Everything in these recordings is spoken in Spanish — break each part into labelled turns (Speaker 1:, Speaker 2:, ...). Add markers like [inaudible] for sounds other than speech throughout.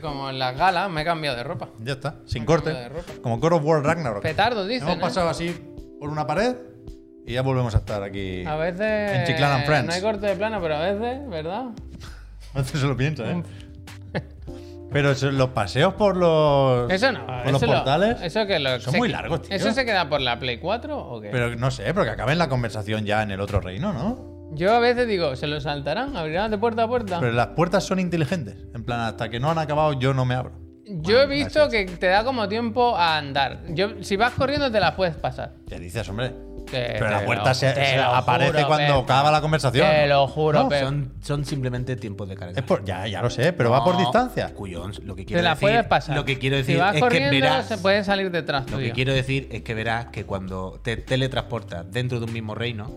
Speaker 1: como en las galas, me he cambiado de ropa.
Speaker 2: Ya está, sin
Speaker 1: Me
Speaker 2: corte.
Speaker 1: cambio de ropa.
Speaker 2: Como Core of World Ragnarok.
Speaker 1: Petardo, dicen.
Speaker 2: Hemos
Speaker 1: ¿eh?
Speaker 2: pasado así por una pared y ya volvemos a estar aquí.
Speaker 1: A
Speaker 2: [laughs]
Speaker 1: veces.
Speaker 2: En Chiclana and Friends.
Speaker 1: No hay corte de plano, pero a veces, ¿verdad?
Speaker 2: A veces se lo piensa, ¿eh? Pero eso- los paseos por los.
Speaker 1: Eso no.
Speaker 2: Por
Speaker 1: eso
Speaker 2: los
Speaker 1: lo-
Speaker 2: portales.
Speaker 1: eso que lo,
Speaker 2: son
Speaker 1: se-
Speaker 2: muy largos, tío.
Speaker 1: ¿Eso se queda por la Play 4 o qué?
Speaker 2: Pero no sé, pero que acaben la conversación ya en el otro reino, ¿no?
Speaker 1: Yo a veces digo, ¿se lo saltarán? ¿Abrirán de puerta a puerta?
Speaker 2: Pero las puertas son inteligentes. En plan, hasta que no han acabado, yo no me abro.
Speaker 1: Yo he visto que te da como tiempo a andar. Yo, si vas corriendo, te la puedes pasar.
Speaker 2: ¿Qué dices, hombre?
Speaker 1: Te-
Speaker 2: pero la
Speaker 1: Eh, te
Speaker 2: puerta
Speaker 1: lo-
Speaker 2: se,
Speaker 1: te
Speaker 2: se
Speaker 1: lo
Speaker 2: aparece
Speaker 1: juro,
Speaker 2: cuando
Speaker 1: Pep.
Speaker 2: acaba la conversación.
Speaker 1: Te lo juro,
Speaker 2: No,
Speaker 1: Pep.
Speaker 3: Son, son simplemente tiempos de carga.
Speaker 2: Es por- ya, ya lo sé, pero va por
Speaker 3: No,
Speaker 2: distancia.
Speaker 3: Cuyón, lo que
Speaker 1: Te
Speaker 3: quiero
Speaker 1: la
Speaker 3: decir,
Speaker 1: puedes pasar.
Speaker 3: Lo que quiero decir
Speaker 1: si vas
Speaker 3: es que
Speaker 1: corriendo,
Speaker 3: verás.
Speaker 1: se pueden salir detrás
Speaker 3: Lo que
Speaker 1: tuyo.
Speaker 3: quiero decir es que verás que cuando te teletransportas dentro de un mismo reino,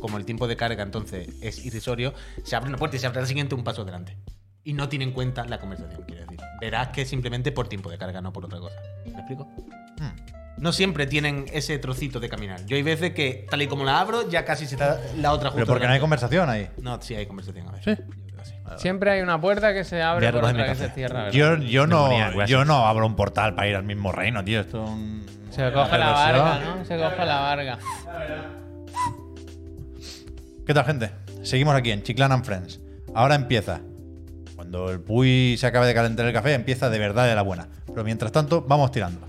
Speaker 3: como el tiempo de carga entonces es irrisorio, se abre una puerta y se abre la siguiente un paso adelante. Y no tiene en cuenta la conversación, quiero decir. Verás que es simplemente por tiempo de carga, no por otra cosa. ¿Me explico?
Speaker 2: Hmm.
Speaker 3: No siempre tienen ese trocito de caminar. Yo hay veces que, tal y como la abro, ya casi se está la otra justo
Speaker 2: Pero porque no hay
Speaker 3: delante.
Speaker 2: conversación ahí.
Speaker 3: No, sí hay conversación a ver.
Speaker 2: ¿Sí?
Speaker 3: Yo creo que sí.
Speaker 1: Siempre hay una puerta que se
Speaker 3: Voy
Speaker 1: abre
Speaker 3: a
Speaker 1: por
Speaker 3: recogerme
Speaker 1: otra que
Speaker 3: café.
Speaker 1: se cierra. ¿verdad?
Speaker 2: Yo, yo,
Speaker 3: Demonía,
Speaker 2: no,
Speaker 3: gracias.
Speaker 2: yo no abro un portal para ir al mismo reino, tío. Esto es un-
Speaker 1: Se coge la
Speaker 2: Pero eso-
Speaker 1: barca, ¿no? Se coge la barca.
Speaker 2: ¿Qué tal, gente? Seguimos aquí en Chiclan and Friends. Ahora empieza. Cuando el Puy se acabe de calentar el café, empieza de verdad de la buena. Pero mientras tanto, vamos tirando.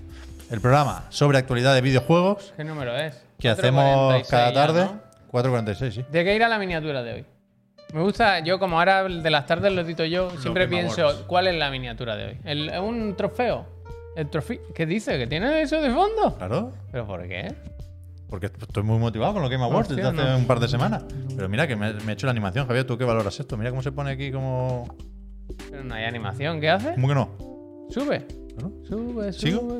Speaker 2: El programa sobre actualidad de videojuegos
Speaker 1: ¿Qué número es?
Speaker 2: que hacemos
Speaker 1: 4.46
Speaker 2: cada
Speaker 1: ya,
Speaker 2: tarde.
Speaker 1: ¿no?
Speaker 2: 4.46, sí.
Speaker 1: ¿De qué ir a la miniatura de hoy? Me gusta, yo como ahora de las tardes lo edito yo, siempre
Speaker 2: que me
Speaker 1: pienso,
Speaker 2: abordas.
Speaker 1: ¿cuál es la miniatura de hoy? ¿El, ¿Un trofeo? ¿El trofeo? ¿Qué dice? ¿Que tiene eso de fondo?
Speaker 2: Claro,
Speaker 1: ¿Pero por qué?
Speaker 2: porque estoy muy motivado con lo que me Awards desde
Speaker 1: Hostia,
Speaker 2: hace
Speaker 1: no.
Speaker 2: un par de semanas. Pero mira que me, me he hecho la animación, Javier. ¿Tú qué valoras esto? Mira cómo se pone aquí como.
Speaker 1: Pero no hay animación, ¿qué hace?
Speaker 2: ¿Cómo que no?
Speaker 1: Sube,
Speaker 2: Claro.
Speaker 1: sube, sube.
Speaker 2: ¿Sigo?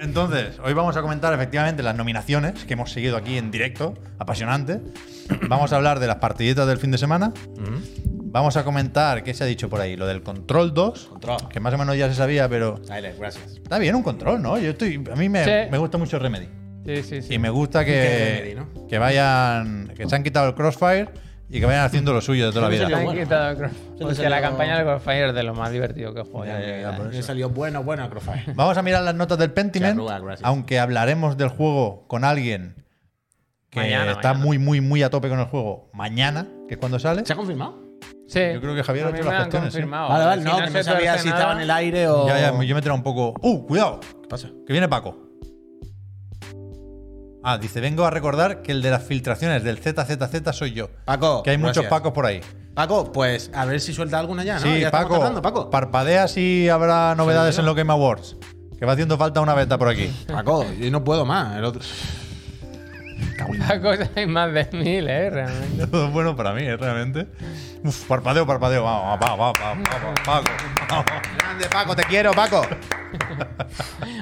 Speaker 2: Entonces, hoy vamos a comentar efectivamente las nominaciones que hemos seguido aquí en directo, apasionante. [clears throat] Vamos a hablar de las partiditas del fin de semana.
Speaker 3: Mm-hmm.
Speaker 2: Vamos a comentar qué se ha dicho por ahí, lo del control 2,
Speaker 3: Control.
Speaker 2: que más o menos ya se sabía, pero
Speaker 3: Dale, gracias.
Speaker 2: está bien un control, ¿no? Yo estoy, a mí me,
Speaker 1: Sí.
Speaker 2: me gusta mucho Remedy.
Speaker 1: Sí, sí, sí.
Speaker 2: Y me gusta que,
Speaker 3: Remedy, ¿no?
Speaker 2: que vayan, que se han quitado el Crossfire y que vayan haciendo lo suyo de toda la
Speaker 3: Sí,
Speaker 2: vida.
Speaker 3: sí,
Speaker 1: Me han
Speaker 3: bueno.
Speaker 1: quitado el Crossfire.
Speaker 3: te
Speaker 1: Hostia,
Speaker 3: salió-
Speaker 1: la campaña del Crossfire es de lo más divertido que he jugado.
Speaker 2: Ya, ya, ya, por
Speaker 3: Me
Speaker 2: eso.
Speaker 3: Eh, salió bueno, bueno, Crofire.
Speaker 2: Vamos a mirar las notas del Pentiment,
Speaker 3: Charrúa, gracias.
Speaker 2: aunque hablaremos del juego con alguien que
Speaker 1: Mañana,
Speaker 2: está
Speaker 1: mañana.
Speaker 2: muy, muy, muy a tope con el juego mañana, que es cuando sale.
Speaker 3: [laughs] ¿Se ha confirmado?
Speaker 1: Sí.
Speaker 2: Yo creo que Javier ha
Speaker 1: A mí
Speaker 2: hecho
Speaker 1: me
Speaker 2: las
Speaker 1: han
Speaker 2: gestiones, ¿sí?
Speaker 1: confirmado.
Speaker 3: Ah,
Speaker 1: ¿eh?
Speaker 3: Vale, vale,
Speaker 1: Si
Speaker 3: no, que
Speaker 1: se
Speaker 3: no sabía
Speaker 1: tuerce
Speaker 3: si
Speaker 1: nada-
Speaker 3: estaba en el aire o.
Speaker 2: Ya, ya, yo me he tirado un poco. ¡Uh, cuidado!
Speaker 3: ¿Qué pasa?
Speaker 2: Que viene Paco. Ah, dice, vengo a recordar que el de las filtraciones del ZZZ soy yo.
Speaker 3: Paco.
Speaker 2: Que hay muchos
Speaker 3: gracias.
Speaker 2: Pacos por ahí.
Speaker 3: Paco, pues a ver si suelta alguna ya, ¿no?
Speaker 2: sí,
Speaker 3: ya estamos
Speaker 2: Paco,
Speaker 3: tardando, Paco.
Speaker 2: Parpadea si habrá novedades
Speaker 3: yo.
Speaker 2: en los Game Awards. Que va haciendo falta una beta por aquí.
Speaker 3: Paco, yo no puedo más. El otro. [laughs]
Speaker 1: Las cosas hay más de mil, ¿eh?
Speaker 3: [laughs]
Speaker 1: Realmente.
Speaker 2: Todo bueno para mí, ¿eh? realmente. Uf, parpadeo, parpadeo. Vamos, vamos, vamos, vamos, Paco. vamos.
Speaker 3: Grande, Paco, te quiero, Paco.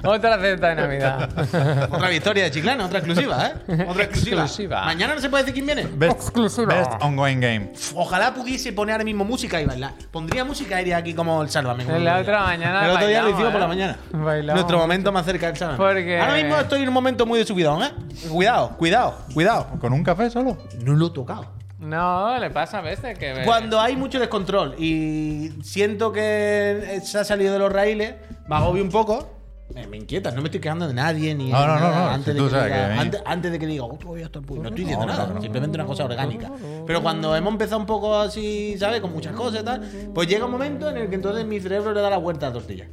Speaker 1: Otra cesta de Navidad.
Speaker 3: otra victoria de Chiclana, otra exclusiva, ¿eh? [laughs] Otra exclusiva.
Speaker 1: Exclusiva.
Speaker 3: Mañana no se puede decir quién viene.
Speaker 2: Best,
Speaker 1: Exclusiva.
Speaker 2: best ongoing game.
Speaker 3: Ojalá pudiese poner ahora mismo música y bailar. Pondría música aérea aquí como el Sálvame. como
Speaker 1: En la
Speaker 3: el otro
Speaker 1: otra
Speaker 3: día.
Speaker 1: mañana
Speaker 3: El otro día lo
Speaker 1: bailamos,
Speaker 3: hicimos por la
Speaker 1: ¿eh?
Speaker 3: mañana.
Speaker 1: Bailamos.
Speaker 3: Nuestro momento más cerca del Sálvame.
Speaker 1: Porque-
Speaker 3: Ahora mismo estoy en un momento muy de subidón, ¿eh? Cuidado, cuidado, cuidado.
Speaker 2: ¿Con un café solo?
Speaker 3: No lo he tocado.
Speaker 1: No, le pasa a veces que.
Speaker 3: Cuando hay mucho descontrol y siento que se ha salido de los raíles, me agobio un poco. Me, me inquieta, no me estoy quejando de nadie ni
Speaker 2: No,
Speaker 3: de
Speaker 2: no, no,
Speaker 3: nada,
Speaker 2: no,
Speaker 3: Antes,
Speaker 2: si
Speaker 3: de
Speaker 2: tú
Speaker 3: que
Speaker 2: sabes
Speaker 3: diga,
Speaker 2: que a mí-
Speaker 3: antes, antes de que diga, "Oh, todavía está el puy". No estoy diciendo
Speaker 2: No,
Speaker 3: nada,
Speaker 2: no, no.
Speaker 3: simplemente una cosa orgánica. Pero cuando hemos empezado un poco así, ¿sabes? Con muchas cosas y tal, pues llega un momento en el que entonces mi cerebro le da la vuelta a
Speaker 2: [laughs]
Speaker 3: la tortilla.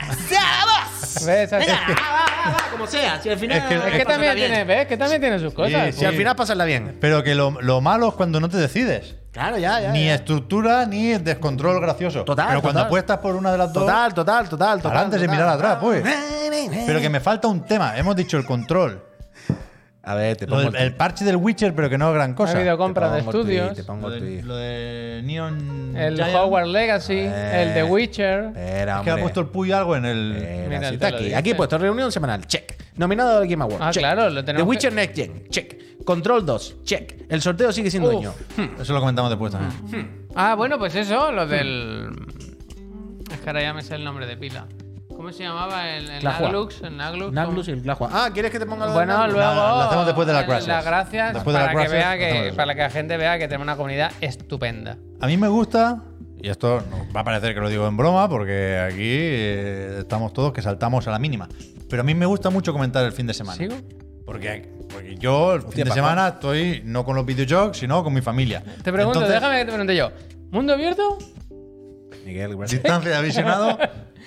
Speaker 3: ¡Vamos!
Speaker 1: ¿Ves? Así-
Speaker 3: Venga, va, va, va, va, como sea. Si al final.
Speaker 2: Es que-
Speaker 1: Es que
Speaker 3: pásatela
Speaker 1: también
Speaker 3: bien.
Speaker 1: tiene, ¿ves? Que también tiene sus cosas.
Speaker 2: Sí,
Speaker 3: Si al final pasarla bien.
Speaker 2: Pero que lo, lo malo es cuando no te decides.
Speaker 3: Claro, ya, ya.
Speaker 2: Ni
Speaker 3: ya.
Speaker 2: estructura ni descontrol gracioso.
Speaker 3: Eh. Total,
Speaker 2: Pero cuando
Speaker 3: total.
Speaker 2: apuestas por una de las dos.
Speaker 3: Total, total, total, total.
Speaker 2: Para antes de
Speaker 3: total. Eh.
Speaker 2: mirar atrás, pues. Pero
Speaker 3: Pero
Speaker 2: que me falta un tema. Hemos dicho el control.
Speaker 3: A ver, te
Speaker 2: Lo del- el parche del Witcher, pero que no es gran
Speaker 1: Ha
Speaker 2: cosa.
Speaker 1: habido
Speaker 3: te
Speaker 1: compras de
Speaker 3: pongo el tuit,
Speaker 1: estudios.
Speaker 3: te pongo
Speaker 2: Lo
Speaker 3: el
Speaker 2: de,
Speaker 3: tuit.
Speaker 2: lo de Neon.
Speaker 1: El
Speaker 2: Giant.
Speaker 1: Hogwarts Legacy,
Speaker 3: Eh.
Speaker 1: el The Witcher.
Speaker 3: Espera,
Speaker 2: Es que ha
Speaker 3: hombre.
Speaker 2: puesto el Puy algo en el.
Speaker 3: Espera,
Speaker 1: Mira,
Speaker 3: si
Speaker 1: te
Speaker 3: está
Speaker 1: lo
Speaker 3: aquí.
Speaker 1: dice.
Speaker 3: Aquí he puesto reunión semanal, check. Nominado al Game Award,
Speaker 1: Ah,
Speaker 3: check.
Speaker 1: claro, lo tenemos
Speaker 3: The Witcher
Speaker 1: que-
Speaker 3: Next Gen, check. Control 2, check. El sorteo sigue sin
Speaker 1: Uf.
Speaker 3: dueño.
Speaker 2: Hmm. Eso lo comentamos después también. Hmm.
Speaker 1: Ah, bueno, pues eso, lo del. Es que ahora ya me sé el nombre de pila. ¿Cómo se llamaba? El, el
Speaker 3: Clajua.
Speaker 1: Naglux. El Naglux.
Speaker 3: Naglus y el Glajua. Ah, ¿quieres que te ponga lo
Speaker 1: Bueno,
Speaker 3: del Naglus?
Speaker 1: luego.
Speaker 2: No, lo hacemos después de las
Speaker 1: eh,
Speaker 2: gracias.
Speaker 1: Las gracias
Speaker 2: Después de
Speaker 1: para,
Speaker 2: las
Speaker 1: que
Speaker 2: gracias,
Speaker 1: vea
Speaker 2: hacemos
Speaker 1: que,
Speaker 2: eso.
Speaker 1: para que la gente vea que tenemos una comunidad estupenda.
Speaker 2: A mí me gusta Y esto no- va a parecer que lo digo en broma, porque aquí eh, estamos todos que saltamos a la mínima. Pero a mí me gusta mucho comentar el fin de semana.
Speaker 1: ¿Sigo?
Speaker 2: Porque, porque yo el fin de
Speaker 3: Pascual.
Speaker 2: semana estoy no con los videojuegos, sino con mi familia.
Speaker 1: Te pregunto,
Speaker 2: Entonces,
Speaker 1: déjame que te pregunte yo. ¿Mundo abierto?
Speaker 3: Miguel, gracias.
Speaker 2: Distancia de
Speaker 3: [laughs]
Speaker 2: aficionado,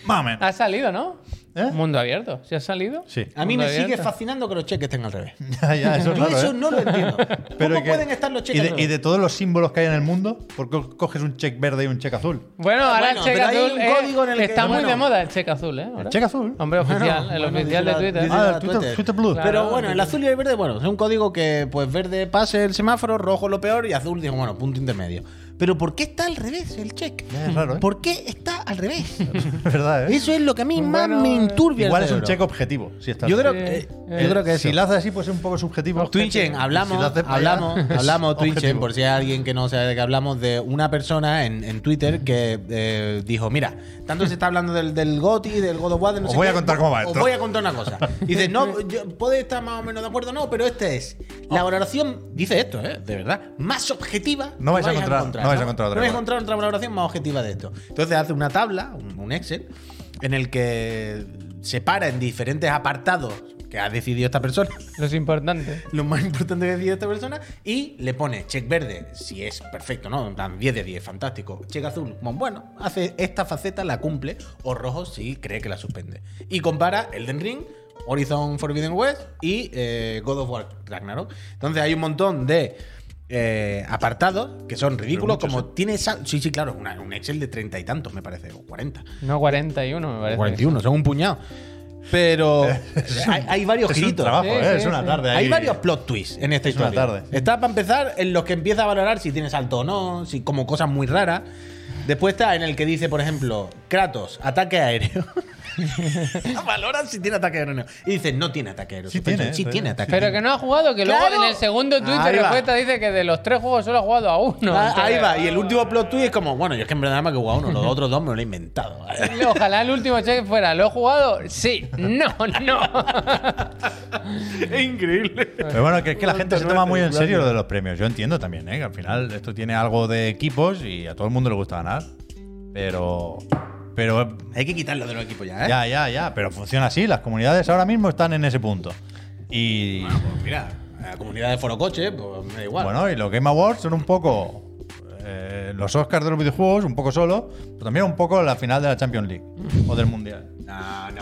Speaker 2: mamen.
Speaker 3: Ah.
Speaker 1: Ha salido, ¿no?
Speaker 2: ¿Eh?
Speaker 1: Mundo abierto. ¿Sí ha salido?
Speaker 2: Sí.
Speaker 3: A mí
Speaker 1: Mundo
Speaker 3: me sigue
Speaker 1: abierto.
Speaker 3: fascinando que los cheques estén al revés.
Speaker 2: [laughs] Ya, ya, eso es
Speaker 3: Yo
Speaker 2: raro,
Speaker 3: eso
Speaker 2: ¿eh?
Speaker 3: no lo entiendo.
Speaker 2: [laughs] Pero
Speaker 3: ¿Cómo
Speaker 2: que-
Speaker 3: pueden estar los cheques
Speaker 2: y
Speaker 3: al
Speaker 2: de, y
Speaker 3: revés?
Speaker 2: de todos los símbolos que hay en el mundo, ¿por qué coges un check verde y un check azul?
Speaker 1: Bueno, ahora
Speaker 3: bueno,
Speaker 1: el cheque
Speaker 3: pero hay
Speaker 1: azul.
Speaker 3: un
Speaker 1: eh,
Speaker 3: código en el que-
Speaker 1: está muy
Speaker 3: bueno.
Speaker 1: de moda el cheque azul, ¿eh? ahora.
Speaker 2: ¿El check azul?
Speaker 1: Hombre, oficial.
Speaker 3: Bueno,
Speaker 1: el
Speaker 3: bueno,
Speaker 1: oficial
Speaker 3: dice
Speaker 1: de
Speaker 3: la-
Speaker 1: Twitter.
Speaker 3: dice
Speaker 2: Ah,
Speaker 3: la
Speaker 2: el Twitter, Twitter Blue.
Speaker 1: Claro.
Speaker 3: Pero bueno, el azul y el verde, bueno, es un código que, pues, verde pase el semáforo, rojo lo peor y azul, digo, bueno, punto intermedio. Pero ¿por qué está al revés el check?
Speaker 2: Ya, es raro, ¿eh?
Speaker 3: ¿Por qué está al revés?
Speaker 2: [laughs] Es verdad, ¿eh?
Speaker 3: Eso es lo que a mí
Speaker 1: Bueno,
Speaker 3: más me enturbia. el
Speaker 2: Igual es un
Speaker 3: cerebro.
Speaker 2: check objetivo. Si está
Speaker 3: Yo creo
Speaker 1: Sí,
Speaker 3: que,
Speaker 1: eh,
Speaker 3: yo creo que
Speaker 2: si
Speaker 3: eso.
Speaker 2: lo haces así, pues es un poco subjetivo.
Speaker 3: Twinchen, hablamos,
Speaker 2: Si lo haces para allá,
Speaker 3: hablamos,
Speaker 2: es
Speaker 3: hablamos,
Speaker 2: objetivo.
Speaker 3: Twinchen, por si hay alguien que no sabe de qué hablamos, de una persona en, en Twitter que eh, dijo, mira, tanto se está hablando del, del GOTI, del God of War, de no
Speaker 2: Os
Speaker 3: sé
Speaker 2: voy a
Speaker 3: qué,
Speaker 2: contar cómo va
Speaker 3: os
Speaker 2: esto".
Speaker 3: voy a contar una
Speaker 2: [laughs]
Speaker 3: cosa. Y dice, no, yo puede estar más o menos de acuerdo, no, pero este es. La
Speaker 2: Oh.
Speaker 3: valoración, dice esto, eh, de verdad, más objetiva.
Speaker 2: No vais a encontrar- no vais a encontrar otra
Speaker 3: No vais a
Speaker 2: cosa.
Speaker 3: encontrar otra valoración más objetiva de esto. Entonces hace una tabla, un, un Excel, en el que separa en diferentes apartados que ha decidido esta persona
Speaker 1: Los importantes.
Speaker 3: lo más importante que decide esta persona y le pone check verde si es perfecto, ¿no? En plan 10 de 10, fantástico. Check azul, como, bueno, hace esta faceta, la cumple, o rojo si cree que la suspende. Y compara Elden Ring, Horizon Forbidden West y eh, God of War Ragnarok. Entonces hay un montón de eh, apartados que son ridículos,
Speaker 2: muchos,
Speaker 3: como
Speaker 2: ¿eh?
Speaker 3: tiene esa... Sí, sí, claro, una- un Excel de treinta y tantos, me parece, o 40.
Speaker 1: No, 41, me parece.
Speaker 3: 41, son un puñado.
Speaker 2: [laughs]
Speaker 3: Pero hay, hay varios
Speaker 2: Es un
Speaker 3: giritos.
Speaker 2: trabajo,
Speaker 1: Sí,
Speaker 2: ¿eh?
Speaker 1: sí,
Speaker 2: es una
Speaker 1: sí.
Speaker 2: tarde.
Speaker 3: Hay
Speaker 2: ahí.
Speaker 3: varios plot twists en esta
Speaker 2: Es una
Speaker 3: historia.
Speaker 2: tarde.
Speaker 3: Está para empezar en los que empieza a valorar si tienes alto o no, si como cosas muy raras. Después está en el que dice, por ejemplo, Kratos, ataque aéreo. [laughs] Valoran si tiene ataque aéreo o no. Y dicen, no tiene ataque aéreo.
Speaker 2: Sí
Speaker 3: Suspension,
Speaker 2: tiene,
Speaker 3: sí
Speaker 2: sí.
Speaker 3: tiene ataque
Speaker 1: Pero
Speaker 3: aéreo.
Speaker 1: que no ha jugado, que
Speaker 3: ¡Claro!
Speaker 1: luego en el segundo tweet de
Speaker 3: Ahí va.
Speaker 1: respuesta dice que de los tres juegos solo ha jugado a uno.
Speaker 3: Ah, ahí
Speaker 1: Entonces,
Speaker 3: va. Y el último plot twist es como, bueno, yo es que en verdad me que he jugado uno, los otros dos me lo he inventado. [laughs]
Speaker 1: Ojalá el último cheque fuera, ¿lo he jugado? Sí, no, no.
Speaker 3: es increíble.
Speaker 2: Pero bueno, que es que la gente se
Speaker 3: Cuánta
Speaker 2: toma
Speaker 3: suerte,
Speaker 2: muy en
Speaker 3: claro.
Speaker 2: serio lo de los premios. Yo entiendo también, ¿eh? Que al final esto tiene algo de equipos y a todo el mundo le gusta ganar. Pero. Pero.
Speaker 3: Hay que quitarlo de los equipos ya, ¿eh?
Speaker 2: Ya, ya, ya. Pero funciona así. Las comunidades ahora mismo están en ese punto. Y.
Speaker 3: Bueno, pues mira, la comunidad de Foro Coche, pues me da igual.
Speaker 2: Bueno, y los Game Awards son un poco. eh, los Oscars de los videojuegos, un poco solo. Pero también un poco la final de la Champions League o del Mundial.
Speaker 3: no, no,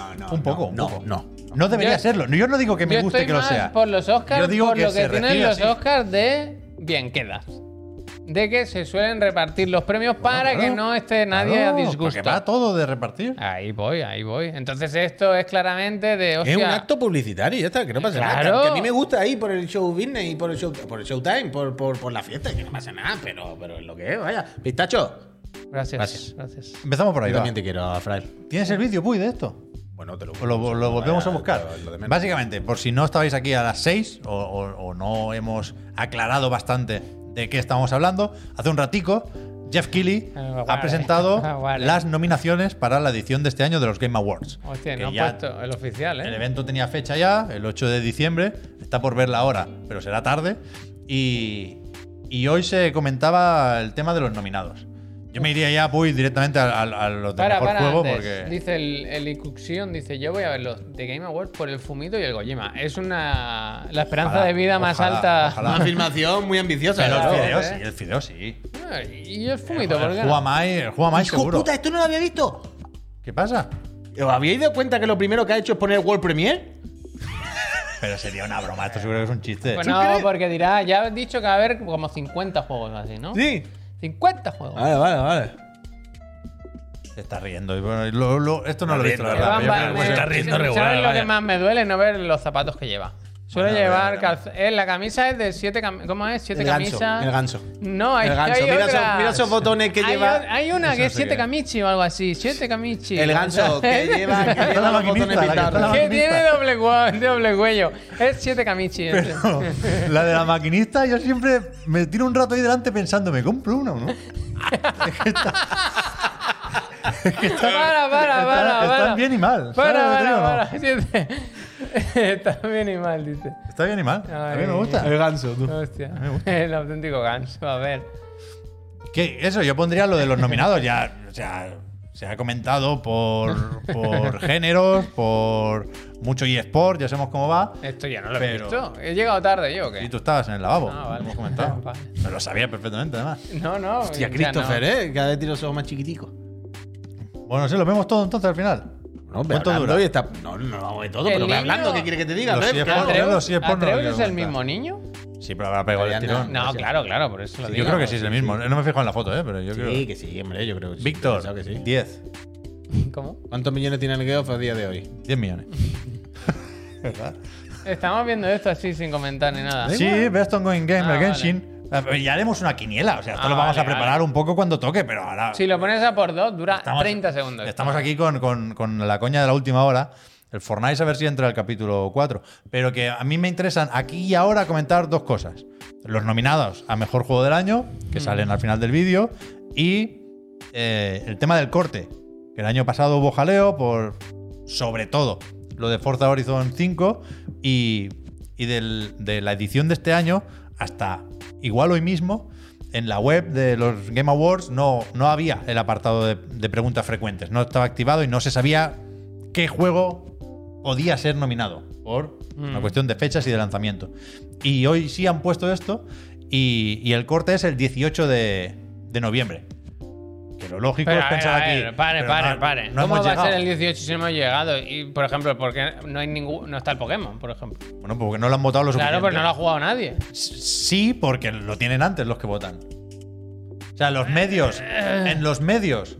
Speaker 1: Ah,
Speaker 3: no.
Speaker 2: Un poco,
Speaker 3: no,
Speaker 2: un
Speaker 3: no,
Speaker 2: poco.
Speaker 3: no.
Speaker 2: No debería
Speaker 1: Yo-
Speaker 2: serlo. Yo no digo que me
Speaker 1: Yo
Speaker 2: guste
Speaker 1: estoy
Speaker 2: que lo
Speaker 1: más
Speaker 2: sea.
Speaker 1: por los Oscars,
Speaker 2: Yo digo
Speaker 1: por
Speaker 2: que
Speaker 1: lo que
Speaker 2: se
Speaker 1: tienen
Speaker 2: recibe
Speaker 1: los
Speaker 2: así.
Speaker 1: Oscars de bien quedas. De que se suelen repartir los premios para
Speaker 2: Claro,
Speaker 1: que no esté nadie
Speaker 2: claro,
Speaker 1: a Ah.
Speaker 2: Porque
Speaker 1: disgusto.
Speaker 2: va todo de repartir.
Speaker 1: Ahí voy, ahí voy. Entonces esto es claramente de hostia.
Speaker 3: Es un acto publicitario, ya está, que no pasa
Speaker 1: Claro.
Speaker 3: nada. Que a mí me gusta ahí por el show business y por el show, por el showtime, por, por, por la fiesta, que no pasa nada, pero, pero es lo que es, vaya. Pistacho,
Speaker 1: Gracias,
Speaker 3: Gracias.
Speaker 1: gracias.
Speaker 2: Empezamos por ahí.
Speaker 3: yo
Speaker 2: va.
Speaker 3: también te quiero, Frail.
Speaker 2: ¿Tienes el vídeo, Puy, de esto?
Speaker 3: Bueno, te lo,
Speaker 2: O lo, lo volvemos a
Speaker 3: vaya,
Speaker 2: buscar.
Speaker 3: lo- lo de menos.
Speaker 2: Básicamente, por si no estabais aquí a las 6 o, o- o no hemos aclarado bastante de qué estamos hablando, hace un ratico Jeff Keighley
Speaker 1: [laughs] Ah, vale.
Speaker 2: ha presentado
Speaker 1: [laughs] Ah, vale.
Speaker 2: las nominaciones para la edición de este año de los Game Awards.
Speaker 1: Hostia,
Speaker 2: Que
Speaker 1: no he
Speaker 2: ya
Speaker 1: puesto el oficial,
Speaker 2: El
Speaker 1: ¿eh?
Speaker 2: evento tenía fecha ya, el 8 de diciembre, está por verla ahora, pero será tarde. Y, y hoy se comentaba el tema de los nominados. Yo me iría ya, Puy, directamente a, a- a los de
Speaker 1: Para,
Speaker 2: mejor
Speaker 1: para,
Speaker 2: juego
Speaker 1: antes.
Speaker 2: porque...
Speaker 1: Dice el, el Icuxion, dice, yo voy a ver los de Game Awards por el fumito y el Gojima. Es una... La esperanza
Speaker 2: Ojalá,
Speaker 1: de vida más
Speaker 2: ojalá,
Speaker 1: alta.
Speaker 2: ojalá.
Speaker 3: Una afirmación muy ambiciosa.
Speaker 2: Pero
Speaker 3: la
Speaker 2: el fideo
Speaker 3: verdad.
Speaker 1: ¿eh?
Speaker 2: sí, el fideo sí.
Speaker 1: Ah, Y el fumito, ¿por
Speaker 2: el
Speaker 1: qué
Speaker 2: Juega
Speaker 1: no?
Speaker 2: Mai, el Juega Mai
Speaker 3: Ah, Hijo
Speaker 2: seguro.
Speaker 3: puta, esto no lo había visto.
Speaker 2: ¿Qué pasa?
Speaker 3: ¿Os habíais dado cuenta que lo primero que ha hecho es poner World Premiere?
Speaker 2: Pero sería una broma, esto seguro que es un chiste.
Speaker 1: Pues no, porque dirá, ya has dicho que va a haber como 50 juegos así, ¿no?
Speaker 3: Sí. Ah,
Speaker 1: 50 juegos.
Speaker 3: Vale, vale, vale.
Speaker 2: Se está riendo. y bueno, y lo- lo- esto no lo he visto, la
Speaker 1: Pero
Speaker 2: verdad.
Speaker 1: van
Speaker 2: pero yo
Speaker 1: va-
Speaker 2: creo que
Speaker 1: me-
Speaker 3: pues,
Speaker 2: se está
Speaker 1: ¿sabes
Speaker 2: riendo.
Speaker 1: lo que más me duele? No ver los zapatos que lleva. Suele
Speaker 2: Bueno,
Speaker 1: llevar
Speaker 2: bueno,
Speaker 1: calz- eh, la camisa es de siete cam- ¿Cómo es? Siete
Speaker 3: El ganso,
Speaker 1: camisas.
Speaker 3: el ganso.
Speaker 1: No, hay,
Speaker 3: El ganso.
Speaker 1: hay
Speaker 3: Mira
Speaker 1: otras.
Speaker 3: esos- mira esos botones que
Speaker 1: Hay
Speaker 3: lleva.
Speaker 1: o- Hay una que es
Speaker 2: sí
Speaker 1: siete
Speaker 2: que-
Speaker 1: camichi o algo así. Siete camichi.
Speaker 3: El ganso que lleva, que lleva
Speaker 2: La
Speaker 3: los
Speaker 2: maquinita,
Speaker 3: botones
Speaker 2: la que está
Speaker 3: pintados.
Speaker 2: la
Speaker 1: [laughs] Que tiene
Speaker 2: maquinista.
Speaker 1: doble, cua- doble cuello. Es siete camichi. este.
Speaker 2: La de la maquinista, yo siempre me tiro un rato ahí delante pensando, ¿me compro una o no?
Speaker 1: para, para, para, para.
Speaker 2: Están- están bien y mal. ¿Sabes
Speaker 1: Para,
Speaker 2: lo que te digo o no?
Speaker 1: para, para. [laughs] Siete. Está bien y mal, dice.
Speaker 2: Está bien y mal. A mí
Speaker 1: Ay.
Speaker 2: me gusta.
Speaker 1: [laughs]
Speaker 3: ganso, tú.
Speaker 1: Hostia. El auténtico ganso. A ver.
Speaker 2: Que eso, yo pondría lo de los nominados. Ya, o sea, se ha comentado por,
Speaker 1: [laughs]
Speaker 2: por géneros, por mucho eSport, ya sabemos cómo va.
Speaker 1: Esto ya no lo he
Speaker 2: Pero-
Speaker 1: visto. He llegado tarde yo, ¿o
Speaker 2: Y
Speaker 1: ¿qué?
Speaker 2: tú estabas en el lavabo,
Speaker 1: Ah,
Speaker 2: lo
Speaker 1: vale.
Speaker 2: hemos
Speaker 1: [laughs]
Speaker 2: comentado.
Speaker 1: Vale.
Speaker 2: Me lo sabía perfectamente, además.
Speaker 1: No, no. ya
Speaker 3: Hostia,
Speaker 1: no.
Speaker 3: Christopher, ¿eh? Cada vez tiene los ojos más chiquiticos.
Speaker 2: Bueno, sí, lo vemos todo entonces al final.
Speaker 3: No,
Speaker 2: ¿Cuánto dura?
Speaker 3: y está... No, no, no, de todo,
Speaker 1: El
Speaker 3: pero ve
Speaker 1: niño-
Speaker 3: hablando, ¿qué quiere que te diga?
Speaker 2: Lo
Speaker 3: Pep?
Speaker 2: sigue
Speaker 3: Claro.
Speaker 2: por- Yo lo sí, es porno,
Speaker 1: ¿Atreus
Speaker 2: lo quiero
Speaker 1: es el
Speaker 2: contar.
Speaker 1: mismo niño?
Speaker 2: Sí, pero habrá pegado el
Speaker 3: Todavía
Speaker 2: tirón.
Speaker 1: No,
Speaker 3: sí.
Speaker 1: claro, claro, por eso lo
Speaker 2: Sí,
Speaker 1: digo.
Speaker 2: yo creo que sí es el mismo. No me he fijado en la foto, ¿eh? pero yo creo.
Speaker 3: Sí, que sí, hombre, yo creo que sí.
Speaker 2: Víctor,
Speaker 3: Pensaba que sí.
Speaker 2: 10.
Speaker 1: ¿Cómo?
Speaker 3: ¿Cuántos millones tiene el Geoff a día de hoy?
Speaker 2: 10 millones. ¿Verdad?
Speaker 1: Estamos viendo esto así sin comentar ni nada.
Speaker 2: Sí, Best Ongoing Game,
Speaker 1: Ah,
Speaker 2: el Genshin. Ya haremos una quiniela, o sea, esto
Speaker 1: Ah,
Speaker 2: lo vamos a
Speaker 1: vale,
Speaker 2: preparar
Speaker 1: vale.
Speaker 2: un poco cuando toque, pero ahora.
Speaker 1: Si lo pones a por dos, dura
Speaker 2: Estamos-
Speaker 1: 30 segundos.
Speaker 2: Estamos aquí con, con- con la coña de la última hora. El Fortnite a ver si entra el capítulo 4. Pero que a mí me interesan aquí y ahora comentar dos cosas. Los nominados a Mejor Juego del Año, que
Speaker 1: Mm.
Speaker 2: salen al final del vídeo, y eh, el tema del corte. Que el año pasado hubo jaleo por, sobre todo, lo de Forza Horizon 5 y, y del- de la edición de este año hasta igual hoy mismo. En la web de los Game Awards no, no había el apartado de, de preguntas frecuentes, no estaba activado y no se sabía qué juego podía ser nominado por una
Speaker 1: Mm.
Speaker 2: cuestión de fechas y de lanzamiento. Y hoy sí han puesto esto y, y el corte es el 18 de, de noviembre. Que lo lógico
Speaker 1: Pero,
Speaker 2: es
Speaker 1: a ver,
Speaker 2: pensar
Speaker 1: a ver,
Speaker 2: aquí.
Speaker 1: pare,
Speaker 2: pero
Speaker 1: pare,
Speaker 2: no-
Speaker 1: pare.
Speaker 2: no
Speaker 1: ¿Cómo
Speaker 2: hemos
Speaker 1: va a
Speaker 2: llegado.
Speaker 1: ser el 18 si no hemos llegado? Y, por ejemplo, porque no hay ningún, no está el Pokémon, por ejemplo.
Speaker 2: Bueno, porque no lo han votado los
Speaker 1: Claro, pues no lo ha jugado nadie.
Speaker 2: Sí, porque lo tienen antes los que votan. O sea, los medios, en los medios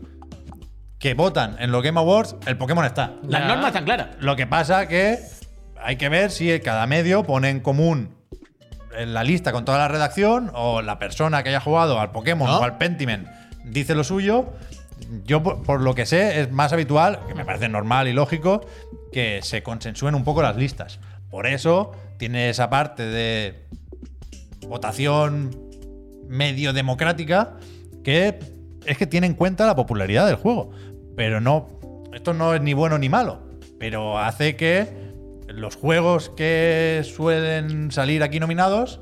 Speaker 2: que votan en los Game Awards, el Pokémon está.
Speaker 3: Las
Speaker 1: Ya.
Speaker 3: normas están claras.
Speaker 2: Lo que pasa que hay que ver si cada medio pone en común en la lista con toda la redacción o la persona que haya jugado al Pokémon
Speaker 3: ¿No?
Speaker 2: o al Pentiment dice lo suyo. Yo, por, por lo que sé, es más habitual, que me parece normal y lógico, que se consensúen un poco las listas. Por eso tiene esa parte de votación medio democrática que es que tiene en cuenta la popularidad del juego. Pero no, esto no es ni bueno ni malo, pero hace que los juegos que suelen salir aquí nominados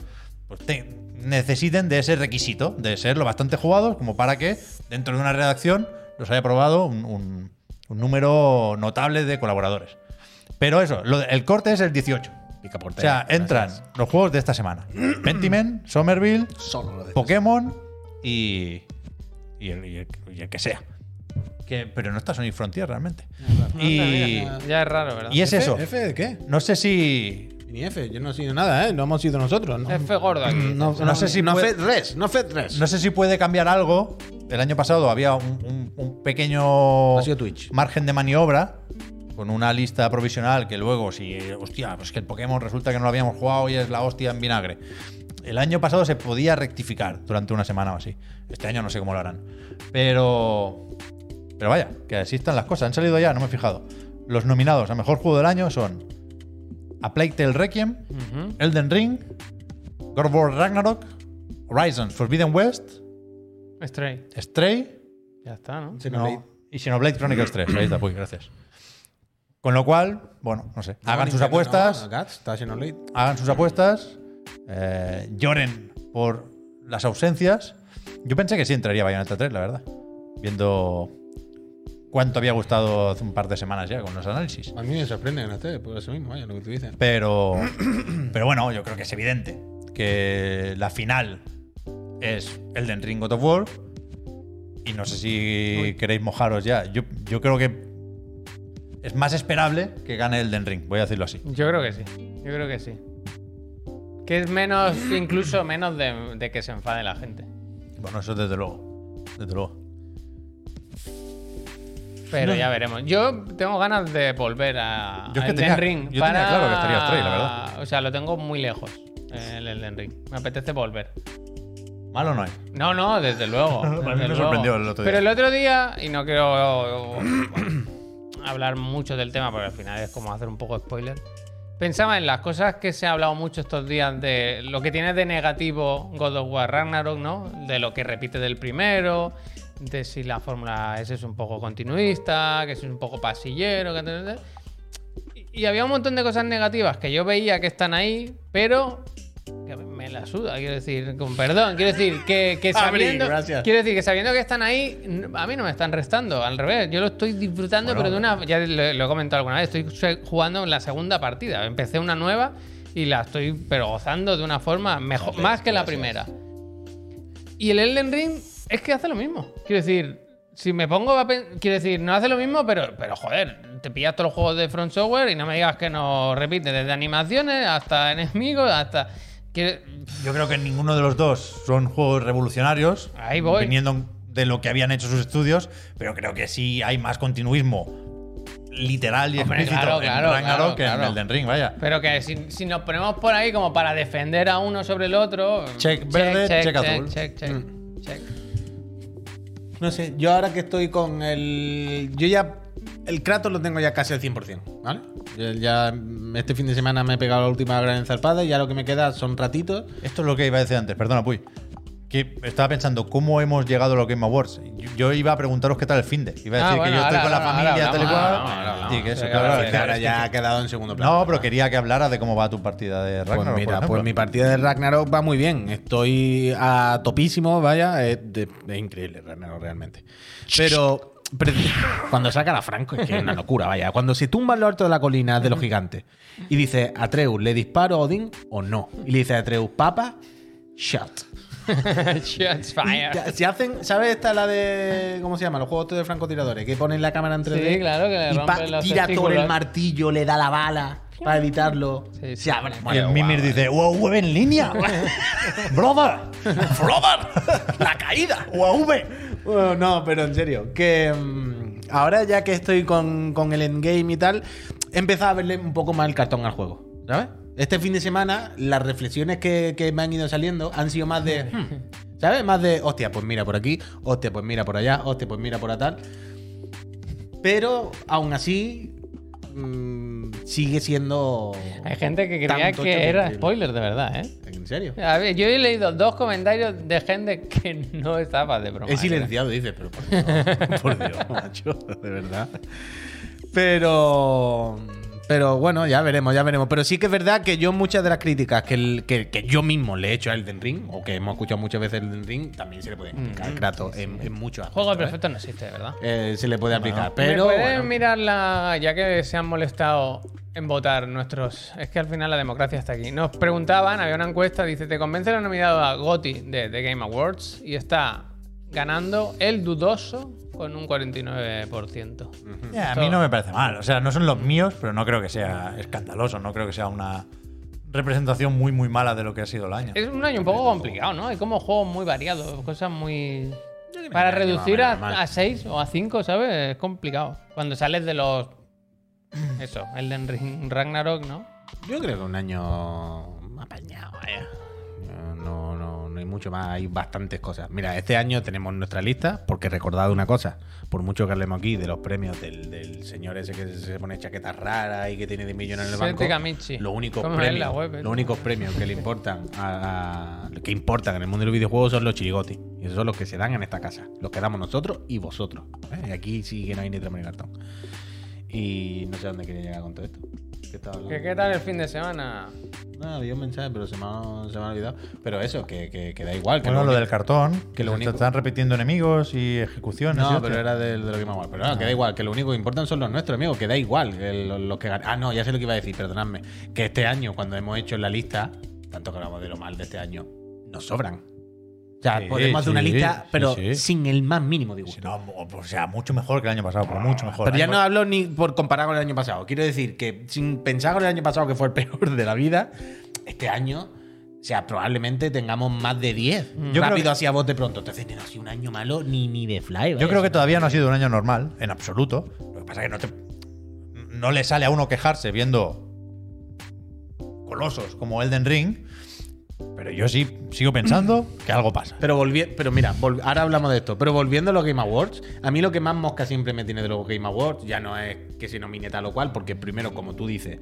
Speaker 2: pues te- necesiten de ese requisito, de ser lo bastante jugados como para que dentro de una redacción los haya aprobado un, un- un número notable de colaboradores. Pero eso, lo de- el corte es el 18. O sea, entran los juegos de esta semana. Pentiment, Somerville,
Speaker 3: Solo lo de
Speaker 2: Pokémon y, y, el, y el- y el que sea. Que- pero no está Sony Frontier realmente. Y,
Speaker 3: mira.
Speaker 1: Ya es raro, ¿verdad?
Speaker 2: y es eso.
Speaker 3: este. ¿F de qué?
Speaker 2: No sé si.
Speaker 3: Ni F, yo no he sido nada, ¿eh? No hemos sido nosotros. No,
Speaker 1: F
Speaker 3: [clears throat]
Speaker 1: gordo aquí.
Speaker 3: no,
Speaker 2: Mm, No sé si
Speaker 3: No
Speaker 2: puede-
Speaker 3: Fed Res, no Fed Res.
Speaker 2: No sé si puede cambiar algo. El año pasado había un, un- un pequeño
Speaker 3: Ha sido Twitch.
Speaker 2: margen de maniobra con una lista provisional que luego, si, hostia, pues que el Pokémon resulta que no lo habíamos jugado y es la hostia en vinagre. El año pasado se podía rectificar durante una semana o así. Este año no sé cómo lo harán. Pero. Pero vaya, que así están las cosas. Han salido ya, no me he fijado. Los nominados a mejor juego del año son A Plague Tale Requiem,
Speaker 1: Ujú.
Speaker 2: Elden Ring, God of War Ragnarok, Horizons Forbidden West,
Speaker 1: Stray.
Speaker 2: Stray
Speaker 1: Ya está, ¿no?
Speaker 3: Se
Speaker 2: no,
Speaker 3: me ha-
Speaker 2: y Xenoblade Chronicles 3. Ahí está, pues, gracias. Con lo cual, bueno, no sé. Hagan sus
Speaker 3: Nintendo,
Speaker 2: apuestas,
Speaker 3: no, Gats, está Xenoblade.
Speaker 2: hagan sus apuestas, eh, lloren por las ausencias. Yo pensé que sí entraría Bayonetta 3, la verdad. Viendo cuánto había gustado hace un par de semanas ya con los análisis.
Speaker 3: A mí me sorprende que no esté, por eso mismo, vaya, lo que tú dices.
Speaker 2: Pero, [clears throat] pero bueno, yo creo que es evidente que la final es Elden Ring God of War. Y no sé si queréis mojaros ya. Yo, yo creo que es más esperable que gane Elden Ring, voy a decirlo así.
Speaker 1: Yo creo que sí. Yo creo que sí. Que es menos, incluso menos de, de que se enfade la gente.
Speaker 2: Bueno, eso desde luego. Desde luego.
Speaker 1: Pero ya veremos. Yo tengo ganas de volver a
Speaker 2: Yo es que
Speaker 1: Elden
Speaker 2: tenía-
Speaker 1: Ring.
Speaker 2: yo tenía claro que estaría Stray, la verdad.
Speaker 1: O sea, lo tengo muy lejos, el Elden Ring. Me apetece volver.
Speaker 2: Malo no hay.
Speaker 1: No, no, desde
Speaker 2: [laughs]
Speaker 1: luego.
Speaker 2: mí
Speaker 1: desde
Speaker 2: me
Speaker 1: luego.
Speaker 2: sorprendió el otro día.
Speaker 1: Pero el otro día, y no quiero eh, hablar mucho del tema, porque al final es como hacer un poco de spoiler. Pensaba en las cosas que se ha hablado mucho estos días de lo que tiene de negativo God of War Ragnarok, ¿no? De lo que repite del primero, de si la fórmula S es un poco continuista, que si es un poco pasillero, que tal, tal, tal. Y- Y había un montón de cosas negativas que yo veía que están ahí, pero que me la suda, quiero decir, con perdón, quiero decir que, que
Speaker 3: Abri,
Speaker 1: sabiendo,
Speaker 3: gracias.
Speaker 1: quiero decir que sabiendo que están ahí, n- a mí no me están restando, al revés, yo lo estoy disfrutando,
Speaker 2: Bueno,
Speaker 1: pero de una, ya lo, lo he comentado alguna vez, estoy se- jugando en la segunda partida, empecé una nueva y la estoy pero gozando de una forma mejor, más que la primera. Y el Elden Ring es que hace lo mismo. Quiero decir, si me pongo a pen- Quiero decir, no hace lo mismo, pero, pero joder, te pillas todos los juegos de Front Software y no me digas que no repite, desde animaciones hasta enemigos, hasta. Quiero-
Speaker 2: Yo creo que ninguno de los dos son juegos revolucionarios.
Speaker 1: Ahí voy.
Speaker 2: Viniendo de lo que habían hecho sus estudios, pero creo que sí hay más continuismo literal y
Speaker 1: Hombre,
Speaker 2: explícito
Speaker 1: claro,
Speaker 2: en
Speaker 1: claro,
Speaker 2: Ragnarok
Speaker 1: claro,
Speaker 2: que en
Speaker 1: claro.
Speaker 2: Elden Ring, vaya.
Speaker 1: Pero que si, si nos ponemos por ahí como para defender a uno sobre el otro.
Speaker 2: Check verde, check azul. Mm.
Speaker 1: Check, check, check. [laughs]
Speaker 3: No sé, yo ahora que estoy con el. Yo ya. El Kratos lo tengo ya casi al 100%, ¿vale? Yo ya mm, este fin de semana me he pegado la última gran enzarpada y ya lo que me queda son ratitos.
Speaker 2: Esto es lo que iba a decir antes, perdona, Puy. Que estaba pensando cómo hemos llegado a los Game Awards. Yo, yo iba a preguntaros qué tal el finde. Iba a
Speaker 1: Ah,
Speaker 2: decir
Speaker 1: bueno,
Speaker 2: que yo estoy
Speaker 1: ahora,
Speaker 2: con la
Speaker 1: ahora,
Speaker 2: familia,
Speaker 1: ahora
Speaker 2: tal y
Speaker 1: hablamos,
Speaker 2: cual.
Speaker 1: ahora, ahora hablamos.
Speaker 2: Sí, que eso,
Speaker 1: Sí,
Speaker 2: claro,
Speaker 1: ahora
Speaker 2: es
Speaker 1: sí,
Speaker 2: que-
Speaker 3: ahora
Speaker 2: es que-
Speaker 3: ya ha quedado en segundo plano.
Speaker 2: No, pero quería que hablaras de cómo va tu partida de
Speaker 3: Pues
Speaker 2: Ragnarok. por
Speaker 3: mira, pues
Speaker 2: ejemplo. [laughs]
Speaker 3: mi partida de Ragnarok va muy bien. Estoy a topísimo, vaya. Es, de- es increíble Ragnarok realmente. Pero pre- cuando saca a Franco es que es una locura, vaya. Cuando se tumba en lo alto de la colina de los gigantes y dice, Atreus, ¿le disparo a Odín o no? Y le dice a Atreus, papa, shut.
Speaker 1: Shots
Speaker 3: Y
Speaker 1: fired.
Speaker 3: ya- Si hacen, ¿sabes esta la de cómo se llama? Los juegos estos de francotiradores que ponen la cámara en 3D.
Speaker 1: Sí, claro, que le
Speaker 3: y
Speaker 1: rompen los
Speaker 3: tira todo
Speaker 1: testículos.
Speaker 3: el martillo, le da la bala para evitarlo.
Speaker 1: Sí, sí.
Speaker 3: Se abre. eh.
Speaker 2: Y el Mimir dice, UAV en
Speaker 3: [laughs]
Speaker 2: línea. Brother. Brother. La caída. UAV.
Speaker 3: Bueno, no, pero en serio, que mm, ahora ya que estoy con, con el endgame y tal, he empezado a verle un poco más el cartón al juego, ¿sabes? Este fin de semana, las reflexiones que, que me han ido saliendo han sido más de, hmm, ¿sabes? Más de, hostia, pues mira por aquí, hostia, pues mira por allá, hostia, pues mira por a tal. Pero aún así, mm, sigue siendo.
Speaker 1: Hay gente que creía
Speaker 3: Tanto
Speaker 1: que
Speaker 3: choque
Speaker 1: era
Speaker 3: increíble.
Speaker 1: spoiler de verdad, ¿eh?
Speaker 3: ¿En serio?
Speaker 1: A ver, yo he leído dos comentarios de gente que no estaba de broma. ¿eh?
Speaker 3: He silenciado, dices, pero por Dios,
Speaker 1: [laughs]
Speaker 3: por Dios, macho, de verdad. Pero. Pero bueno, ya veremos, ya veremos. Pero sí que es verdad que yo muchas de las críticas que, el- que, que yo mismo le he hecho a Elden Ring, o que hemos escuchado muchas veces Elden Ring, también se le puede
Speaker 1: Mm,
Speaker 3: aplicar a Kratos en, en muchos aspectos,
Speaker 1: Juego
Speaker 3: ¿eh?
Speaker 1: perfecto no existe, de verdad.
Speaker 3: Eh, se le puede aplicar.
Speaker 1: Pero
Speaker 3: Pero.
Speaker 1: pueden
Speaker 3: bueno,
Speaker 1: mirar la. Ya que se han molestado en votar nuestros. Es que al final la democracia está aquí. Nos preguntaban, había una encuesta, dice: ¿Te convence la nominado a Gotti de The Game Awards? Y está ganando el dudoso con un 49%.
Speaker 3: Mm.
Speaker 2: Ya, a mí no me parece mal. O sea, no son los míos, pero no creo que sea escandaloso. No creo que sea una representación muy, muy mala de lo que ha sido el año.
Speaker 1: Es un año un poco complicado, ¿no? Hay como juegos muy variados, cosas muy.
Speaker 3: que
Speaker 1: Para
Speaker 3: me diría que más o
Speaker 1: reducir
Speaker 3: menos
Speaker 1: a-
Speaker 3: normal.
Speaker 1: a 6 o a 5, ¿sabes? Es complicado. Cuando sales de los. Eso, Elden Ring, Ragnarok, ¿no?
Speaker 3: Yo creo que un año apañado, vaya. No, no, no hay mucho más, hay bastantes cosas. Mira, este año tenemos nuestra lista, porque recordad una cosa, por mucho que hablemos aquí de los premios del, del señor ese que se pone chaquetas raras y que tiene 10 millones en el banco,
Speaker 1: Sete Kamichi.
Speaker 3: los únicos,
Speaker 1: este Vamos a ver
Speaker 3: premios,
Speaker 1: la web, eh.
Speaker 3: los únicos premios que le importan a- a- que importan en el mundo de los videojuegos son los chirigotis. Y esos son los que se dan en esta casa, los que damos nosotros y vosotros. ¿eh? Y aquí sí que no hay ni tramo ni cartón. Y no sé a dónde quería llegar con todo esto. ¿Qué estaba hablando?
Speaker 1: ¿Qué, ¿Qué tal el fin de semana?
Speaker 3: No, había un mensaje, pero se me ha, se me ha olvidado. Pero eso, que, que, que da igual. Que
Speaker 2: Bueno,
Speaker 3: no-
Speaker 2: lo del cartón.
Speaker 3: que
Speaker 2: Que
Speaker 3: lo
Speaker 2: lo
Speaker 3: único-
Speaker 2: Están repitiendo enemigos y ejecuciones. y
Speaker 3: No,
Speaker 2: hostias.
Speaker 3: pero era del- de, lo que me ha Pero
Speaker 2: Ah.
Speaker 3: no, que da igual, que lo único que importan son los nuestros, amigo, que da igual que lo- los que ganan. Ah, no, ya sé lo que iba a decir, perdonadme. Que este año, cuando hemos hecho la lista, tanto que hablamos de lo mal de este año, nos sobran. O sea,
Speaker 2: Sí,
Speaker 3: podemos hacer una
Speaker 2: sí,
Speaker 3: lista,
Speaker 2: sí,
Speaker 3: pero
Speaker 2: sí.
Speaker 3: sin el más mínimo disgusto.
Speaker 2: Si no, o sea, mucho mejor que el año pasado, pero mucho mejor.
Speaker 3: Pero ya
Speaker 2: Hay
Speaker 3: no hablo ni por comparar con el año pasado. Quiero decir que sin pensar con el año pasado, que fue el [laughs] peor de la vida, este año, o sea, probablemente tengamos más de 10.
Speaker 2: Yo creo
Speaker 3: Rápido
Speaker 2: que-
Speaker 3: así a bote pronto. Entonces, no ha sido un año malo ni, ni de fly.
Speaker 2: Yo
Speaker 3: vaya.
Speaker 2: creo que todavía no ha sido un año normal, en absoluto. Lo que pasa es que no, te- no le sale a uno quejarse viendo colosos como Elden Ring. Pero yo sí sigo
Speaker 3: [clears throat]
Speaker 2: pensando que algo pasa.
Speaker 3: Pero, volvi- pero mira, vol- ahora hablamos de esto. Pero volviendo a los Game Awards, a mí lo que más mosca siempre me tiene de los Game Awards ya no es que se nomine tal o cual, porque primero, como tú dices,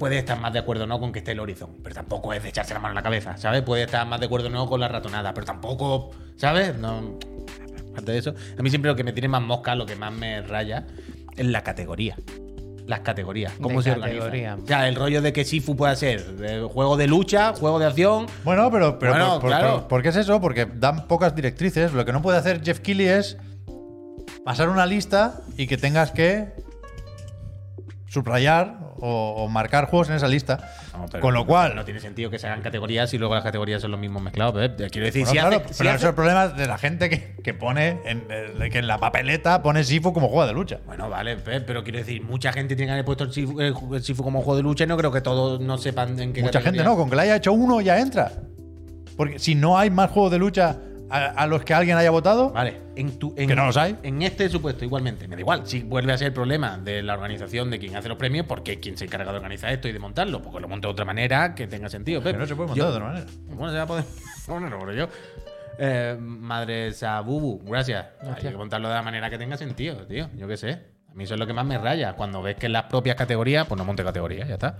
Speaker 3: puedes estar más de acuerdo o no con que esté el Horizon, pero tampoco es de echarse la mano en la cabeza, ¿sabes? Puedes estar más de acuerdo o no con la ratonada, pero tampoco, ¿sabes? No. Aparte de eso, a mí siempre lo que me tiene más mosca, lo que más me raya, es la categoría. las categorías. ¿Cómo
Speaker 1: De
Speaker 3: se
Speaker 1: categoría.
Speaker 3: organiza? O sea, el rollo de que Sifu pueda ser eh, juego de lucha, juego de acción.
Speaker 2: Bueno, pero, pero
Speaker 3: Bueno,
Speaker 2: por, por-
Speaker 3: claro.
Speaker 2: por- ¿por qué es eso? Porque dan pocas directrices. Lo que no puede hacer Jeff Keighley es pasar una lista y que tengas que subrayar o, o marcar juegos en esa lista.
Speaker 3: No, pero
Speaker 2: Con lo cual,
Speaker 3: No tiene sentido que se hagan categorías y luego las categorías son los mismos mezclados. Pep. Quiero decir,
Speaker 2: Bueno,
Speaker 3: si
Speaker 2: claro,
Speaker 3: hace- si
Speaker 2: pero
Speaker 3: hace-
Speaker 2: eso es el problema de la gente que, que pone en, eh, que en la papeleta pone Sifu como juego de lucha.
Speaker 3: Bueno, vale, Pep, pero quiero decir, mucha gente tiene que haber puesto el Sifu, el ju- el Sifu como juego de lucha y no creo que todos no sepan en qué
Speaker 2: Mucha gente no, con que le haya hecho uno ya entra. Porque si no hay más juegos de lucha a, a los que alguien haya votado,
Speaker 3: Vale, en tu, en,
Speaker 2: Que no los hay.
Speaker 3: En este supuesto, igualmente, me da igual. Si vuelve a ser el problema de la organización de quien hace los premios, porque es quien se encarga de organizar esto y de montarlo. Porque lo monta de otra manera que tenga sentido, Pep.
Speaker 2: que no se puede montar
Speaker 3: Yo-
Speaker 2: de otra manera.
Speaker 3: Bueno, se va a [laughs] poder. Bueno, no, pero yo. Eh, madre Sabubu, gracias. Hay
Speaker 1: Gracias.
Speaker 3: que contarlo de la manera que tenga sentido, tío. Yo qué sé. A mí eso es lo que más me raya. Cuando ves que en las propias categorías, pues no monte categorías, ya está.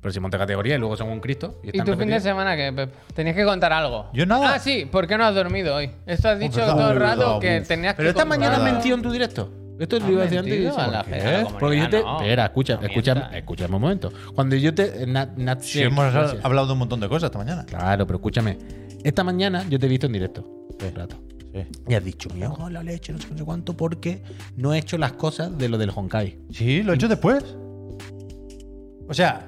Speaker 3: Pero si monte categorías y luego son un Cristo. Y,
Speaker 1: ¿Y
Speaker 3: están
Speaker 1: tu fin de
Speaker 3: repetidas.
Speaker 1: semana qué, Pep? Tenías que contar algo.
Speaker 2: Yo nada.
Speaker 1: Ah, sí, ¿por qué no has dormido hoy? Esto has dicho
Speaker 2: verdad,
Speaker 1: todo el
Speaker 2: es
Speaker 1: rato
Speaker 2: verdad,
Speaker 1: que
Speaker 2: uf.
Speaker 1: tenías
Speaker 3: Pero
Speaker 1: que.
Speaker 3: esta mañana has
Speaker 1: comprarlo.
Speaker 3: mentido en tu directo. Esto es
Speaker 1: ¿Has
Speaker 3: lo iba a decir antes. y
Speaker 1: mentido
Speaker 3: dice,
Speaker 1: Ah, a la
Speaker 3: ¿por qué?
Speaker 1: fe de la
Speaker 3: Porque yo te.
Speaker 1: comunidad? No.
Speaker 3: Espera, escucha,
Speaker 1: No
Speaker 3: escucha,
Speaker 1: mientas.
Speaker 3: escúchame un momento. Cuando yo te. eh, Nat, Nat-
Speaker 2: Si hemos
Speaker 3: gracias.
Speaker 2: hablado de un montón de cosas esta mañana.
Speaker 3: Claro, pero escúchame. Esta mañana yo te he visto en directo. Un rato. Y has dicho, mira, no la leche, no sé, no sé cuánto, porque no he hecho las cosas de lo del Honkai.
Speaker 2: Sí, lo he hecho después. O sea,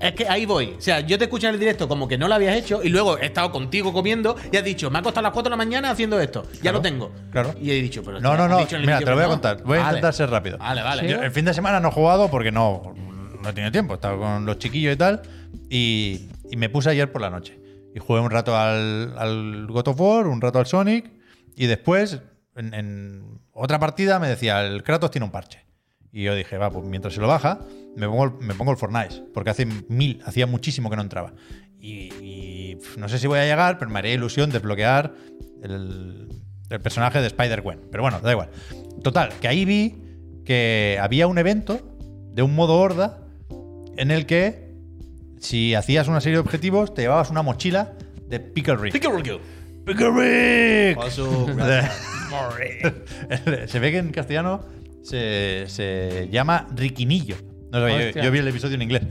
Speaker 3: Es que ahí voy. O sea, yo te escuché en el directo como que no lo habías hecho y luego he estado contigo comiendo y has dicho, me ha costado las 4 de la mañana haciendo esto. Ya
Speaker 2: Claro,
Speaker 3: lo tengo.
Speaker 2: claro.
Speaker 3: Y he dicho, pero.
Speaker 2: no,
Speaker 3: hostia,
Speaker 2: no,
Speaker 3: has
Speaker 2: no.
Speaker 3: dicho en el
Speaker 2: Mira,
Speaker 3: vídeo
Speaker 2: te lo voy
Speaker 3: que
Speaker 2: a
Speaker 3: no.
Speaker 2: contar. Voy a
Speaker 3: Vale.
Speaker 2: intentar ser rápido.
Speaker 3: Vale, vale.
Speaker 1: ¿Sí?
Speaker 2: Yo el fin de semana no he jugado porque no, no he tenido tiempo. He estado con los chiquillos y tal. Y, y me puse ayer por la noche. Y jugué un rato al, al God of War, un rato al Sonic. Y después, en, en otra partida, me decía, el Kratos tiene un parche. Y yo dije, va, pues mientras se lo baja, me pongo, el- me pongo el Fortnite. Porque hace mil, hacía muchísimo que no entraba. Y, y, pf, no sé si voy a llegar, pero me haría ilusión desbloquear el, el personaje de Spider-Gwen. Pero bueno, da igual. Total, que ahí vi que había un evento de un modo horda en el que si hacías una serie de objetivos te llevabas una mochila de Pickle Rick.
Speaker 3: Pickle Rick.
Speaker 2: Pickle Rick.
Speaker 3: [laughs] Paso.
Speaker 2: [laughs] se ve que en castellano se, se llama Riquinillo. No sabía, yo,
Speaker 1: Hostia.
Speaker 2: yo vi el episodio en inglés.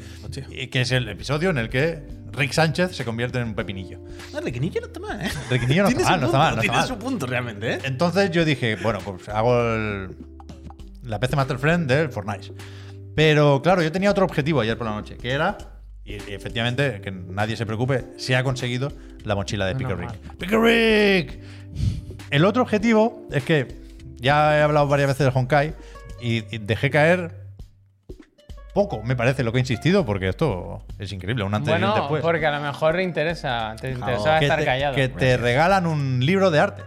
Speaker 2: Eh, Que es el episodio en el que Rick Sánchez se convierte en un pepinillo.
Speaker 3: Dale, que Nicky no está mal, ¿eh?
Speaker 2: Riquinillo no
Speaker 3: Tiene
Speaker 2: está mal,
Speaker 3: su
Speaker 2: no está mal,
Speaker 3: punto,
Speaker 2: no está
Speaker 3: tiene
Speaker 2: mal.
Speaker 3: su punto realmente, ¿eh?
Speaker 2: Entonces yo dije, bueno, pues hago el- la PC Master Friend del Fortnite. Pero claro, yo tenía otro objetivo ayer por la noche, que era, y, y efectivamente, que nadie se preocupe, se ha conseguido la mochila de
Speaker 1: Menos
Speaker 2: Pickle Rick. ¡Pickle Rick! El otro objetivo es que ya he hablado varias veces de Honkai y, y dejé caer poco, me parece, lo que he insistido, porque esto es increíble, un antes y un
Speaker 1: Bueno,
Speaker 3: pues.
Speaker 2: después.
Speaker 1: porque a lo mejor te interesa. Te interesaba
Speaker 2: que
Speaker 1: estar
Speaker 2: te-
Speaker 1: callado.
Speaker 2: que te regalan un libro de arte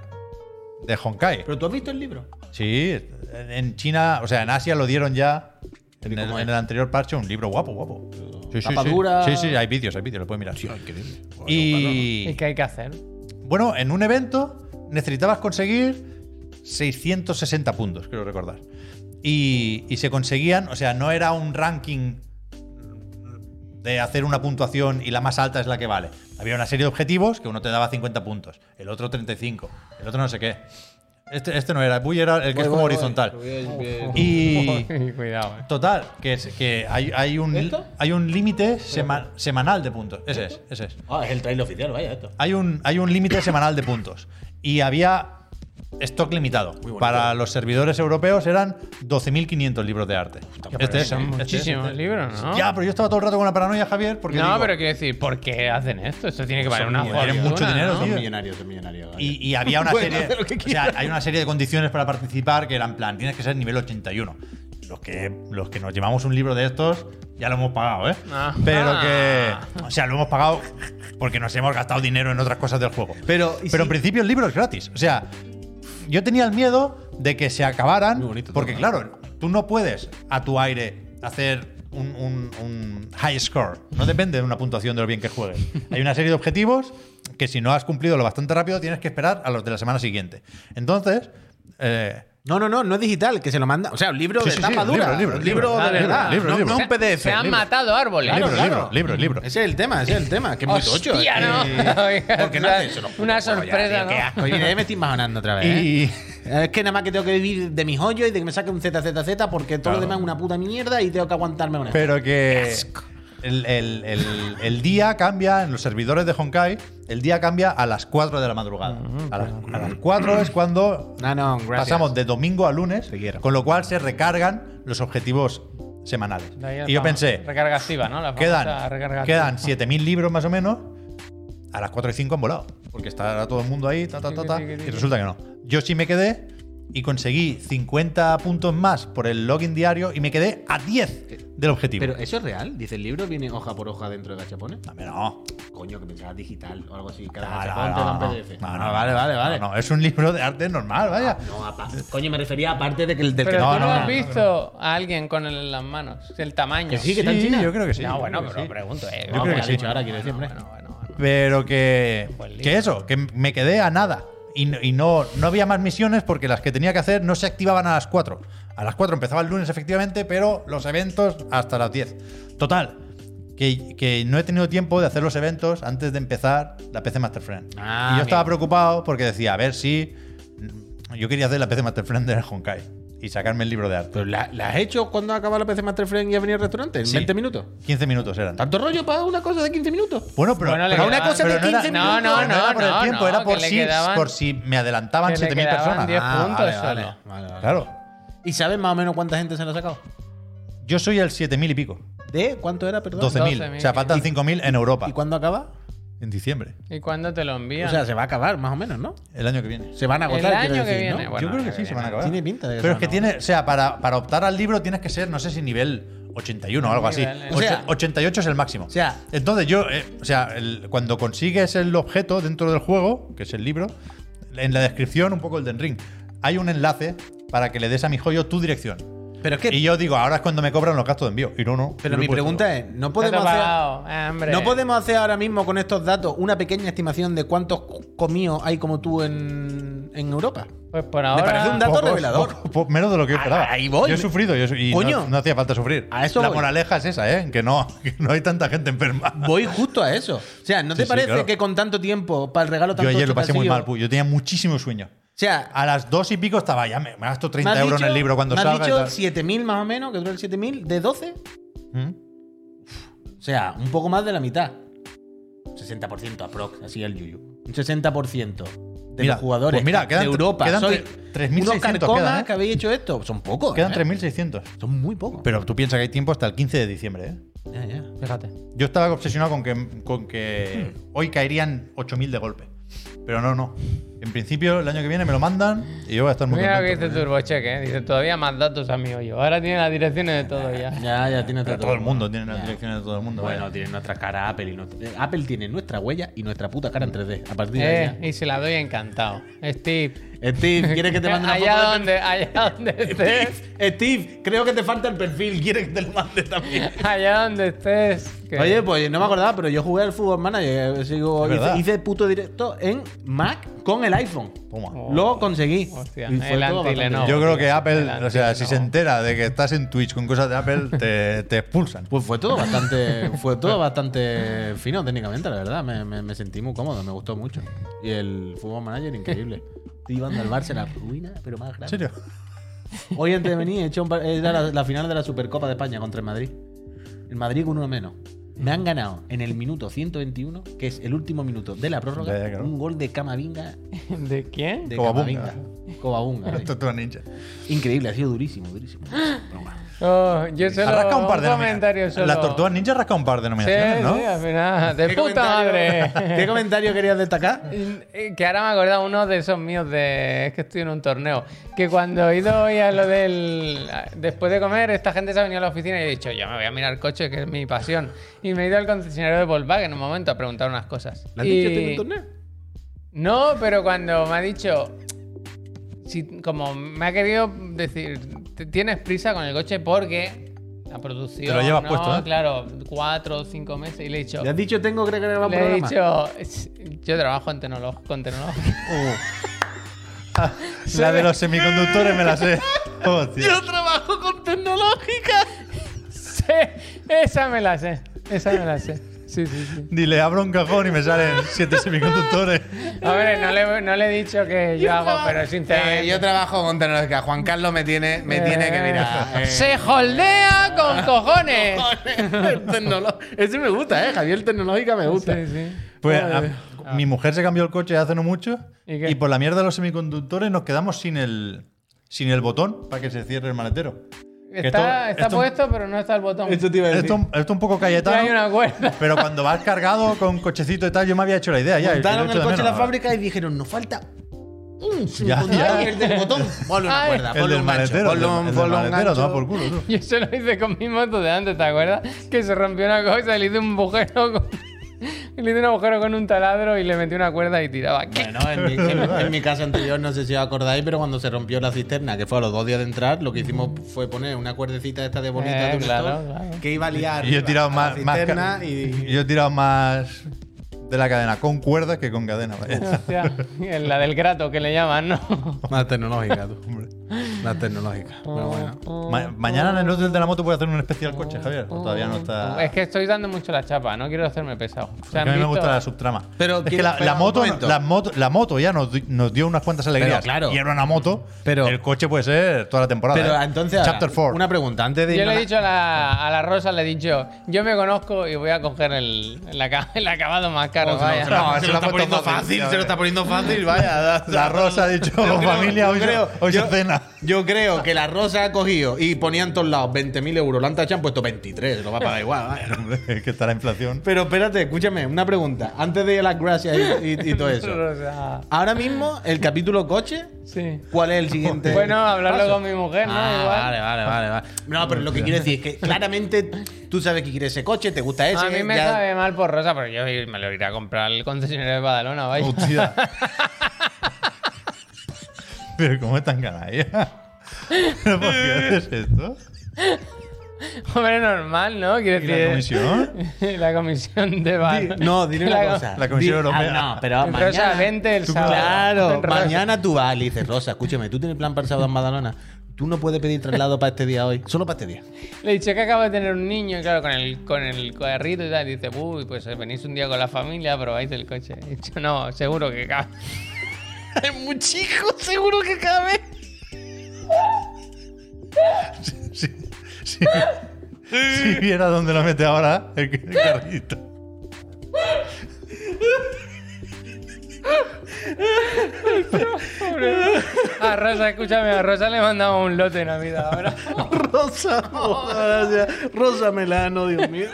Speaker 2: de Honkai.
Speaker 3: Pero tú has visto el libro.
Speaker 2: Sí, en- en China, o sea, en Asia lo dieron ya en el,
Speaker 3: cómo
Speaker 2: en
Speaker 3: es?
Speaker 2: el anterior parche, un libro guapo, guapo. Sí, sí,
Speaker 3: Tapa
Speaker 2: sí.
Speaker 3: dura.
Speaker 2: Sí, sí, hay vídeos, hay vídeos, lo puedes mirar.
Speaker 1: ¿Y
Speaker 2: Y
Speaker 1: qué hay que hacer?
Speaker 2: bueno, en un evento necesitabas conseguir 660 puntos, creo recordar. Y, y se conseguían, o sea, no era un ranking de hacer una puntuación y la más alta es la que vale. Había una serie de objetivos que uno te daba 50 puntos, el otro 35, el otro no sé qué. Este, este no era, Puy era el que es como horizontal.
Speaker 1: [laughs]
Speaker 2: Y
Speaker 1: Cuidado, eh.
Speaker 2: total, que, es- que hay, hay un,
Speaker 3: ¿Esto?
Speaker 2: hay un límite sema- semanal de puntos. Ese es, ese es.
Speaker 3: Ah, es el trailer oficial, vaya, esto.
Speaker 2: Hay un, hay un límite semanal de puntos. Y había stock limitado.
Speaker 3: bonito.
Speaker 2: Para los servidores europeos eran 12.500 libros de arte. Este es,
Speaker 1: Son
Speaker 2: este es,
Speaker 1: muchísimos
Speaker 2: este es.
Speaker 1: libros, ¿no?
Speaker 2: Ya, pero yo estaba todo el rato con la paranoia, Javier, porque
Speaker 1: no,
Speaker 2: digo-
Speaker 1: pero quiero decir, ¿por qué hacen esto? Esto tiene que valer
Speaker 3: Son
Speaker 1: una
Speaker 3: millonarios.
Speaker 1: fortuna,
Speaker 2: Tienen mucho dinero,
Speaker 1: ¿no?
Speaker 2: tío.
Speaker 3: Son millonarios, son millonarios. vaya.
Speaker 2: Y, y había una
Speaker 3: Pueden
Speaker 2: serie.
Speaker 3: hacer lo que
Speaker 2: o sea,
Speaker 3: quieran.
Speaker 2: hay una serie de condiciones para participar que eran plan, tienes que ser nivel 81. Los que, los que nos llevamos un libro de estos, ya lo hemos pagado, ¿eh?
Speaker 3: Ah.
Speaker 1: Ajá.
Speaker 2: Pero que. O sea, lo hemos pagado porque nos hemos gastado dinero en otras cosas del juego.
Speaker 3: Pero, ¿y
Speaker 2: Pero
Speaker 3: si-
Speaker 2: en principio el libro es gratis. O sea, yo tenía el miedo de que se acabaran.
Speaker 3: Muy bonito
Speaker 2: porque,
Speaker 3: todo,
Speaker 2: claro, tú no puedes a tu aire hacer un, un- un high score. No depende de una puntuación de lo bien que
Speaker 3: [laughs]
Speaker 2: juegues. Hay una serie de objetivos que si no has cumplido lo bastante rápido, tienes que esperar a los de la semana siguiente. Entonces, eh,
Speaker 3: No, no, no, no es digital, que se lo manda. O sea, un libro
Speaker 2: Sí,
Speaker 3: de
Speaker 2: sí, sí,
Speaker 3: tapa dura.
Speaker 2: libro, libro, libro,
Speaker 3: un
Speaker 2: Ah,
Speaker 3: libro de
Speaker 1: libro,
Speaker 3: verdad.
Speaker 2: libro,
Speaker 3: no,
Speaker 2: libro.
Speaker 3: no
Speaker 1: Se-
Speaker 3: un PDF.
Speaker 1: Se han
Speaker 3: libro.
Speaker 1: matado árboles.
Speaker 3: Claro,
Speaker 2: libro,
Speaker 3: claro.
Speaker 2: libro, libro, libro.
Speaker 3: Ese es el tema, ese es el tema. Que es muy tocho.
Speaker 1: Hostia,
Speaker 3: es
Speaker 1: no. [laughs]
Speaker 3: [laughs] que- ¿Por qué no haces eso?
Speaker 1: Una
Speaker 3: Bueno, ya,
Speaker 1: sorpresa,
Speaker 3: tío,
Speaker 1: ¿no?
Speaker 3: Qué asco. Y mira, ya me estoy bajonando otra vez. ¿eh?
Speaker 2: Y
Speaker 3: Es que nada más que tengo que vivir de mis hoyos y de que me saque un ZZZ porque todo lo demás es una puta mierda y tengo que aguantarme una.
Speaker 2: pero que el, el- el- el día cambia en los servidores de Honkai, el día cambia a las 4 de la madrugada. A las, a las 4 es cuando
Speaker 3: No, no, gracias.
Speaker 2: pasamos de domingo a lunes,
Speaker 3: Te quiero.
Speaker 2: con lo cual se recargan los objetivos semanales.
Speaker 1: De ahí la
Speaker 2: Y yo
Speaker 1: fama-
Speaker 2: pensé,
Speaker 1: Recarga activa, ¿no? La famosa recarga
Speaker 2: quedan,
Speaker 1: activa.
Speaker 2: quedan 7.000 libros más o menos. A las 4 y 5 han volado. Porque está todo el mundo ahí, ta, ta, ta,
Speaker 1: Tiki,
Speaker 2: ta,
Speaker 1: tiki,
Speaker 2: y
Speaker 1: tiki.
Speaker 2: resulta que no. Yo sí me quedé y conseguí 50 puntos más por el login diario y me quedé a 10 del objetivo.
Speaker 3: Pero eso es real. Dice el libro, viene hoja por hoja dentro de gachapones.
Speaker 2: Dame, no.
Speaker 3: Coño, que pensaba digital o algo así. Cada
Speaker 2: No,
Speaker 3: gachapón
Speaker 2: Ah, no,
Speaker 3: te da
Speaker 2: no,
Speaker 3: un
Speaker 2: no.
Speaker 3: PDF.
Speaker 2: No, no,
Speaker 3: Ah, vale, vale, vale.
Speaker 2: No, no, es un libro de arte normal, vaya.
Speaker 3: No, aparte. Coño, me refería aparte de que el del
Speaker 1: Pero
Speaker 3: que
Speaker 1: tú
Speaker 2: No,
Speaker 1: no,
Speaker 2: no,
Speaker 1: has
Speaker 2: no,
Speaker 1: visto a alguien con el en las manos. El tamaño.
Speaker 3: Que sí, que está en China.
Speaker 2: yo creo que sí.
Speaker 1: no,
Speaker 2: yo
Speaker 1: bueno,
Speaker 2: creo que
Speaker 1: pero
Speaker 2: sí.
Speaker 1: pregunto, eh.
Speaker 2: creo
Speaker 3: No, porque
Speaker 2: que
Speaker 3: ha
Speaker 2: sí.
Speaker 3: dicho ahora, quiero decir, hombre.
Speaker 1: Bueno, bueno, bueno.
Speaker 2: Pero que,
Speaker 1: Buen libro.
Speaker 2: que eso, que me quedé a nada. Y, no- y no, no había más misiones porque las que tenía que hacer no se activaban a las 4. A las 4 empezaba el lunes efectivamente, pero los eventos hasta las 10. Total, que, que no he tenido tiempo de hacer los eventos antes de empezar la PC Master Friend. y
Speaker 3: Ah,
Speaker 2: yo
Speaker 3: amigo.
Speaker 2: estaba preocupado porque decía, a ver si... Yo quería hacer la PC Master Friend de Honkai y sacarme el libro de arte.
Speaker 3: ¿Pero la, la has hecho cuando ha acabado la PC Master Friend y has venido al restaurante? ¿En
Speaker 2: Sí.
Speaker 3: 20 minutos?
Speaker 2: 15 minutos eran.
Speaker 3: ¿Tanto rollo para una cosa de 15 minutos?
Speaker 2: Bueno, pero,
Speaker 1: Bueno, le
Speaker 2: pero
Speaker 1: quedaban-
Speaker 2: pero
Speaker 1: pero no era- no, no,
Speaker 2: pero era por
Speaker 1: no,
Speaker 2: el tiempo,
Speaker 1: no,
Speaker 2: era por
Speaker 1: que le
Speaker 2: si,
Speaker 1: quedaban-
Speaker 2: por si me adelantaban
Speaker 1: que le
Speaker 2: 7.000
Speaker 1: quedaban
Speaker 2: personas.
Speaker 1: 10
Speaker 2: Ah,
Speaker 1: puntos
Speaker 2: vale, vale.
Speaker 1: solo.
Speaker 2: Claro.
Speaker 3: ¿Y sabes más o menos cuánta gente se lo ha sacado?
Speaker 2: Yo soy el 7.000 y pico.
Speaker 3: ¿De cuánto era, perdón?
Speaker 2: 12.000.
Speaker 1: 12.000.
Speaker 2: o sea, faltan 5.000 en Europa.
Speaker 3: ¿Y cuándo acaba?
Speaker 2: En diciembre,
Speaker 1: ¿Y cuándo te lo envían?
Speaker 3: O sea, se va a acabar, más o menos, ¿no?
Speaker 2: el año que viene.
Speaker 3: Se van a
Speaker 1: El
Speaker 3: agotar,
Speaker 1: año
Speaker 3: quiero
Speaker 1: que
Speaker 3: decir, ¿no?
Speaker 1: viene, bueno.
Speaker 2: Yo creo que sí, se van a acabar.
Speaker 3: Tiene pinta de que
Speaker 2: Pero es
Speaker 3: se
Speaker 2: que
Speaker 3: van a
Speaker 2: tiene, o sea, para, para optar al libro tienes que ser, no sé si nivel 81 o algo así.
Speaker 1: Nivel, eh.
Speaker 2: Ocho-
Speaker 3: O sea-
Speaker 2: 88 es el máximo.
Speaker 3: O sea-
Speaker 2: entonces yo, eh, o sea, el- cuando consigues el objeto dentro del juego, que es el libro, en la descripción, un poco el Den Ring, hay un enlace para que le des a mi joyo tu dirección.
Speaker 3: Pero es que.
Speaker 2: Y yo digo, ahora es cuando me cobran los gastos de envío. Y no, no.
Speaker 3: pero mi pregunta
Speaker 2: este.
Speaker 3: es: ¿no
Speaker 1: Te has
Speaker 3: podemos hacer.?
Speaker 1: apagado, eh, hombre.
Speaker 3: ¿No podemos hacer ahora mismo con estos datos una pequeña estimación de cuántos comíos hay como tú en, en Europa?
Speaker 1: Pues por ahora.
Speaker 3: parece un dato revelador. Ah,
Speaker 2: menos de lo que yo esperaba.
Speaker 3: Ahí voy.
Speaker 2: Yo he sufrido yo, y no-
Speaker 3: Coño.
Speaker 2: No, hacía falta sufrir.
Speaker 3: A eso
Speaker 2: la
Speaker 3: voy.
Speaker 2: moraleja es esa, ¿eh? Que no, [laughs] que no hay tanta gente enferma.
Speaker 3: Voy justo a eso. O sea, ¿no
Speaker 2: Sí,
Speaker 3: te
Speaker 2: sí,
Speaker 3: parece
Speaker 2: claro.
Speaker 3: que con tanto tiempo, para el regalo tan
Speaker 2: Yo ayer
Speaker 3: tocho
Speaker 2: lo
Speaker 3: que
Speaker 2: pasé
Speaker 3: ha
Speaker 2: muy
Speaker 3: sido-
Speaker 2: mal, Puy. Yo tenía muchísimo sueño.
Speaker 3: O sea,
Speaker 2: A las dos y pico estaba ya, me, me gasto
Speaker 3: me
Speaker 2: 30
Speaker 3: has
Speaker 2: euros en
Speaker 3: dicho-
Speaker 2: el libro cuando
Speaker 3: me has
Speaker 2: salga. y
Speaker 3: dicho
Speaker 2: tal.
Speaker 3: 7.000 más o menos, que dura el 7.000, de 12.
Speaker 2: ¿Mm?
Speaker 3: O sea, un poco más de la mitad. 60% aprox, así el yuyu. Un 60% de
Speaker 2: Mira,
Speaker 3: los jugadores
Speaker 2: pues mira, quedan
Speaker 3: de
Speaker 2: tre-
Speaker 3: Europa.
Speaker 2: quedan
Speaker 3: Soy
Speaker 2: tre- 3.600
Speaker 3: unos carcomas
Speaker 2: quedan, ¿eh?
Speaker 3: que habéis hecho esto. Son pocos.
Speaker 2: Quedan
Speaker 3: ¿eh?
Speaker 2: 3.600.
Speaker 3: Son muy pocos.
Speaker 2: Pero tú piensas que hay tiempo hasta el 15 de diciembre, ¿eh?
Speaker 3: Ya, ya.
Speaker 1: Fíjate.
Speaker 2: Yo estaba obsesionado con que, con que hoy caerían 8.000 de golpe. Pero no, no. En principio, el año que viene me lo mandan y yo voy a estar muy
Speaker 1: Mira lo que
Speaker 2: contento.
Speaker 1: dice Turbocheck, eh. Dice todavía más datos a mi hoyo. Ahora tiene las direcciones de todo ya. Eh,
Speaker 3: Ya, ya, tiene
Speaker 2: Pero
Speaker 3: otro
Speaker 2: todo el mundo ¿eh? tiene las
Speaker 3: Ya.
Speaker 2: direcciones de todo el mundo.
Speaker 3: Bueno,
Speaker 2: vaya.
Speaker 3: tiene nuestra cara Apple y nuestra- Apple tiene nuestra huella y nuestra puta cara en 3D. A partir de
Speaker 1: Eh, y se la doy encantado. Steve.
Speaker 2: Eh.
Speaker 1: eh,
Speaker 3: ahí. Steve, ¿quieres que te
Speaker 2: [laughs]
Speaker 3: mande una foto?
Speaker 1: allá
Speaker 3: del
Speaker 1: donde, allá donde estés.
Speaker 3: perfil? Steve, Steve, creo que te falta el perfil. ¿Quieres que te lo mande también?
Speaker 1: Allá donde estés. que-
Speaker 3: Oye, pues no me acordaba, pero yo jugué al Fútbol Manager. eh, sigo-
Speaker 2: Es verdad.
Speaker 3: hice, hice puto directo en Mac con el iPhone.
Speaker 2: Toma.
Speaker 1: Oh.
Speaker 3: Lo conseguí.
Speaker 1: Hostia,
Speaker 3: Y fue
Speaker 1: el
Speaker 3: todo
Speaker 1: anti-Lenovo.
Speaker 3: bastante bien.
Speaker 2: Yo
Speaker 1: no,
Speaker 2: creo
Speaker 1: tío,
Speaker 2: que Apple,
Speaker 1: adelante,
Speaker 2: o sea, si
Speaker 1: no.
Speaker 2: se entera de que estás en Twitch con cosas de Apple, te, te expulsan.
Speaker 3: Pues fue todo bastante, [laughs] fue todo bastante fino técnicamente, la verdad. Me, me- me sentí muy cómodo, me gustó mucho. Y el Fútbol
Speaker 1: [laughs]
Speaker 3: Manager, increíble. Estoy llevando al Barça a la ruina, pero más grande.
Speaker 2: ¿En serio? [laughs]
Speaker 3: Hoy antes de venir, he hecho un par- era la, la final de la Supercopa de España contra el Madrid. El Madrid con uno menos. Me han ganado en el minuto 121, que es el último minuto de la prórroga,
Speaker 2: Ya, ya, claro.
Speaker 3: un gol de Camavinga
Speaker 1: ¿De quién?
Speaker 3: de
Speaker 2: Covadonga.
Speaker 3: Camavinga. Covadonga, sí.
Speaker 2: Esto es ninja.
Speaker 3: Increíble, ha sido durísimo, durísimo. Pero bueno.
Speaker 1: Oh, yo solo
Speaker 2: Arrasca un par de
Speaker 1: comentario
Speaker 2: nominaciones.
Speaker 1: solo.
Speaker 2: Las tortugas ninja rasca un par de
Speaker 1: Sí,
Speaker 2: nominaciones, ¿no?
Speaker 1: sí, al final. De
Speaker 3: ¿Qué
Speaker 1: puta
Speaker 3: comentario- [laughs]
Speaker 1: [laughs]
Speaker 3: ¿Qué
Speaker 1: madre.
Speaker 3: comentario querías destacar?
Speaker 1: Eh, Que ahora me he acordado uno de esos míos de. Es que estoy en un torneo. Que cuando he ido hoy a lo del. Después de comer, esta gente se ha venido a la oficina y he dicho, yo me voy a mirar coche, que es mi pasión. Y me he ido al concesionario de Volkswagen un momento a preguntar unas cosas.
Speaker 3: ¿La has
Speaker 1: Y-
Speaker 3: dicho tú en un torneo?
Speaker 1: No, pero cuando me ha dicho. si- como me ha querido decir, "T- tienes prisa con el coche porque la producción.
Speaker 2: Te lo llevas
Speaker 1: no,
Speaker 2: puesto, ¿eh?
Speaker 1: Claro, cuatro o cinco meses. Y le he dicho.
Speaker 3: ¿Le has dicho tengo que grabar un
Speaker 1: Le he
Speaker 3: programa? Oh.
Speaker 1: dicho. "Ch- Yo trabajo en tecnología. Con tecnología.
Speaker 2: La de los semiconductores me la sé. [laughs] Hostia.
Speaker 3: [laughs] trabajo con tecnológica.
Speaker 1: [laughs] Sí, esa me la sé. Esa me la sé. Sí, sí, sí.
Speaker 2: Dile, abro un cajón y me salen siete semiconductores.
Speaker 1: A ver, no le, no le he dicho que yo hago, pero sinceramente.
Speaker 3: Eh, yo trabajo con tecnológica. Juan Carlos me tiene, me tiene que mirar. eh.
Speaker 1: Se holdea
Speaker 3: [laughs]
Speaker 1: con cojones.
Speaker 3: El tecnolo- Ese me gusta, eh. Javier Tecnológica me gusta.
Speaker 1: Sí, sí.
Speaker 2: Pues
Speaker 1: Joder.
Speaker 3: ah.
Speaker 2: a- mi mujer se cambió el coche hace no mucho
Speaker 1: ¿Y
Speaker 2: ¿Y,
Speaker 1: qué?
Speaker 2: por la mierda de los semiconductores nos quedamos sin el, sin el botón para que se cierre el maletero.
Speaker 1: Está,
Speaker 2: Esto-
Speaker 1: está
Speaker 2: esto-
Speaker 1: puesto, pero no está el botón.
Speaker 3: Esto te iba a decir.
Speaker 2: Esto, esto es un poco
Speaker 1: Ya hay
Speaker 2: cayetano,
Speaker 1: una cuerda.
Speaker 2: pero cuando vas cargado con cochecito y tal, yo me había hecho la idea. Ya, y lo
Speaker 3: Montaron
Speaker 2: echo
Speaker 3: el
Speaker 2: de
Speaker 3: coche en la
Speaker 2: menos.
Speaker 3: fábrica y dijeron, nos falta un
Speaker 2: Ya,
Speaker 3: segundo.
Speaker 2: ya.
Speaker 3: Ay, el del
Speaker 2: [laughs]
Speaker 3: botón. Ponle una
Speaker 1: Ay.
Speaker 3: cuerda,
Speaker 2: El
Speaker 3: ponle
Speaker 2: del
Speaker 3: un gancho.
Speaker 2: maletero. el
Speaker 3: Ponle
Speaker 2: del-
Speaker 3: un,
Speaker 2: el del
Speaker 3: ponle un
Speaker 2: maletero, toma
Speaker 3: gancho.
Speaker 2: por culo, tú.
Speaker 1: [laughs] Yo se lo hice con mi moto de antes, ¿te acuerdas? Que se rompió una cosa y le hice un agujero con, [laughs] le hice un agujero con un taladro y le metí una cuerda y tiraba.
Speaker 3: Bueno, en mi,
Speaker 2: [laughs]
Speaker 3: en- en mi caso anterior, no sé si os acordáis, pero cuando se rompió la cisterna, que fue a los dos días de entrar, lo que hicimos fue poner una cuerdecita esta de bonita
Speaker 1: Eh,
Speaker 3: de un
Speaker 1: claro,
Speaker 3: stop,
Speaker 1: claro.
Speaker 3: que iba a liar
Speaker 2: Y [laughs] yo he tirado
Speaker 3: a la
Speaker 2: más, más ca-
Speaker 3: cisterna
Speaker 2: [laughs]
Speaker 3: y...
Speaker 2: yo he tirado más de la cadena con cuerdas que con cadena.
Speaker 1: [laughs]
Speaker 2: vaya.
Speaker 1: Hostia, la del grato que le llaman, ¿no?
Speaker 3: Más tecnológica, tú.
Speaker 2: Hombre.
Speaker 3: Más tecnológica. Pero
Speaker 1: Oh.
Speaker 3: bueno.
Speaker 2: Ma- mañana en el hotel de la moto voy a hacer un especial coche, Javier. ¿O todavía no está.
Speaker 1: Es que estoy dando mucho la chapa, no quiero hacerme pesado. O sea,
Speaker 2: a mí
Speaker 1: ¿han
Speaker 2: me
Speaker 1: visto?
Speaker 2: gusta la subtrama.
Speaker 3: Pero
Speaker 2: es
Speaker 3: quiero-
Speaker 2: que la,
Speaker 3: pero
Speaker 2: la
Speaker 3: un
Speaker 2: moto,
Speaker 3: momento.
Speaker 2: la, moto, la moto ya nos, di- nos dio unas cuantas alegrías.
Speaker 3: claro.
Speaker 2: Y era una moto.
Speaker 3: Pero-
Speaker 2: el coche puede ser toda la temporada.
Speaker 3: Pero
Speaker 2: ¿eh?
Speaker 3: entonces, ahora,
Speaker 2: Chapter 4.
Speaker 3: una pregunta. Antes de
Speaker 1: Yo le
Speaker 3: irnos
Speaker 1: he
Speaker 3: a-
Speaker 1: dicho a la, a la Rosa, le he dicho, yo me conozco y voy a coger el, el, aca- el acabado más caro.
Speaker 2: se lo-
Speaker 1: vaya.
Speaker 2: se lo-
Speaker 3: No, se, lo está poniendo fácil, se lo está poniendo
Speaker 2: [laughs]
Speaker 3: fácil, [laughs] vaya.
Speaker 2: La Rosa ha dicho,
Speaker 3: Yo creo-
Speaker 2: familia,
Speaker 3: yo
Speaker 2: hoy, se-
Speaker 3: creo-
Speaker 2: hoy
Speaker 3: yo-
Speaker 2: se cena.
Speaker 3: Yo creo que la Rosa ha cogido y ponía en todos lados 20.000 euros. La han tachado, han puesto 23, lo va
Speaker 1: [laughs]
Speaker 3: a pagar igual. vaya.
Speaker 2: Hombre, es que está la inflación.
Speaker 3: Pero espérate, escúchame, una pregunta. Antes de las gracias y, y- y
Speaker 1: [laughs]
Speaker 3: todo eso.
Speaker 1: Rosa,
Speaker 3: Ahora mismo, el capítulo coche,
Speaker 1: sí.
Speaker 3: ¿cuál es el siguiente?
Speaker 1: Bueno, hablarlo
Speaker 3: paso?
Speaker 1: con mi mujer, ¿no?
Speaker 3: Ah,
Speaker 1: Igual.
Speaker 3: Vale, vale, vale, vale. No, pero lo que quiero decir es que claramente tú sabes que quieres ese coche, te gusta ese.
Speaker 1: a mí me
Speaker 3: ya-
Speaker 1: sabe mal por Rosa, pero yo me lo iré a comprar al concesionario de Badalona, vaya.
Speaker 3: [laughs]
Speaker 2: Hostia. Pero ¿cómo es tan canalla? ¿Pero ¿Por qué haces esto?
Speaker 1: [laughs] Hombre, normal, ¿no? Quiero
Speaker 2: ¿Y
Speaker 1: decir.
Speaker 2: la comisión?
Speaker 1: [laughs]
Speaker 3: [laughs]
Speaker 1: la comisión de Badalona.
Speaker 3: No, dile una
Speaker 1: La-
Speaker 3: cosa.
Speaker 2: la Comisión
Speaker 3: Di-
Speaker 2: Europea.
Speaker 3: Ah, no, pero
Speaker 1: Rosa,
Speaker 3: mañana.
Speaker 1: vente el
Speaker 3: Tú-
Speaker 1: sábado.
Speaker 3: Claro,
Speaker 1: Rosa.
Speaker 3: mañana tú vas y le dices, Rosa, escúchame, tú tienes plan para el sábado en Badalona. Tú no puedes pedir traslado para este día hoy, solo para este día.
Speaker 1: Le dije que acabo de tener un niño, y claro, con el, con el carrito y tal. Y dice, uy, pues eh, venís un día con la familia, probáis el coche. Y yo, no, seguro que cabe.
Speaker 3: Es muy chico, seguro que cabe.
Speaker 2: Si, si- si viera dónde lo mete ahora el, el carrito.
Speaker 1: [laughs] A Rosa, escúchame, a Rosa le mandamos un lote en la vida ahora.
Speaker 3: Rosa, [laughs] Rosa Melano, Dios mío.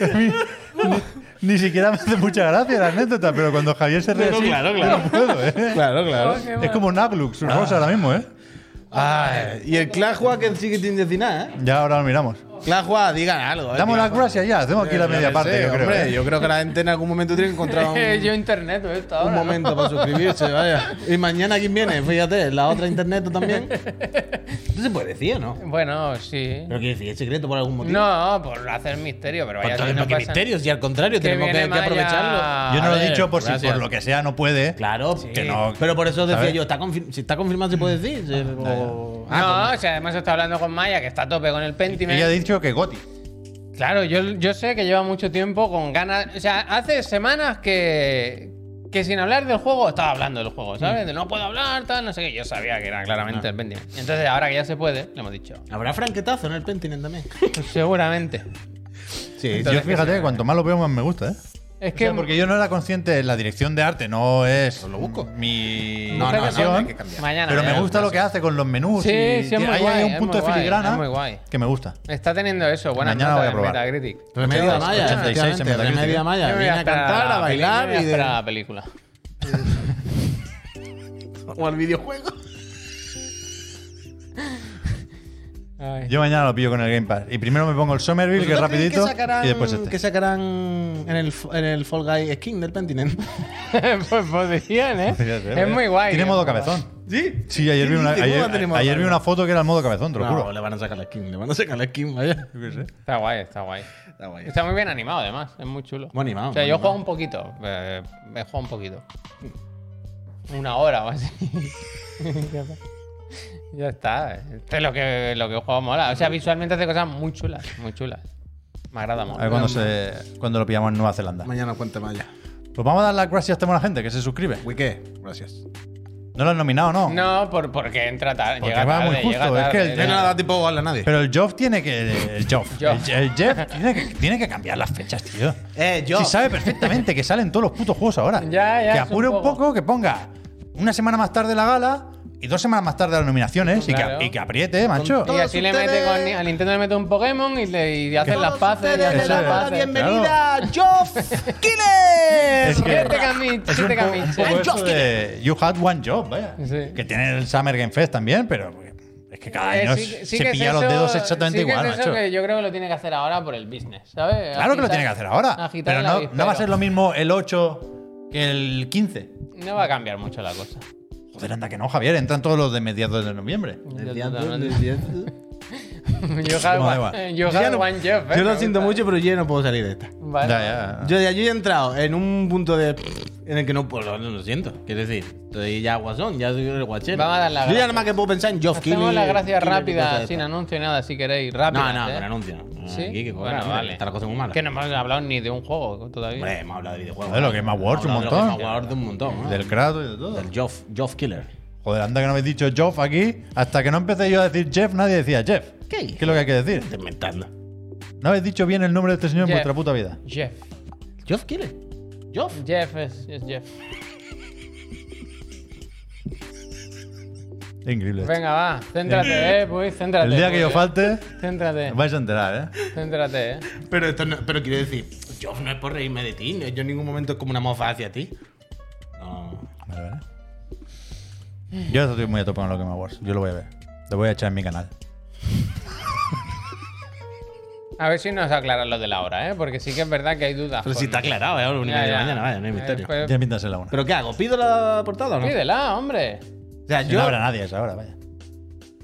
Speaker 2: A mí ni, ni siquiera me hace mucha gracia la anécdota, pero cuando Javier se ríe
Speaker 3: No, no,
Speaker 2: así,
Speaker 3: claro,
Speaker 2: yo
Speaker 3: claro. Ah.
Speaker 2: no puedo, ¿eh?
Speaker 3: Claro, claro.
Speaker 1: Qué
Speaker 2: Es
Speaker 1: bueno.
Speaker 2: como Naglux, una cosa ahora mismo, ¿eh?
Speaker 1: Ah,
Speaker 3: Ay, y el Clajua que sigue sin decir nada, ¿eh?
Speaker 2: Ya ahora lo miramos.
Speaker 3: Clajua, digan algo. eh,
Speaker 2: Damos las
Speaker 3: Clajua.
Speaker 2: gracias ya, hacemos aquí la
Speaker 3: Yo
Speaker 2: media
Speaker 3: qué
Speaker 2: parte,
Speaker 3: sé,
Speaker 2: yo creo.
Speaker 3: hombre,
Speaker 2: ¿eh?
Speaker 3: yo creo que la gente en algún momento tiene
Speaker 1: [laughs]
Speaker 3: que encontrar un,
Speaker 1: yo internet esto ahora.
Speaker 3: un
Speaker 1: ¿no?
Speaker 3: momento para suscribirse, vaya. Y mañana quién viene, fíjate, la otra internet
Speaker 1: [laughs]
Speaker 3: también. ¿Esto se puede decir o no?
Speaker 1: Bueno, sí.
Speaker 3: Pero quiero decir, es secreto por algún motivo.
Speaker 1: No, por hacer misterio, pero vaya si
Speaker 3: Pues entonces
Speaker 1: no
Speaker 3: no hay
Speaker 1: pasa-
Speaker 3: misterios, y al contrario,
Speaker 1: Que
Speaker 3: tenemos que,
Speaker 1: viene
Speaker 3: que aprovecharlo.
Speaker 1: Maya.
Speaker 2: Yo no
Speaker 3: A
Speaker 2: lo he
Speaker 3: ver,
Speaker 2: dicho por si
Speaker 3: gracias.
Speaker 2: por lo que sea no puede. ¿eh?
Speaker 3: Claro,
Speaker 1: Sí.
Speaker 3: que no. Pero por eso decía
Speaker 2: ¿Sabes?
Speaker 3: yo, está confir- si está confirmado se puede decir.
Speaker 2: Ah,
Speaker 3: se-
Speaker 1: no,
Speaker 3: o- Ah,
Speaker 1: o sea, además está hablando con Maya, que está a tope con el Pentiment.
Speaker 2: Ella ha dicho que Goti.
Speaker 1: Claro, yo, yo sé que lleva mucho tiempo con ganas. O sea, hace semanas que, que sin hablar del juego estaba hablando del juego,
Speaker 2: Mm.
Speaker 1: ¿sabes? De no puedo hablar, tal, no sé qué. Yo sabía que era claramente el Pentiment. Entonces, ahora que ya se puede, le hemos dicho.
Speaker 3: pues, Habrá franquetazo en el Pentiment también.
Speaker 1: Seguramente.
Speaker 3: Sí,
Speaker 2: Yo fíjate, que cuanto más lo veo, más me gusta, ¿eh?
Speaker 1: Es
Speaker 2: O
Speaker 1: que.
Speaker 2: sea, porque yo no era consciente, la dirección de arte no es
Speaker 3: Pues lo busco.
Speaker 2: mi
Speaker 3: No, no, no,
Speaker 2: pasión,
Speaker 3: hay que cambiar.
Speaker 1: Mañana. eh,
Speaker 2: pero me
Speaker 1: mañana.
Speaker 2: gusta lo que hace con los menús.
Speaker 1: Sí,
Speaker 2: y
Speaker 1: sí, es muy
Speaker 2: hay,
Speaker 1: guay,
Speaker 2: hay
Speaker 1: es
Speaker 2: un punto
Speaker 1: muy
Speaker 2: de
Speaker 1: guay,
Speaker 2: filigrana
Speaker 1: es muy guay.
Speaker 2: que me gusta.
Speaker 1: Está teniendo eso. Buenas
Speaker 2: Mañana
Speaker 1: notas
Speaker 2: voy a
Speaker 1: en
Speaker 2: probar.
Speaker 1: Metacritic.
Speaker 3: Remedia
Speaker 2: 86
Speaker 3: Maya,
Speaker 2: en
Speaker 3: efectivamente,
Speaker 2: Metacritic.
Speaker 3: Remedia Maya.
Speaker 1: Yo me voy
Speaker 3: Viene a
Speaker 1: esperar
Speaker 3: cantar,
Speaker 1: la
Speaker 3: a
Speaker 1: peli-
Speaker 3: bailar
Speaker 1: me voy a
Speaker 3: y de-
Speaker 1: esperar la película.
Speaker 3: [laughs] o al videojuego.
Speaker 1: A Ay.
Speaker 2: Yo mañana lo pillo con el Game Pass. Y primero me pongo el Somerville, que es
Speaker 3: ¿Vosotros creéis
Speaker 2: rapidito,
Speaker 3: Pues que sacarán,
Speaker 2: y después este. [laughs]
Speaker 3: que sacarán en el, en el Fall Guy skin del Pentinent.
Speaker 1: [laughs]
Speaker 3: [laughs]
Speaker 1: pues podrían,
Speaker 2: [laughs]
Speaker 1: ¿eh?
Speaker 2: Fíjate,
Speaker 1: es
Speaker 2: ¿eh?
Speaker 1: muy guay.
Speaker 2: Tiene
Speaker 1: ¿eh?
Speaker 2: modo cabezón.
Speaker 3: ¿Sí?
Speaker 2: Sí, ayer vi una,
Speaker 3: ¿Cómo
Speaker 2: ayer-
Speaker 3: la tenemos
Speaker 2: ayer
Speaker 3: ahora?
Speaker 2: vi una foto que era el modo cabezón, te lo
Speaker 3: No,
Speaker 2: juro.
Speaker 3: le van a sacar la skin, le van a sacar la skin, vaya.
Speaker 2: Yo qué sé.
Speaker 1: Está guay, está guay.
Speaker 3: Está guay.
Speaker 1: Está muy bien animado, además. Es muy chulo.
Speaker 3: Muy animado,
Speaker 1: O sea,
Speaker 3: muy
Speaker 1: yo he
Speaker 3: animado.
Speaker 1: jugado un poquito. eh, he jugado un poquito. Una hora o así. [laughs] ya está. Este es lo que, lo que he jugado mola. O sea, visualmente hace cosas muy chulas, muy chulas. Me agrada
Speaker 2: A ver
Speaker 1: mucho.
Speaker 2: cuándo, se, cuándo lo pillamos en Nueva Zelanda.
Speaker 3: Mañana cuenta Maya.
Speaker 2: Pues vamos a dar las gracias a la gente que se suscribe.
Speaker 3: Wike, gracias.
Speaker 1: Eh,
Speaker 2: No lo han nominado, ¿no?
Speaker 1: No, por, porque entra tar-
Speaker 2: Porque
Speaker 1: llega
Speaker 2: va
Speaker 1: tarde,
Speaker 2: muy justo,
Speaker 1: llega
Speaker 2: es que
Speaker 1: tarde,
Speaker 2: el-
Speaker 3: Yo
Speaker 1: llega-
Speaker 3: no le he dado tiempo a nadie.
Speaker 2: Pero el Joff tiene que. El Joff.
Speaker 1: Joff.
Speaker 2: El, el Jeff tiene que, tiene que cambiar las fechas, tío.
Speaker 3: eh, yo.
Speaker 2: Si sabe perfectamente que salen todos los putos juegos ahora.
Speaker 1: [laughs] Ya, ya,
Speaker 2: que
Speaker 1: es un
Speaker 2: apure un
Speaker 1: poco.
Speaker 2: poco, que ponga una semana más tarde la gala y dos semanas más tarde las nominaciones y que-
Speaker 1: Claro.
Speaker 2: y, que, apriete, macho.
Speaker 1: Y así le
Speaker 3: Todos
Speaker 1: mete con,
Speaker 3: ustedes-
Speaker 1: al Nintendo le mete un Pokémon y, le, y hacen las paces.
Speaker 2: ustedes
Speaker 1: hacen
Speaker 2: le damos la
Speaker 1: paces.
Speaker 2: bienvenida
Speaker 3: a Joff
Speaker 1: [laughs]
Speaker 3: Killer.
Speaker 2: Es que-
Speaker 1: Siete camiches,
Speaker 2: Es un,
Speaker 1: siete
Speaker 2: po- un
Speaker 1: camiches.
Speaker 2: poco eso de You had one job, vaya.
Speaker 1: Sí.
Speaker 2: Que tiene el Summer Game Fest también, pero es que cada
Speaker 1: Eh,
Speaker 2: año
Speaker 1: sí que- sí
Speaker 2: se
Speaker 1: que es
Speaker 2: pilla los
Speaker 1: eso-
Speaker 2: dedos exactamente
Speaker 1: sí que
Speaker 2: igual,
Speaker 1: es eso
Speaker 2: macho.
Speaker 1: que yo creo que lo tiene que hacer ahora por el business, ¿sabes?
Speaker 2: Claro que lo
Speaker 1: Agitar-
Speaker 2: tiene que hacer ahora.
Speaker 1: agitar
Speaker 2: Pero
Speaker 1: el
Speaker 2: no,
Speaker 1: avispero.
Speaker 2: no va a ser lo mismo el 8 que el 15.
Speaker 1: No va a cambiar mucho la cosa. [laughs]
Speaker 2: Joder, anda que no, Javier. Entran todos los de mediados de noviembre.
Speaker 1: Yo
Speaker 2: No, da
Speaker 1: had
Speaker 2: igual.
Speaker 1: [laughs] yo had one job. eh, Ah.
Speaker 3: Yo lo
Speaker 1: me gusta.
Speaker 3: siento mucho, pero yo ya no puedo salir de esta.
Speaker 1: Vale.
Speaker 2: Ya, ya.
Speaker 3: Yo ya yo ya he entrado en un punto de. En el que no puedo, no lo siento. Quiero decir, estoy ya guasón, ya soy el guachero.
Speaker 1: Vamos a dar la
Speaker 3: Yo ya
Speaker 1: gracia.
Speaker 3: nada más que puedo pensar en Joff Killer.
Speaker 1: Hacemos las gracias
Speaker 3: Killer y cosas
Speaker 1: rápidas,
Speaker 3: de
Speaker 1: sin
Speaker 3: estas.
Speaker 1: anuncio ni nada, si queréis.
Speaker 3: No,
Speaker 1: Rápidas,
Speaker 3: no,
Speaker 1: ¿eh?
Speaker 3: con anuncio. no.
Speaker 1: ¿Sí?
Speaker 3: Aquí, que
Speaker 1: Bueno,
Speaker 3: cobrar, hombre,
Speaker 1: vale.
Speaker 3: Está la cosa muy mala.
Speaker 1: Que no hemos hablado ni de un juego todavía.
Speaker 3: Hombre, hemos hablado de videojuegos.
Speaker 2: Joder, lo que es más Wars, un
Speaker 3: Hemos hablado
Speaker 2: montón.
Speaker 3: de Lo que es más Wars de un montón. ¿no?
Speaker 2: Del Kratos y de todo.
Speaker 3: Del Joff, Joff Killer.
Speaker 2: Joder, anda que no habéis dicho Jeff aquí. Hasta que no empecé yo a decir Jeff, nadie decía Jeff.
Speaker 3: ¿Qué?
Speaker 2: ¿Qué es lo que hay que decir?
Speaker 3: Estoy inventando.
Speaker 2: No habéis dicho bien el nombre de este señor en
Speaker 1: Jeff.
Speaker 2: vuestra puta vida.
Speaker 1: Jeff.
Speaker 3: Joff Killer. Joff.
Speaker 1: Jeff es, es Jeff.
Speaker 2: Es increíble. esto.
Speaker 1: Venga, va. Céntrate, eh, pues. Céntrate.
Speaker 2: el día que yo
Speaker 1: Puy.
Speaker 2: falte,
Speaker 1: Céntrate.
Speaker 2: os vais a enterar, ¿eh?
Speaker 1: Céntrate, eh.
Speaker 3: Pero, esto no- pero quiero decir, Joff no es por reírme de ti. no- Yo en ningún momento es como una mofa hacia ti. No.
Speaker 2: Vale, vale. Yo ahora estoy muy a tope con lo que me Wars. Yo lo voy a ver. Lo voy a echar en mi canal.
Speaker 1: A ver si nos aclaran lo de la hora, ¿eh? Porque sí que es verdad que hay dudas.
Speaker 3: Pero
Speaker 1: con-
Speaker 3: si está aclarado, es ¿eh? único
Speaker 1: Ya,
Speaker 3: de
Speaker 1: ya.
Speaker 3: mañana, vaya, no hay
Speaker 1: Eh,
Speaker 3: misterio.
Speaker 1: pues,
Speaker 2: Ya pintas en la una.
Speaker 3: ¿Pero qué hago? ¿Pido la portada o no?
Speaker 1: pídela, hombre.
Speaker 3: O sea,
Speaker 2: Si
Speaker 3: yo.
Speaker 2: No habrá nadie a esa hora, vaya.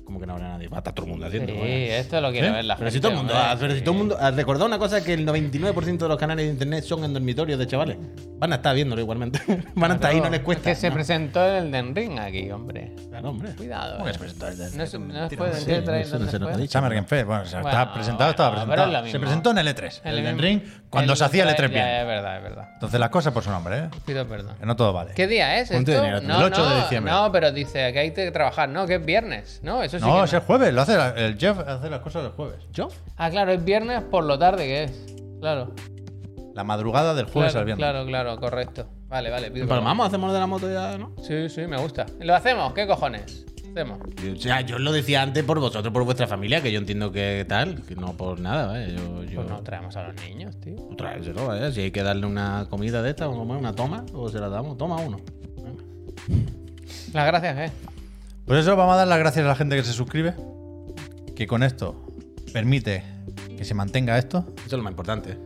Speaker 3: Como que no habrá nadie. Va a estar todo el mundo
Speaker 1: Sí,
Speaker 3: haciendo. vaya. ¿Eh?
Speaker 1: esto lo quiere
Speaker 2: ¿Sí?
Speaker 1: ver la
Speaker 3: Pero
Speaker 1: gente.
Speaker 3: si todo el mundo.
Speaker 1: hombre.
Speaker 3: ah, Pero si todo el mundo. ah, Recordad una cosa: que el 99% de los canales de internet son en dormitorios de chavales. Van a estar viéndolo igualmente. [laughs] Van a estar ahí, no les cuesta.
Speaker 1: Es que se
Speaker 3: ¿no?
Speaker 1: presentó en el Den Ring aquí, hombre.
Speaker 3: Claro, hombre.
Speaker 1: Cuidado.
Speaker 2: ¿Cómo
Speaker 1: eh.
Speaker 2: que se presentó el de-
Speaker 1: No se no se
Speaker 3: Mentira,
Speaker 1: puede
Speaker 3: sí,
Speaker 1: entrar
Speaker 3: no
Speaker 1: en
Speaker 3: sé, no
Speaker 1: donde
Speaker 3: sé lo que
Speaker 1: fue.
Speaker 3: ha dicho.
Speaker 2: Summer Game Fest, bueno, o sea,
Speaker 1: Bueno,
Speaker 2: estaba presentado,
Speaker 1: bueno,
Speaker 2: estaba
Speaker 1: pero
Speaker 2: presentado.
Speaker 1: es lo
Speaker 2: se
Speaker 1: mismo.
Speaker 2: presentó en el E3, el,
Speaker 1: El
Speaker 2: Elden
Speaker 1: mismo-
Speaker 2: Ring, cuando se hacía el
Speaker 3: E
Speaker 2: E3 bien.
Speaker 1: Ya, es verdad, es verdad.
Speaker 2: Entonces las cosas por su nombre, ¿eh?
Speaker 1: Pido perdón.
Speaker 2: Que no todo vale.
Speaker 1: ¿Qué día es
Speaker 3: Ponte
Speaker 1: esto?
Speaker 3: dinero,
Speaker 2: el 8 de diciembre.
Speaker 1: No, pero dice que hay que trabajar, ¿no? Que es viernes, ¿no? Eso sí
Speaker 2: no,
Speaker 1: que
Speaker 2: es el jueves, lo hace la- el Jeff hace las cosas el jueves.
Speaker 3: ¿Yo?
Speaker 1: Ah, claro, es viernes por lo tarde que es. Claro.
Speaker 2: La madrugada del jueves
Speaker 1: claro,
Speaker 2: al viernes.
Speaker 1: claro, claro, correcto. Vale, vale, pido
Speaker 3: Pero
Speaker 1: perdón.
Speaker 3: vamos, hacemos lo de la moto ya, ¿no?
Speaker 1: Sí, sí, me gusta. ¿Lo hacemos? ¿Qué cojones? Hacemos.
Speaker 3: O sea, yo lo decía antes por vosotros, por vuestra familia, que yo entiendo que tal, que no por nada, vaya. Yo, yo...
Speaker 1: Pues no traemos a los niños, tío.
Speaker 3: Tráeselo, vaya. Si hay que darle una comida de esta, o comer una toma, o se la damos, toma uno.
Speaker 1: Las gracias, eh.
Speaker 2: Por Pues eso vamos a dar las gracias a la gente que se suscribe, que con esto permite que se mantenga esto,
Speaker 3: Eso es lo más importante.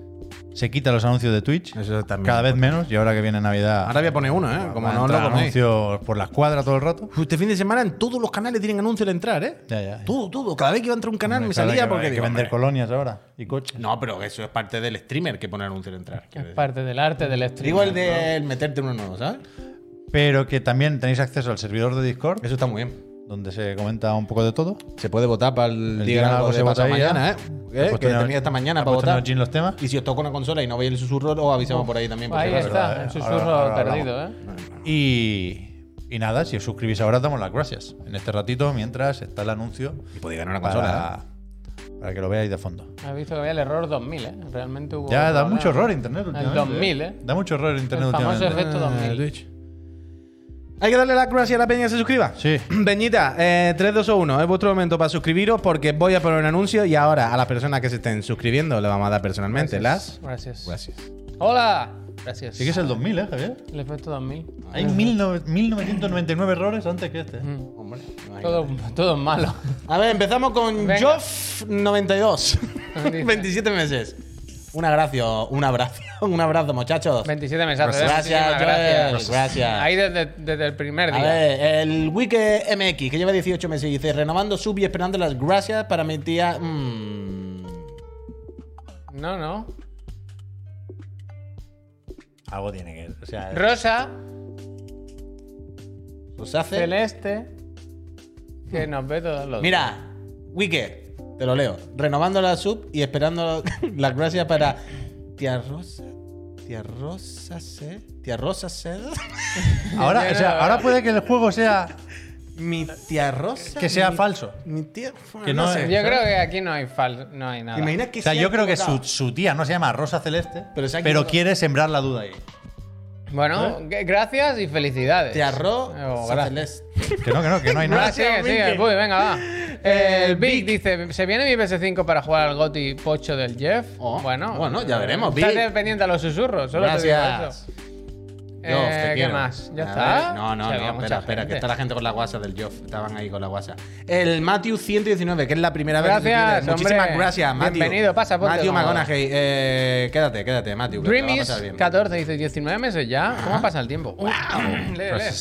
Speaker 2: se quita los anuncios de Twitch,
Speaker 3: Eso también.
Speaker 2: cada vez menos, y ahora que viene Navidad,
Speaker 3: Ahora voy a poner uno, ¿eh? Como
Speaker 2: van a
Speaker 3: no
Speaker 2: entrar
Speaker 3: lo coméis.
Speaker 2: anuncios por la escuadra todo el rato.
Speaker 3: Este fin de semana en todos los canales tienen anuncios al entrar, ¿eh?
Speaker 2: Ya, ya, ya.
Speaker 3: Todo, todo. Cada vez que iba a entrar un canal me
Speaker 2: Claro, hay
Speaker 3: salía
Speaker 2: que-
Speaker 3: porque
Speaker 2: hay que
Speaker 3: digo,
Speaker 2: vender
Speaker 3: hombre,
Speaker 2: colonias ahora y coches.
Speaker 3: No, pero eso es parte del streamer que pone anuncio al entrar. quiero
Speaker 1: Es
Speaker 3: decir.
Speaker 1: parte del arte del stream.
Speaker 3: Digo el de el meterte uno nuevo, ¿sabes?
Speaker 2: Pero que también tenéis acceso al servidor de Discord,
Speaker 3: Eso está muy bien.
Speaker 2: donde se comenta un poco de todo.
Speaker 3: Se puede votar para el,
Speaker 2: El
Speaker 3: día
Speaker 2: día
Speaker 3: algo
Speaker 2: algo
Speaker 3: de
Speaker 2: se vota
Speaker 3: pasado
Speaker 2: ahí ya.
Speaker 3: mañana,
Speaker 2: He
Speaker 3: ¿eh? ¿Eh?
Speaker 2: puesto
Speaker 3: Que
Speaker 2: en el-
Speaker 3: tenía esta mañana
Speaker 2: he
Speaker 3: para
Speaker 2: puesto en
Speaker 3: votar.
Speaker 2: el Gin los temas.
Speaker 3: Y si os toco una consola y no veis el susurro, os avisamos por ahí también. por
Speaker 1: Ahí
Speaker 3: si acaso.
Speaker 1: está,
Speaker 2: ¿eh?
Speaker 1: el susurro
Speaker 2: Ahora- ahora hablamos.
Speaker 1: perdido, eh.
Speaker 2: Y, y nada, si os suscribís ahora, damos las gracias. En este ratito, mientras está el anuncio.
Speaker 3: Y podéis ganar una consola. ¿eh?
Speaker 2: Para, para que lo veáis de fondo.
Speaker 1: Has visto que había el error 2000, eh. Realmente hubo.
Speaker 2: Ya
Speaker 1: un
Speaker 2: da
Speaker 1: error,
Speaker 2: mucho
Speaker 1: ¿eh?
Speaker 2: error internet últimamente.
Speaker 1: 2000, ¿eh?
Speaker 2: Da mucho error internet
Speaker 1: El famoso
Speaker 2: últimamente.
Speaker 1: efecto
Speaker 3: Eh,
Speaker 1: 2000.
Speaker 3: Hay que darle las gracias a la peña que se suscriba.
Speaker 2: Sí.
Speaker 3: [clears throat] Peñita, eh, 3, 2 o 1. Es vuestro momento para suscribiros porque voy a poner un anuncio y ahora a las personas que se estén suscribiendo le vamos a dar personalmente
Speaker 1: Gracias.
Speaker 3: las
Speaker 1: Gracias.
Speaker 3: gracias.
Speaker 1: ¡Hola! Gracias.
Speaker 2: Sí que es el 2000, ¿eh, Javier?
Speaker 1: El efecto 2000.
Speaker 2: Hay 1999 errores antes que este.
Speaker 3: Hombre, no hay
Speaker 1: Todo, todo es
Speaker 3: [laughs]
Speaker 1: malo.
Speaker 3: A ver, empezamos con
Speaker 1: Venga.
Speaker 3: [laughs] Joff92.
Speaker 1: Dice.
Speaker 3: 27 meses. Un abrazo, un abrazo, [laughs] un abrazo, muchachos.
Speaker 1: 27 mensajes. eh.
Speaker 3: Gracias,
Speaker 1: muchísimas
Speaker 3: Joel,
Speaker 1: gracias.
Speaker 3: gracias.
Speaker 1: Ahí desde, desde el primer
Speaker 3: A
Speaker 1: día.
Speaker 3: ver, el Wike MX, que lleva 18 meses, dice: renovando sub y esperando las gracias para mi tía. mm,
Speaker 1: No, no.
Speaker 2: Algo Ah, tiene que. O
Speaker 3: [laughs]
Speaker 2: sea,
Speaker 1: Rosa,
Speaker 3: ¿Os pues hace?
Speaker 1: Celeste, que nos ve todos los
Speaker 3: Mira, Wike, te lo leo. Renovando la sub y esperando [laughs] las gracias para tía Rosa. Tía Rosa C. Tía Rosa ¿eh? C.
Speaker 2: ahora, o sea,
Speaker 1: Mira.
Speaker 2: ahora puede que el juego sea.
Speaker 3: [laughs] Mi tía Rosa.
Speaker 2: Que sea
Speaker 3: mi-
Speaker 2: falso.
Speaker 3: Mi tía.
Speaker 2: Que
Speaker 3: no
Speaker 2: no
Speaker 3: sé.
Speaker 2: días.
Speaker 1: Yo creo que aquí no hay fal no hay nada.
Speaker 3: ¿Te imaginas que
Speaker 2: O sea,
Speaker 3: sea
Speaker 2: yo creo que su,
Speaker 3: equivocado?
Speaker 2: su tía no se llama Rosa Celeste,
Speaker 3: Pero se ha
Speaker 2: pero,
Speaker 3: equivocado.
Speaker 2: quiere sembrar la duda ahí.
Speaker 1: Bueno,
Speaker 3: ¿Eh?
Speaker 1: g- gracias y felicidades.
Speaker 3: Tía Ro.
Speaker 1: Oh,
Speaker 3: Rosa
Speaker 1: gracias.
Speaker 3: Celeste.
Speaker 2: Que no, que no, que no hay
Speaker 1: Ah,
Speaker 2: nada.
Speaker 1: sigue, sigue,
Speaker 3: Vicky.
Speaker 1: Puy, venga,
Speaker 3: [laughs]
Speaker 1: va. El
Speaker 3: El
Speaker 1: Vic dice, ¿se viene mi PS5 para jugar al Goti Pocho del Jeff?
Speaker 3: Oh, bueno, ya veremos, Vic.
Speaker 1: Estate pendiente a los susurros, solo
Speaker 3: Gracias.
Speaker 1: te digo eso.
Speaker 3: Joff,
Speaker 1: Eh,
Speaker 3: te
Speaker 1: ¿Qué
Speaker 3: quiero.
Speaker 1: más? ¿Ya
Speaker 3: A
Speaker 1: está?
Speaker 3: ver, No, no,
Speaker 1: Si había
Speaker 3: no,
Speaker 1: mucha
Speaker 3: espera, espera, que
Speaker 1: gente.
Speaker 3: está la gente con la guasa del Joff. Estaban ahí con la guasa. El Matthew 119, que es la primera vez que se
Speaker 1: Gracias,
Speaker 3: escribe. Muchísimas
Speaker 1: hombre.
Speaker 3: gracias, Matthew.
Speaker 1: Bienvenido, pasa, ponte
Speaker 3: Matthew
Speaker 1: cómodo.
Speaker 3: McConaughey. Eh, quédate, quédate, Matthew. que te lo vas a pasar bien.
Speaker 1: Dreamies14 dice 19 meses ya. ¿Cómo pasa el tiempo? ¡Wow! [coughs] Lee, lee.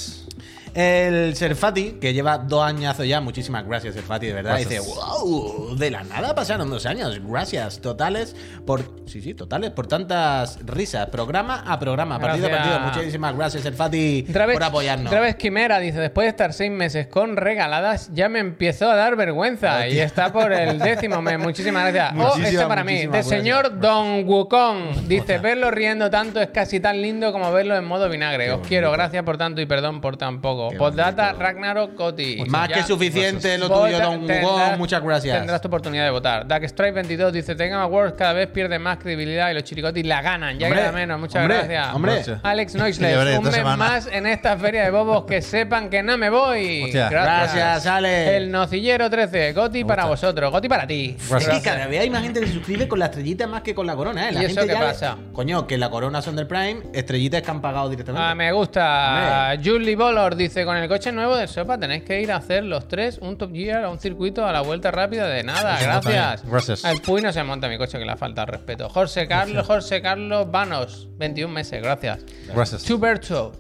Speaker 3: El Serfati, que lleva dos añazos ya, muchísimas gracias, Serfati, de verdad.
Speaker 2: Gracias.
Speaker 3: Dice, wow, de la nada pasaron dos años. Gracias, totales, por. Sí, sí, totales, por tantas risas. Programa a programa, partido a
Speaker 1: Gracias.
Speaker 3: partido. Muchísimas gracias, Serfati,
Speaker 1: Traves-
Speaker 3: por apoyarnos.
Speaker 1: Traves Quimera dice, después de estar seis meses con regaladas, ya me empezó a dar vergüenza. y está por
Speaker 3: [laughs]
Speaker 1: el décimo mes. Muchísimas gracias. Oh,
Speaker 3: Muchísimas,
Speaker 1: esto para mí. De
Speaker 3: muchísimas
Speaker 1: señor Don Wukong. Dice, verlo riendo tanto es casi tan lindo como verlo en modo vinagre. Os quiero, gracias por tanto y perdón por tan poco.
Speaker 3: Qué
Speaker 1: Postdata,
Speaker 3: bonito.
Speaker 1: Ragnarok, Coti.
Speaker 3: Más que
Speaker 1: Ya.
Speaker 3: suficiente lo tuyo,
Speaker 1: Vota-
Speaker 3: Don Hugo.
Speaker 1: tendrás-
Speaker 3: Muchas gracias.
Speaker 1: Tendrás tu oportunidad de votar. Darkstrike22 dice: Tengan Awards cada vez pierden más credibilidad y los chiricotis la ganan. Ya
Speaker 3: Hombre,
Speaker 1: queda menos. Muchas
Speaker 3: hombre,
Speaker 1: gracias.
Speaker 3: hombre.
Speaker 2: Gracias.
Speaker 1: Alex
Speaker 2: Te
Speaker 1: Noisley,
Speaker 2: llevaré
Speaker 1: un
Speaker 2: dos
Speaker 1: mes
Speaker 2: semanas.
Speaker 1: más en esta feria de bobos que sepan que no me voy.
Speaker 2: Hostia.
Speaker 3: Gracias, Alex.
Speaker 1: El Nocillero 13, Goti para vosotros, Goti para ti.
Speaker 2: Pues
Speaker 3: Es que cada vez hay más gente que se suscribe con la estrellita más que con la corona, ¿eh? La
Speaker 1: ¿Y eso
Speaker 3: gente
Speaker 1: qué
Speaker 3: ya-
Speaker 1: pasa?
Speaker 3: Coño, que la corona son del Prime, estrellitas que han pagado directamente.
Speaker 1: Ah, me gusta. Julie Bollor dice: Con el coche nuevo del Sopa tenéis que ir a hacer los tres un Top Gear a un circuito a la vuelta rápida de nada.
Speaker 2: Se monta
Speaker 1: Gracias.
Speaker 2: bien. Gracias.
Speaker 1: Al Puy no se monta mi coche, que le falta el respeto. Jorge Carlos, Jorge Carlos Vanos, 21 meses. Gracias.
Speaker 2: Gracias.
Speaker 1: Chuberto,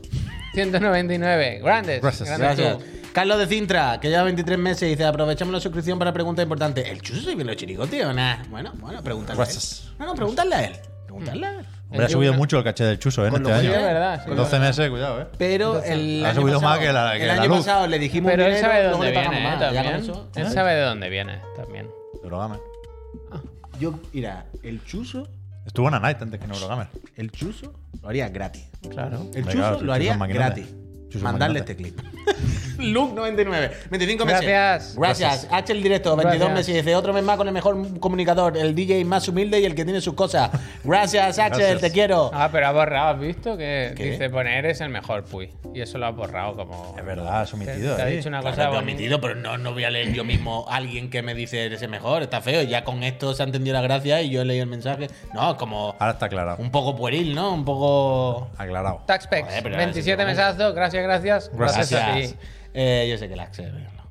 Speaker 1: 199. Grandes.
Speaker 2: Gracias.
Speaker 1: grandes
Speaker 3: Gracias.
Speaker 1: tú.
Speaker 3: Carlos de Cintra, que lleva 23 meses, dice: Aprovechamos la suscripción para pregunta importante. ¿El chuso se viene los chirigotes o nada? Bueno, bueno, pregúntale. a él.
Speaker 2: Gracias.
Speaker 3: No, no, pregúntale a él. Pregúntale a él.
Speaker 2: Hombre, ha
Speaker 1: El
Speaker 2: subido
Speaker 1: Jumna-
Speaker 2: mucho el caché del chuso, ¿eh? En
Speaker 3: Con
Speaker 2: este
Speaker 3: lo cual,
Speaker 2: año.
Speaker 1: Sí, es verdad. sí, es
Speaker 2: 12
Speaker 1: verdad.
Speaker 2: meses, cuidado, ¿eh?
Speaker 3: Pero el.
Speaker 2: Ha
Speaker 3: año
Speaker 2: subido
Speaker 3: pasado-
Speaker 2: más que la- que
Speaker 3: El
Speaker 2: la
Speaker 3: año
Speaker 2: luz.
Speaker 3: pasado le dijimos.
Speaker 1: Pero
Speaker 3: un
Speaker 1: él
Speaker 3: dinero,
Speaker 1: sabe de
Speaker 3: luego
Speaker 1: dónde
Speaker 3: le pagamos
Speaker 1: viene, ¿eh?
Speaker 3: más. Ya con
Speaker 1: También.
Speaker 3: eso- Ah.
Speaker 1: Él sabe de dónde viene, también.
Speaker 2: Eurogamer.
Speaker 3: Yo, mira, el chuso,
Speaker 2: Estuvo una night antes que en Eurogamer.
Speaker 3: el chuso lo haría gratis.
Speaker 1: Claro.
Speaker 3: El
Speaker 2: Hombre,
Speaker 3: chuso
Speaker 2: claro, el
Speaker 3: lo
Speaker 2: Chuso
Speaker 3: haría
Speaker 2: es maquinote.
Speaker 3: gratis.
Speaker 2: Chuso es
Speaker 3: Mandarle
Speaker 2: maquinote.
Speaker 3: este clip. [laughs] Luke99. 25 meses.
Speaker 1: Gracias.
Speaker 3: Gracias. H el directo. 22
Speaker 1: Gracias.
Speaker 3: meses. Dice otro mes más con el mejor comunicador. El DJ más humilde y el que tiene sus cosas. Gracias, H.
Speaker 2: Gracias.
Speaker 3: Te quiero.
Speaker 1: Ah, pero ha borrado, ¿has visto? Que
Speaker 3: ¿Qué?
Speaker 1: dice poner es el mejor Puy. Y eso lo ha borrado como.
Speaker 2: Es verdad, has
Speaker 1: Te,
Speaker 2: omitido,
Speaker 1: te ha
Speaker 2: ¿eh?
Speaker 1: dicho una
Speaker 3: Claro,
Speaker 1: cosa
Speaker 3: te he
Speaker 1: bonita.
Speaker 3: omitido, pero no, no voy a leer yo mismo a alguien que me dice eres el mejor, está feo. Ya con esto se ha entendido la gracia y yo he leído el mensaje. No, como
Speaker 2: Ahora está aclarado.
Speaker 3: un poco pueril, ¿no? Un poco.
Speaker 2: Aclarado.
Speaker 1: Taxpex,
Speaker 3: Joder, pero
Speaker 1: 27
Speaker 3: es-
Speaker 1: mesazos, gracias, gracias. Gracias, a
Speaker 3: Gracias.
Speaker 1: ti.
Speaker 3: Eh, yo sé que la Axel, pero no.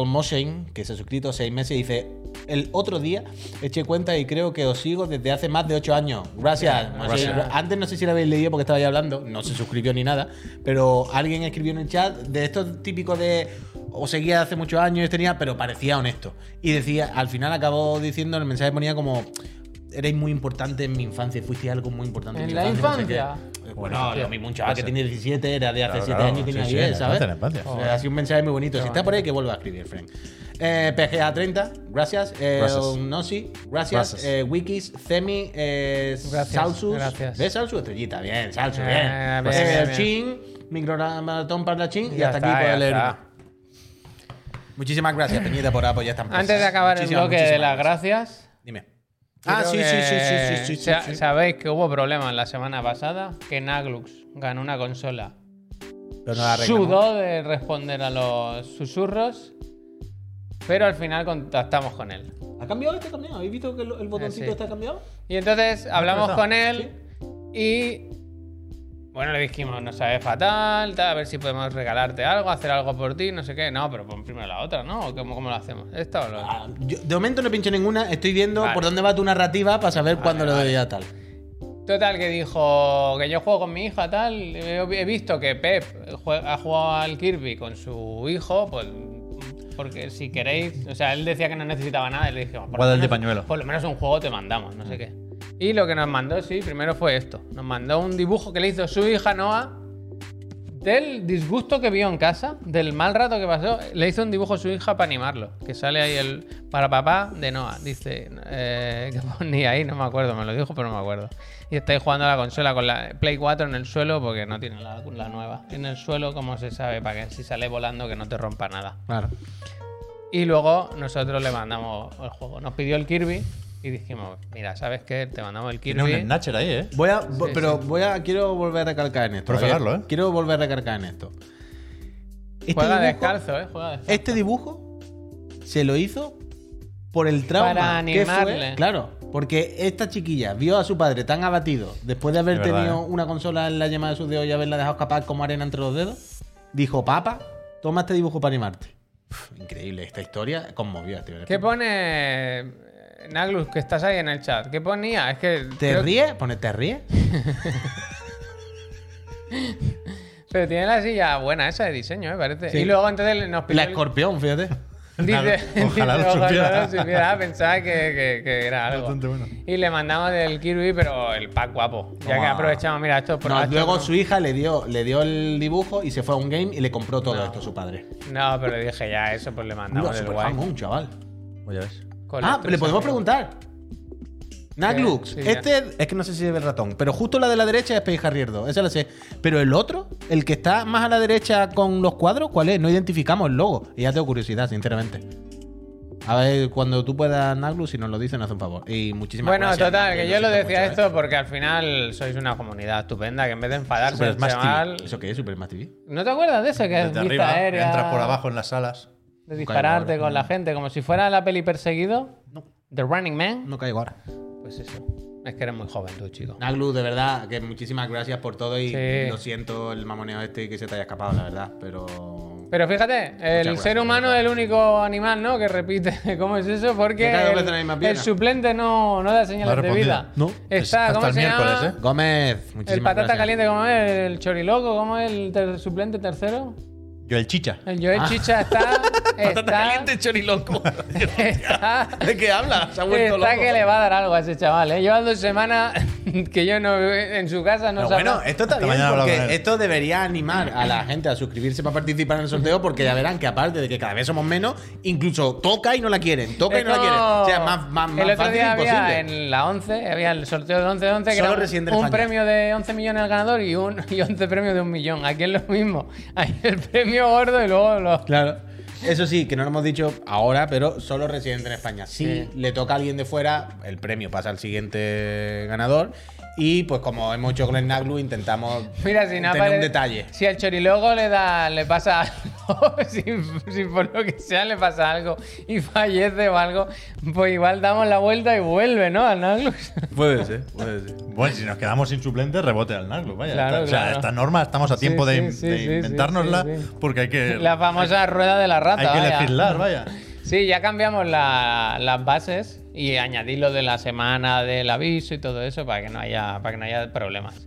Speaker 3: El Moshein, que se ha suscrito seis meses, dice: El otro día eché cuenta y creo que os sigo desde hace más de ocho años. Gracias. Moshein.
Speaker 1: Gracias.
Speaker 3: Antes no sé si lo habéis leído porque estaba ya hablando, no se suscribió ni nada, pero alguien escribió en el chat de estos típicos de. Os seguía hace muchos años, este tenía, pero parecía honesto. Y decía, al final acabó diciendo, el mensaje ponía como. Erais muy importante en mi infancia, fuiste algo muy importante en,
Speaker 1: ¿En
Speaker 3: mi
Speaker 1: la
Speaker 3: no sé
Speaker 1: infancia?
Speaker 3: qué. Bueno, lo mismo un chaval que
Speaker 2: Gracias.
Speaker 3: tiene 17, era de hace
Speaker 2: Claro,
Speaker 3: 7
Speaker 2: claro,
Speaker 3: años y tenía
Speaker 2: sí, sí,
Speaker 3: 10,
Speaker 2: en
Speaker 3: ¿sabes?
Speaker 2: la infancia, en la
Speaker 3: O sea, ha sido un mensaje muy bonito. Si está por ahí, que vuelva a escribir, Frank. Eh, PGA 30, gracias. Eh,
Speaker 2: Gracias.
Speaker 3: Nosi, gracias.
Speaker 2: Gracias.
Speaker 3: Eh, Wikis, Cemi, eh,
Speaker 1: Gracias,
Speaker 3: Salsus.
Speaker 1: gracias.
Speaker 3: ¿Ves Salsus? Estrellita, bien, Salsus,
Speaker 1: Eh,
Speaker 3: bien.
Speaker 1: bien,
Speaker 3: Eh,
Speaker 1: bien, bien.
Speaker 3: Chin, micromaratón para la Chin y
Speaker 1: Ya
Speaker 3: hasta
Speaker 1: está, ya
Speaker 3: aquí por el
Speaker 1: está.
Speaker 3: euro. Muchísimas gracias, Peñita, por apoyar esta empresa.
Speaker 1: Antes de acabar
Speaker 3: Muchísimas,
Speaker 1: el bloque de
Speaker 3: muchísimas
Speaker 1: las gracias.
Speaker 3: Dime.
Speaker 1: creo
Speaker 3: Ah, sí, sí,
Speaker 1: que
Speaker 3: sí, sí, sí, sí, sí,
Speaker 1: sa-
Speaker 3: sí.
Speaker 1: Sabéis que hubo problemas la semana pasada, que Naglux ganó una consola.
Speaker 3: Pero no la arreglamos.
Speaker 1: Sudó de responder a los susurros, pero al final contactamos con él.
Speaker 3: Eh, ¿Ha cambiado este cambiado? ¿Habéis visto que el, el botoncito
Speaker 1: sí.
Speaker 3: está cambiado?
Speaker 2: Ah,
Speaker 1: Y entonces hablamos
Speaker 2: empezado?
Speaker 1: con él Y bueno, le dijimos, no sabes fatal, tal, a ver si podemos regalarte algo, hacer algo por ti, no sé qué. No, pero pon primero la otra, ¿no? ¿O ¿Cómo, cómo lo hacemos? ¿Esta o la otra?
Speaker 3: Ah, yo- de momento no pincho ninguna, estoy viendo
Speaker 1: Vale.
Speaker 3: por dónde va tu narrativa para saber cuándo le doy a tal.
Speaker 1: Total, que dijo que yo juego con mi hija, tal. He he visto que Pep jue- ha jugado al Kirby con su hijo, pues. Porque si queréis. O sea, él decía que no necesitaba nada y le dijimos. por lo
Speaker 2: Guarda el de
Speaker 1: menos-
Speaker 2: pañuelo.
Speaker 1: Por lo menos un juego te mandamos, no sé qué. Y lo que nos mandó, sí, primero fue esto. Nos mandó un dibujo que le hizo su hija Noah del disgusto que vio en casa, del mal rato que pasó, le hizo un dibujo a su hija para animarlo. Que sale ahí el para papá de Noah. Dice, eh, [laughs] que ponía ahí, no me acuerdo, me lo dijo, pero no me acuerdo. Y estáis jugando a la consola con la Play 4 en el suelo, porque no tiene la, la nueva. En el suelo, como se sabe, para que si sale volando que no te rompa nada.
Speaker 3: Claro.
Speaker 1: Y luego nosotros le mandamos el juego. Nos pidió el Kirby y dijimos, mira, ¿sabes qué? Te mandamos el Kirby.
Speaker 2: Tiene un snatcher ahí, ¿eh?
Speaker 3: Voy a, vo- pero voy a, quiero volver a recalcar en esto.
Speaker 2: Profe
Speaker 3: Javier.
Speaker 2: Carlos, ¿eh?
Speaker 3: Quiero volver a recalcar en esto. Este
Speaker 1: Juega
Speaker 3: dibujo-
Speaker 1: descalzo, ¿eh? Juega descalzo.
Speaker 3: Este dibujo se lo hizo por el trauma
Speaker 1: Para
Speaker 3: que fue-
Speaker 1: animarle.
Speaker 3: claro, porque esta chiquilla vio a su padre tan abatido después de haber
Speaker 2: Es verdad,
Speaker 3: tenido
Speaker 2: ¿eh?
Speaker 3: una consola en la yema de sus dedos y haberla dejado escapar como arena entre los dedos. Dijo, papá, toma este dibujo para animarte. Uf, increíble, esta historia conmovió. a este-
Speaker 1: ¿Qué pone eh, Naglus que estás ahí en el chat? ¿Qué ponía? Es que
Speaker 3: ¿Te
Speaker 1: creo-
Speaker 3: ríes? Pone, ¿te ríes?
Speaker 1: pero tiene la silla buena esa de diseño, me parece.
Speaker 3: Sí.
Speaker 1: Y luego entonces nos pidió
Speaker 3: La
Speaker 1: el-
Speaker 3: escorpión, fíjate.
Speaker 1: [laughs] Dice,
Speaker 2: Ojalá lo
Speaker 1: dice,
Speaker 2: supiera.
Speaker 1: lo supiera. Ah, Pensaba que, que- que era algo.
Speaker 2: Bastante bueno.
Speaker 1: Y le mandamos del Kirby, pero el pack guapo. Ya que
Speaker 3: Toma.
Speaker 1: aprovechamos, mira, esto por
Speaker 3: No, luego su hija le dio, le dio el dibujo y se fue a un game y le compró todo esto a su padre.
Speaker 1: No, pero dije ya, eso pues le
Speaker 3: Mira,
Speaker 1: mandamos el
Speaker 3: super
Speaker 1: guay.
Speaker 3: jamón, chaval.
Speaker 2: Oye, ves.
Speaker 1: Con
Speaker 3: Ah,
Speaker 1: los tres
Speaker 3: le
Speaker 1: amigos.
Speaker 3: podemos preguntar. Naglux,
Speaker 1: Sí, sí,
Speaker 3: este es que no sé si se ve el ratón, pero justo la de la derecha es Peijarrierdo, esa la sé. Pero el otro, el que está más a la derecha con los cuadros, ¿cuál es? No identificamos el logo. Y ya tengo curiosidad, sinceramente. A ver, cuando tú puedas, Naglux, si nos lo dices, nos hace un favor. Y muchísimas
Speaker 1: Bueno,
Speaker 3: gracias.
Speaker 1: total,
Speaker 3: Naglux,
Speaker 1: que yo lo
Speaker 3: siento
Speaker 1: decía
Speaker 3: mucho, ¿eh?
Speaker 1: esto porque al final sois una comunidad estupenda que en vez de enfadarse
Speaker 2: Super
Speaker 1: el
Speaker 2: Smash TV.
Speaker 1: chaval...
Speaker 3: ¿eh? ¿Eso qué es? Super Smash TV.
Speaker 1: ¿No te acuerdas de eso? Que es vista
Speaker 2: Desde arriba,
Speaker 1: aérea.
Speaker 2: entras por abajo en las salas.
Speaker 1: De dispararte
Speaker 3: Nunca
Speaker 1: con la gente, como si fuera la peli Perseguido.
Speaker 3: No.
Speaker 1: The Running Man.
Speaker 3: No caigo ahora.
Speaker 1: Pues eso. Es que eres muy joven tú, chico.
Speaker 3: Naglu, de verdad, que muchísimas gracias por todo y
Speaker 1: Sí.
Speaker 3: lo siento el mamoneo este que se te haya escapado, la verdad, pero...
Speaker 1: Pero fíjate, el
Speaker 3: gracias,
Speaker 1: ser humano es el único animal, ¿no? Que repite. [laughs] ¿Cómo es eso? Porque
Speaker 3: Que cada vez
Speaker 1: el,
Speaker 3: tenéis más piernas.
Speaker 1: el suplente no, no da señales
Speaker 2: No ha
Speaker 1: de
Speaker 2: respondido.
Speaker 1: vida.
Speaker 3: No.
Speaker 1: Está,
Speaker 2: Es-
Speaker 1: ¿cómo
Speaker 2: hasta
Speaker 1: se
Speaker 2: el
Speaker 1: llama?
Speaker 2: miércoles, ¿eh?
Speaker 3: Gómez,
Speaker 1: El
Speaker 3: muchísimas
Speaker 1: patata
Speaker 3: gracias. [laughs]
Speaker 1: caliente, ¿cómo es? El choriloco, ¿cómo es el ter- suplente tercero?
Speaker 2: Yo el chicha.
Speaker 1: El Joel
Speaker 3: Ah.
Speaker 1: Chicha
Speaker 3: [laughs]
Speaker 1: está. está,
Speaker 3: choriloco. [laughs]
Speaker 1: está
Speaker 3: ¿De qué habla? Se ha vuelto
Speaker 1: Está
Speaker 3: loco.
Speaker 1: que le va a dar algo a ese chaval, ¿eh? Lleva dos semanas [laughs] que yo no en su casa no
Speaker 3: Pero
Speaker 1: sabrá.
Speaker 3: bueno, esto está
Speaker 2: Esta
Speaker 3: bien
Speaker 2: mañana hablaba con
Speaker 3: porque
Speaker 2: él.
Speaker 3: esto debería animar a la gente a suscribirse para participar en el sorteo porque ya verán que aparte de que cada vez somos menos, incluso toca y no la quieren, toca y
Speaker 1: Es
Speaker 3: no la quieren.
Speaker 1: como-
Speaker 3: O sea, más, más, más
Speaker 1: El otro
Speaker 3: fácil
Speaker 1: día había
Speaker 3: imposible.
Speaker 1: en la 11, había el sorteo del 11 de 11 que
Speaker 3: Solo
Speaker 1: era un-
Speaker 3: Resident
Speaker 1: un
Speaker 3: España.
Speaker 1: premio de 11 millones al ganador y, un, y 11 premios de un millón. Aquí es lo mismo. Hay el premio gordo y luego los...
Speaker 3: Claro. Eso sí, que no lo hemos dicho ahora, pero solo residente en España. Si
Speaker 1: Sí.
Speaker 3: le toca a alguien de fuera, el premio pasa al siguiente ganador. Y pues como hemos hecho con el Naglu, intentamos
Speaker 1: Mira, si
Speaker 3: tener
Speaker 1: no
Speaker 3: un
Speaker 1: aparece-
Speaker 3: detalle.
Speaker 1: Si al chorilogo le da, le pasa algo, [laughs] si, si por lo que sea le pasa algo y fallece o algo, pues igual damos la vuelta y vuelve, ¿no? Al Naglus.
Speaker 3: [laughs] Puede ser, puede ser.
Speaker 2: Bueno, si nos quedamos sin suplente, rebote al Narclub. Vaya,
Speaker 1: Claro,
Speaker 2: Esta- o sea,
Speaker 1: claro.
Speaker 2: esta norma estamos a
Speaker 1: Sí,
Speaker 2: tiempo de,
Speaker 1: sí, sí,
Speaker 2: de
Speaker 1: sí, sí,
Speaker 2: inventárnosla
Speaker 1: sí, sí.
Speaker 2: porque hay que,
Speaker 1: La famosa rueda de la rata.
Speaker 2: hay que
Speaker 1: vaya.
Speaker 2: legislar, vaya.
Speaker 1: Sí, ya cambiamos la- las bases y añadí lo de la semana del aviso y todo eso para que no haya, para que no haya problemas.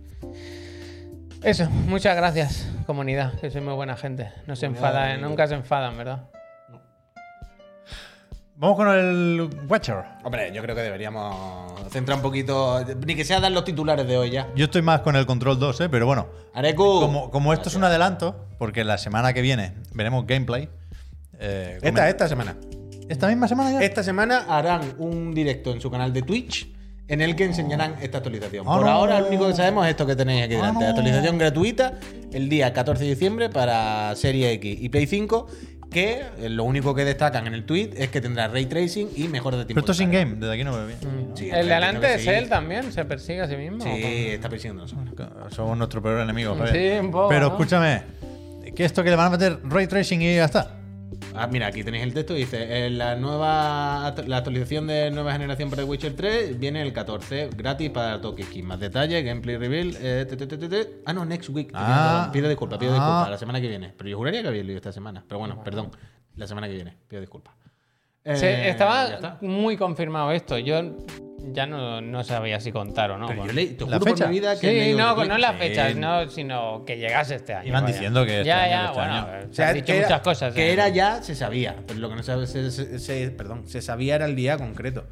Speaker 1: Eso, muchas gracias, comunidad, que soy muy buena gente. No se enfada, eh, nunca se enfadan, ¿verdad?
Speaker 2: Vamos con el Watcher.
Speaker 3: Hombre, yo creo que deberíamos centrar un poquito. Ni que sea dar los titulares de hoy ya.
Speaker 2: Yo estoy más con el Control 2, ¿eh? pero bueno.
Speaker 3: Arecu.
Speaker 2: Como, como esto es un adelanto, porque la semana que viene veremos gameplay. eh,
Speaker 3: Esta,
Speaker 2: comen-
Speaker 3: esta semana.
Speaker 2: ¿Esta misma semana ya?
Speaker 3: Esta semana harán un directo en su canal de Twitch en el que enseñarán esta actualización.
Speaker 2: Ah,
Speaker 3: Por
Speaker 2: no.
Speaker 3: ahora, lo único que sabemos es esto que tenéis aquí delante.
Speaker 2: no.
Speaker 3: Actualización gratuita el día 14 de diciembre para Serie X y Play 5, que eh, lo único que destacan en el tweet es que tendrá ray tracing y mejora de
Speaker 2: pero
Speaker 3: tiempo.
Speaker 2: esto es
Speaker 3: de carga.
Speaker 2: in-game, desde aquí no veo bien.
Speaker 3: Sí,
Speaker 1: El de
Speaker 3: entiendo que
Speaker 1: adelante es
Speaker 3: sí.
Speaker 1: él también, se persigue a sí mismo.
Speaker 3: Sí, está persiguiendo nosotros.
Speaker 2: Somos nuestro peor enemigo.
Speaker 1: Sí,
Speaker 2: Javier.
Speaker 1: un poco,
Speaker 2: Pero
Speaker 1: ¿no?
Speaker 2: escúchame, que esto que le van a meter ray tracing y ya está.
Speaker 3: Ah, mira, aquí tenéis el texto. Dice: eh, la, nueva, actu- la actualización de nueva generación para The Witcher 3 viene el 14, gratis para Tokyo Skin. Más detalles, gameplay reveal. eh, te, te, te, te, te. Ah, no, next week.
Speaker 2: Ah.
Speaker 3: pido disculpas, pido
Speaker 2: Ah.
Speaker 3: disculpas. La semana que viene. Pero yo juraría que había leído esta semana. Pero bueno, perdón. La semana que viene, pido disculpas.
Speaker 1: Se-
Speaker 3: Eh, ya
Speaker 1: estaba
Speaker 3: está.
Speaker 1: muy confirmado esto. Yo ya no, no sabía si contar o no.
Speaker 3: Pero yo
Speaker 1: bueno.
Speaker 3: leí, te
Speaker 2: ¿La
Speaker 3: juro por
Speaker 2: fecha?
Speaker 3: mi vida que "Eh, he
Speaker 1: Sí,
Speaker 3: leído
Speaker 1: no,
Speaker 3: Tokyo
Speaker 1: no las
Speaker 2: Sí.
Speaker 1: fechas, no, sino que llegase este año.
Speaker 2: Iban diciendo que este
Speaker 1: Ya,
Speaker 2: año,
Speaker 1: ya,
Speaker 2: este
Speaker 1: bueno.
Speaker 2: año.
Speaker 1: se
Speaker 4: O sea,
Speaker 1: han dicho
Speaker 4: que era-
Speaker 1: muchas cosas.
Speaker 4: que
Speaker 1: eh.
Speaker 4: era
Speaker 3: ya se sabía, pero lo que no sabe
Speaker 4: Se, se- se- perdón, se sabía era el día concreto.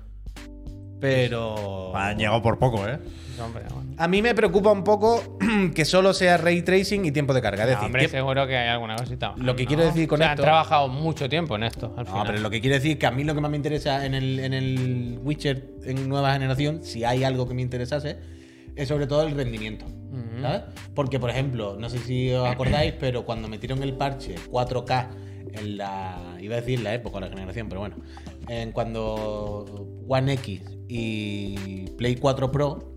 Speaker 4: Pero.
Speaker 2: Han llegado por poco, ¿eh?
Speaker 1: No, este hombre, bueno.
Speaker 4: A mí me preocupa un poco [clears throat] que solo sea ray tracing y tiempo de carga. Es
Speaker 1: No,
Speaker 4: decir,
Speaker 1: hombre,
Speaker 4: tiemp-
Speaker 1: seguro que hay alguna cosita.
Speaker 4: Lo que
Speaker 1: ¿no?
Speaker 4: quiero decir con
Speaker 1: O sea,
Speaker 4: esto-
Speaker 1: Han trabajado mucho tiempo en esto. Al
Speaker 3: No,
Speaker 1: final.
Speaker 3: pero lo que quiero decir que a mí lo que más me interesa en el, en el Witcher en nueva generación, si hay algo que me interesase, es sobre todo el rendimiento.
Speaker 1: Ujú.
Speaker 3: ¿Sabes? Porque, por ejemplo, no sé si os acordáis, pero cuando metieron el parche 4K en la. iba a decir la época, la generación, pero bueno. En cuando One X y Play 4 Pro.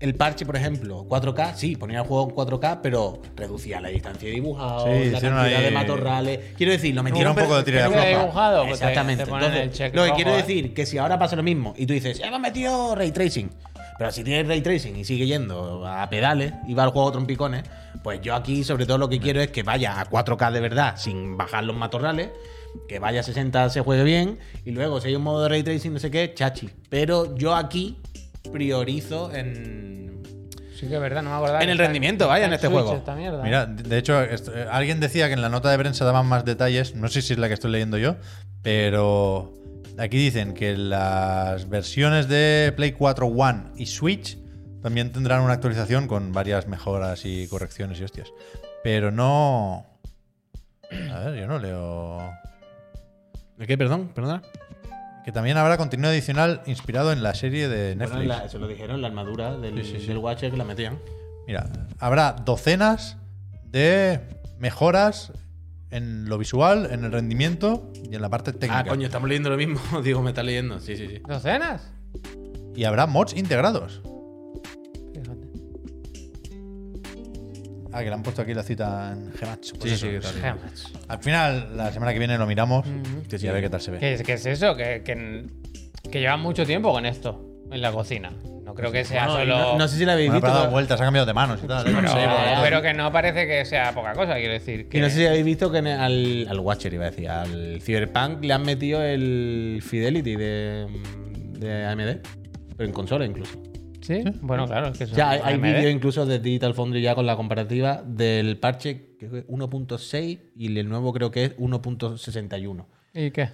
Speaker 3: El parche, por ejemplo, 4K, sí, ponía el juego en 4K, pero reducía la distancia de dibujado,
Speaker 2: Sí,
Speaker 3: la
Speaker 2: hicieron
Speaker 3: cantidad
Speaker 2: ahí-
Speaker 3: de matorrales. Quiero decir, lo metieron.
Speaker 2: un poco de
Speaker 3: per-
Speaker 2: tira de
Speaker 3: pero-
Speaker 2: afloja.
Speaker 1: Te he dibujado, pues, te-
Speaker 3: Exactamente.
Speaker 1: te ponen
Speaker 3: Entonces,
Speaker 1: el check
Speaker 3: lo que
Speaker 1: rojo,
Speaker 3: quiero
Speaker 1: ¿eh?
Speaker 3: decir que si ahora pasa lo mismo y tú dices, hemos metido ray tracing, pero si tienes ray tracing y sigue yendo a pedales y va al juego a trompicones, pues yo aquí sobre todo lo que quiero es que vaya a 4K de verdad sin bajar los matorrales, que vaya a 60, se juegue bien y luego si hay un modo de ray tracing, no sé qué, chachi. Pero yo aquí priorizo en.
Speaker 1: Sí que es verdad, no me acordaba.
Speaker 3: En
Speaker 1: que
Speaker 3: el
Speaker 1: está
Speaker 3: rendimiento, vaya,
Speaker 1: está
Speaker 3: en este
Speaker 1: Switch
Speaker 3: juego.
Speaker 1: esta mierda.
Speaker 2: Mira, de de hecho, est- eh, alguien decía que en la nota de prensa daban más detalles, no sé si es la que estoy leyendo yo, pero aquí dicen que las versiones de Play 4 One y Switch también tendrán una actualización con varias mejoras y correcciones y hostias. Pero no... A ver, yo no leo...
Speaker 3: ¿De qué? Perdón, perdona.
Speaker 2: Que también habrá contenido adicional inspirado en la serie de Netflix.
Speaker 3: Bueno, la- se lo dijeron, la armadura del,
Speaker 2: Sí, sí, sí.
Speaker 3: del Watcher que la metían.
Speaker 2: Mira, habrá docenas de mejoras en lo visual, en el rendimiento y en la parte técnica.
Speaker 3: Ah, coño, estamos leyendo lo mismo. [laughs] Digo, me está leyendo. Sí, sí, sí.
Speaker 1: ¿Docenas?
Speaker 2: Y habrá mods integrados.
Speaker 1: Fíjate.
Speaker 2: Ah, que le han puesto aquí la cita en Gematsu. Pues eso.
Speaker 1: Gemas.
Speaker 2: Al final, la semana que viene lo miramos
Speaker 3: Sí, sí.
Speaker 2: y a ver qué tal se ve.
Speaker 1: ¿Qué, es- qué es eso? Que, que, que llevan mucho tiempo con esto en la cocina. No creo que sea
Speaker 3: Bueno,
Speaker 1: solo.
Speaker 3: no, no sé si la habéis
Speaker 2: Bueno,
Speaker 3: visto.
Speaker 2: pero ha dado
Speaker 3: pero-
Speaker 2: vueltas, ha cambiado de manos y tal.
Speaker 1: pero,
Speaker 2: No sé, bueno,
Speaker 1: pero que no parece que sea poca cosa, quiero decir. Que,
Speaker 3: y no sé si habéis visto que en el- al, al Watcher, iba a decir, al Cyberpunk le han metido el Fidelity de, de AMD. Pero en consola incluso.
Speaker 1: ¿Sí? Bueno, claro, es que eso
Speaker 3: Ya hay,
Speaker 1: es
Speaker 3: hay
Speaker 1: AMD.
Speaker 3: vídeos incluso de Digital Foundry ya con la comparativa del parche que es 1.6 y el nuevo creo que es 1.61.
Speaker 1: ¿Y qué?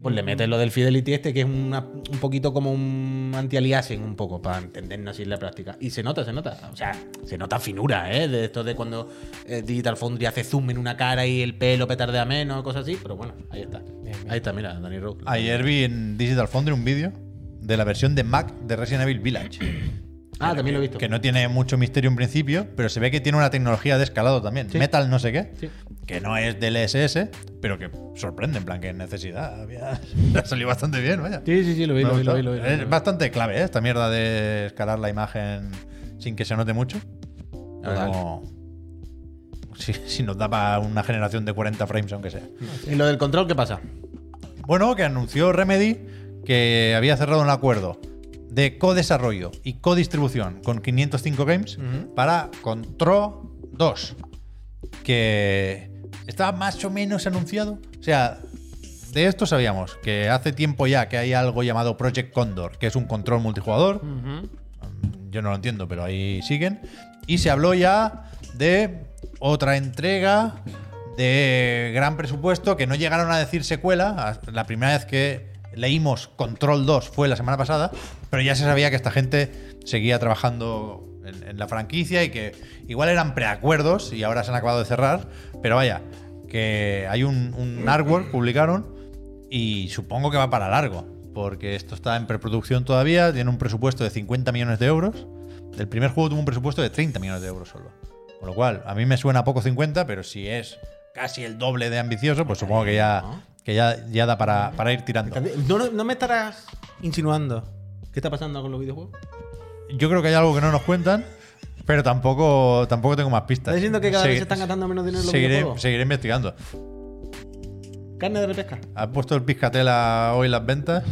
Speaker 3: Pues le metes lo del Fidelity este, que es una- un poquito como un anti-aliasing, un poco, para entendernos así en la práctica. Y se nota, se nota. O sea, se nota finura, ¿eh? De esto de cuando eh, Digital Foundry hace zoom en una cara y el pelo petardea menos, cosas así. Pero bueno, ahí está.
Speaker 1: bien.
Speaker 3: Ahí está, mira, Danny Rowe.
Speaker 2: Ayer vi en Digital Foundry un vídeo de la versión de Mac de Resident Evil Village.
Speaker 3: Ah, también lo he visto.
Speaker 2: Que no tiene mucho misterio en principio, pero se ve que tiene una tecnología de escalado también. Metal no sé qué.
Speaker 3: Sí.
Speaker 2: Que no es del SS, pero que sorprende, en plan, que necesidad. Había... [laughs] ha salido bastante bien, vaya.
Speaker 3: Sí, sí, sí, lo vi,
Speaker 2: Me
Speaker 3: lo
Speaker 2: ha
Speaker 3: vi, lo
Speaker 2: gustado.
Speaker 3: vi, lo vi, lo vi.
Speaker 2: Es bastante clave ¿eh? esta mierda de escalar la imagen sin que se note mucho.
Speaker 3: La verdad.
Speaker 2: Como- [laughs] Si, si nos da para una generación de 40 frames, aunque sea.
Speaker 3: ¿Y lo del control qué pasa?
Speaker 2: Bueno, que anunció Remedy que había cerrado un acuerdo de co-desarrollo y co-distribución con 505 Games para Control 2, que estaba más o menos anunciado. O sea, de esto sabíamos que hace tiempo ya que hay algo llamado Project Condor, que es un control multijugador.
Speaker 1: Ujú.
Speaker 2: Mm, Yo no lo entiendo, pero ahí siguen. Y se habló ya de otra entrega de gran presupuesto que no llegaron a decir secuela. La primera vez que leímos Control 2 fue la semana pasada, pero ya se sabía que esta gente seguía trabajando en, en la franquicia y que igual eran preacuerdos y ahora se han acabado de cerrar. Pero vaya, que hay un, un artwork publicaron y supongo que va para largo, porque esto está en preproducción todavía, tiene un presupuesto de 50 millones de euros. El primer juego tuvo un presupuesto de 30 millones de euros solo. Con lo cual, a mí me suena poco 50, pero si es casi el doble de ambicioso, pues supongo que ya, que ya, ya da para, para ir tirando.
Speaker 3: ¿No, no, no me estarás insinuando qué está pasando con los videojuegos?
Speaker 2: Yo creo que hay algo que no nos cuentan, pero tampoco, tampoco tengo más pistas.
Speaker 3: ¿Estás diciendo que cada
Speaker 2: Segui-
Speaker 3: vez se están gastando menos dinero en los
Speaker 2: seguiré,
Speaker 3: videojuegos?
Speaker 2: seguiré investigando.
Speaker 3: Carne de repesca.
Speaker 2: ¿Has puesto el piscatela hoy en las ventas?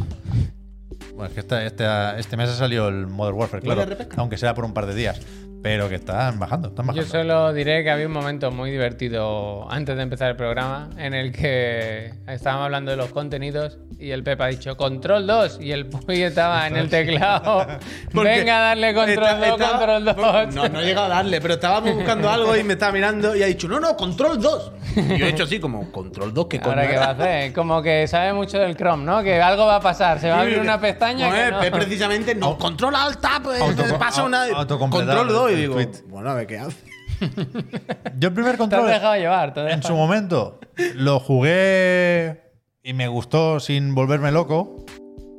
Speaker 2: Bueno, es que esta- esta- este mes ha salido el Modern Warfare,
Speaker 3: ¿No
Speaker 2: claro.
Speaker 3: le repesca?
Speaker 2: Aunque sea por un par de días. Pero que están bajando, están
Speaker 1: Yo
Speaker 2: bajando.
Speaker 1: solo diré que había un momento muy divertido antes de empezar el programa en el que estábamos hablando de los contenidos y el Pepe ha dicho control 2 y el Puy estaba en el
Speaker 2: [laughs]
Speaker 1: teclado.
Speaker 4: Porque
Speaker 1: Venga, darle control
Speaker 4: Está-
Speaker 1: 2,
Speaker 4: estaba-
Speaker 1: control 2.
Speaker 4: No, no he llegado a darle, pero estábamos buscando algo y me estaba mirando y ha dicho, no, no, control 2.
Speaker 3: Yo he hecho así como control 2 que
Speaker 1: [laughs] Ahora qué va a hacer, como que sabe mucho del Chrome, ¿no? Que algo va a pasar, se va a abrir una pestaña
Speaker 3: pues,
Speaker 1: que no.
Speaker 4: es precisamente no. Control alt
Speaker 3: ah,
Speaker 4: tab, eh,
Speaker 2: Autoco-
Speaker 4: pasa una.
Speaker 2: au- autocompletar
Speaker 4: Control 2 y
Speaker 2: el
Speaker 4: digo,
Speaker 2: tweet.
Speaker 4: bueno, a ver qué hace.
Speaker 2: Yo el primer
Speaker 1: Te has
Speaker 2: control
Speaker 1: dejado llevar, te has
Speaker 2: en
Speaker 1: dejado-
Speaker 2: su momento lo jugué y me gustó sin volverme loco.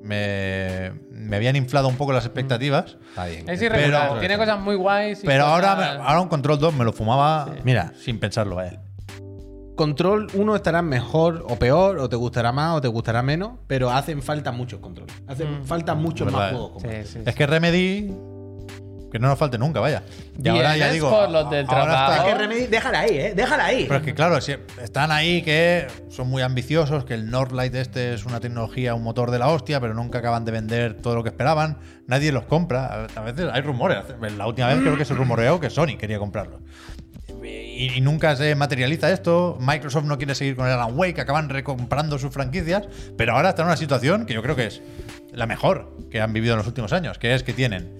Speaker 2: Me, me habían inflado un poco las expectativas.
Speaker 1: Mm.
Speaker 3: Está bien.
Speaker 1: Es irregular,
Speaker 2: Pero-
Speaker 1: tiene cosas muy guays. y
Speaker 2: Pero ahora,
Speaker 1: cosas-
Speaker 2: me- ahora un control 2 me lo fumaba
Speaker 3: Mira,
Speaker 2: sin pensarlo, vaya.
Speaker 3: Control 1 estará mejor o peor, o te gustará más o te gustará menos, pero hacen falta muchos controles. Hacen falta muchos
Speaker 2: Verdad,
Speaker 3: más
Speaker 2: eh.
Speaker 3: juegos. como
Speaker 1: Mm. Sí,
Speaker 3: este.
Speaker 1: sí, sí.
Speaker 2: Es que Remedy. Que no nos falte nunca, vaya. Y
Speaker 1: Bien,
Speaker 2: ahora ya
Speaker 1: es
Speaker 2: digo.
Speaker 1: por los del
Speaker 2: ahora está-
Speaker 1: trabajo.
Speaker 3: Que Remedy, déjala ahí, eh. Déjala ahí.
Speaker 2: Pero es que claro, si están ahí que son muy ambiciosos, que el Northlight este es una tecnología, un motor de la hostia, pero nunca acaban de vender todo lo que esperaban. Nadie los compra. A veces hay rumores. La última vez creo que se rumoreó que Sony quería comprarlo. Y, y nunca se materializa esto. Microsoft no quiere seguir con el Alan Wake, acaban recomprando sus franquicias, pero ahora están en una situación que yo creo que es la mejor que han vivido en los últimos años, que es que tienen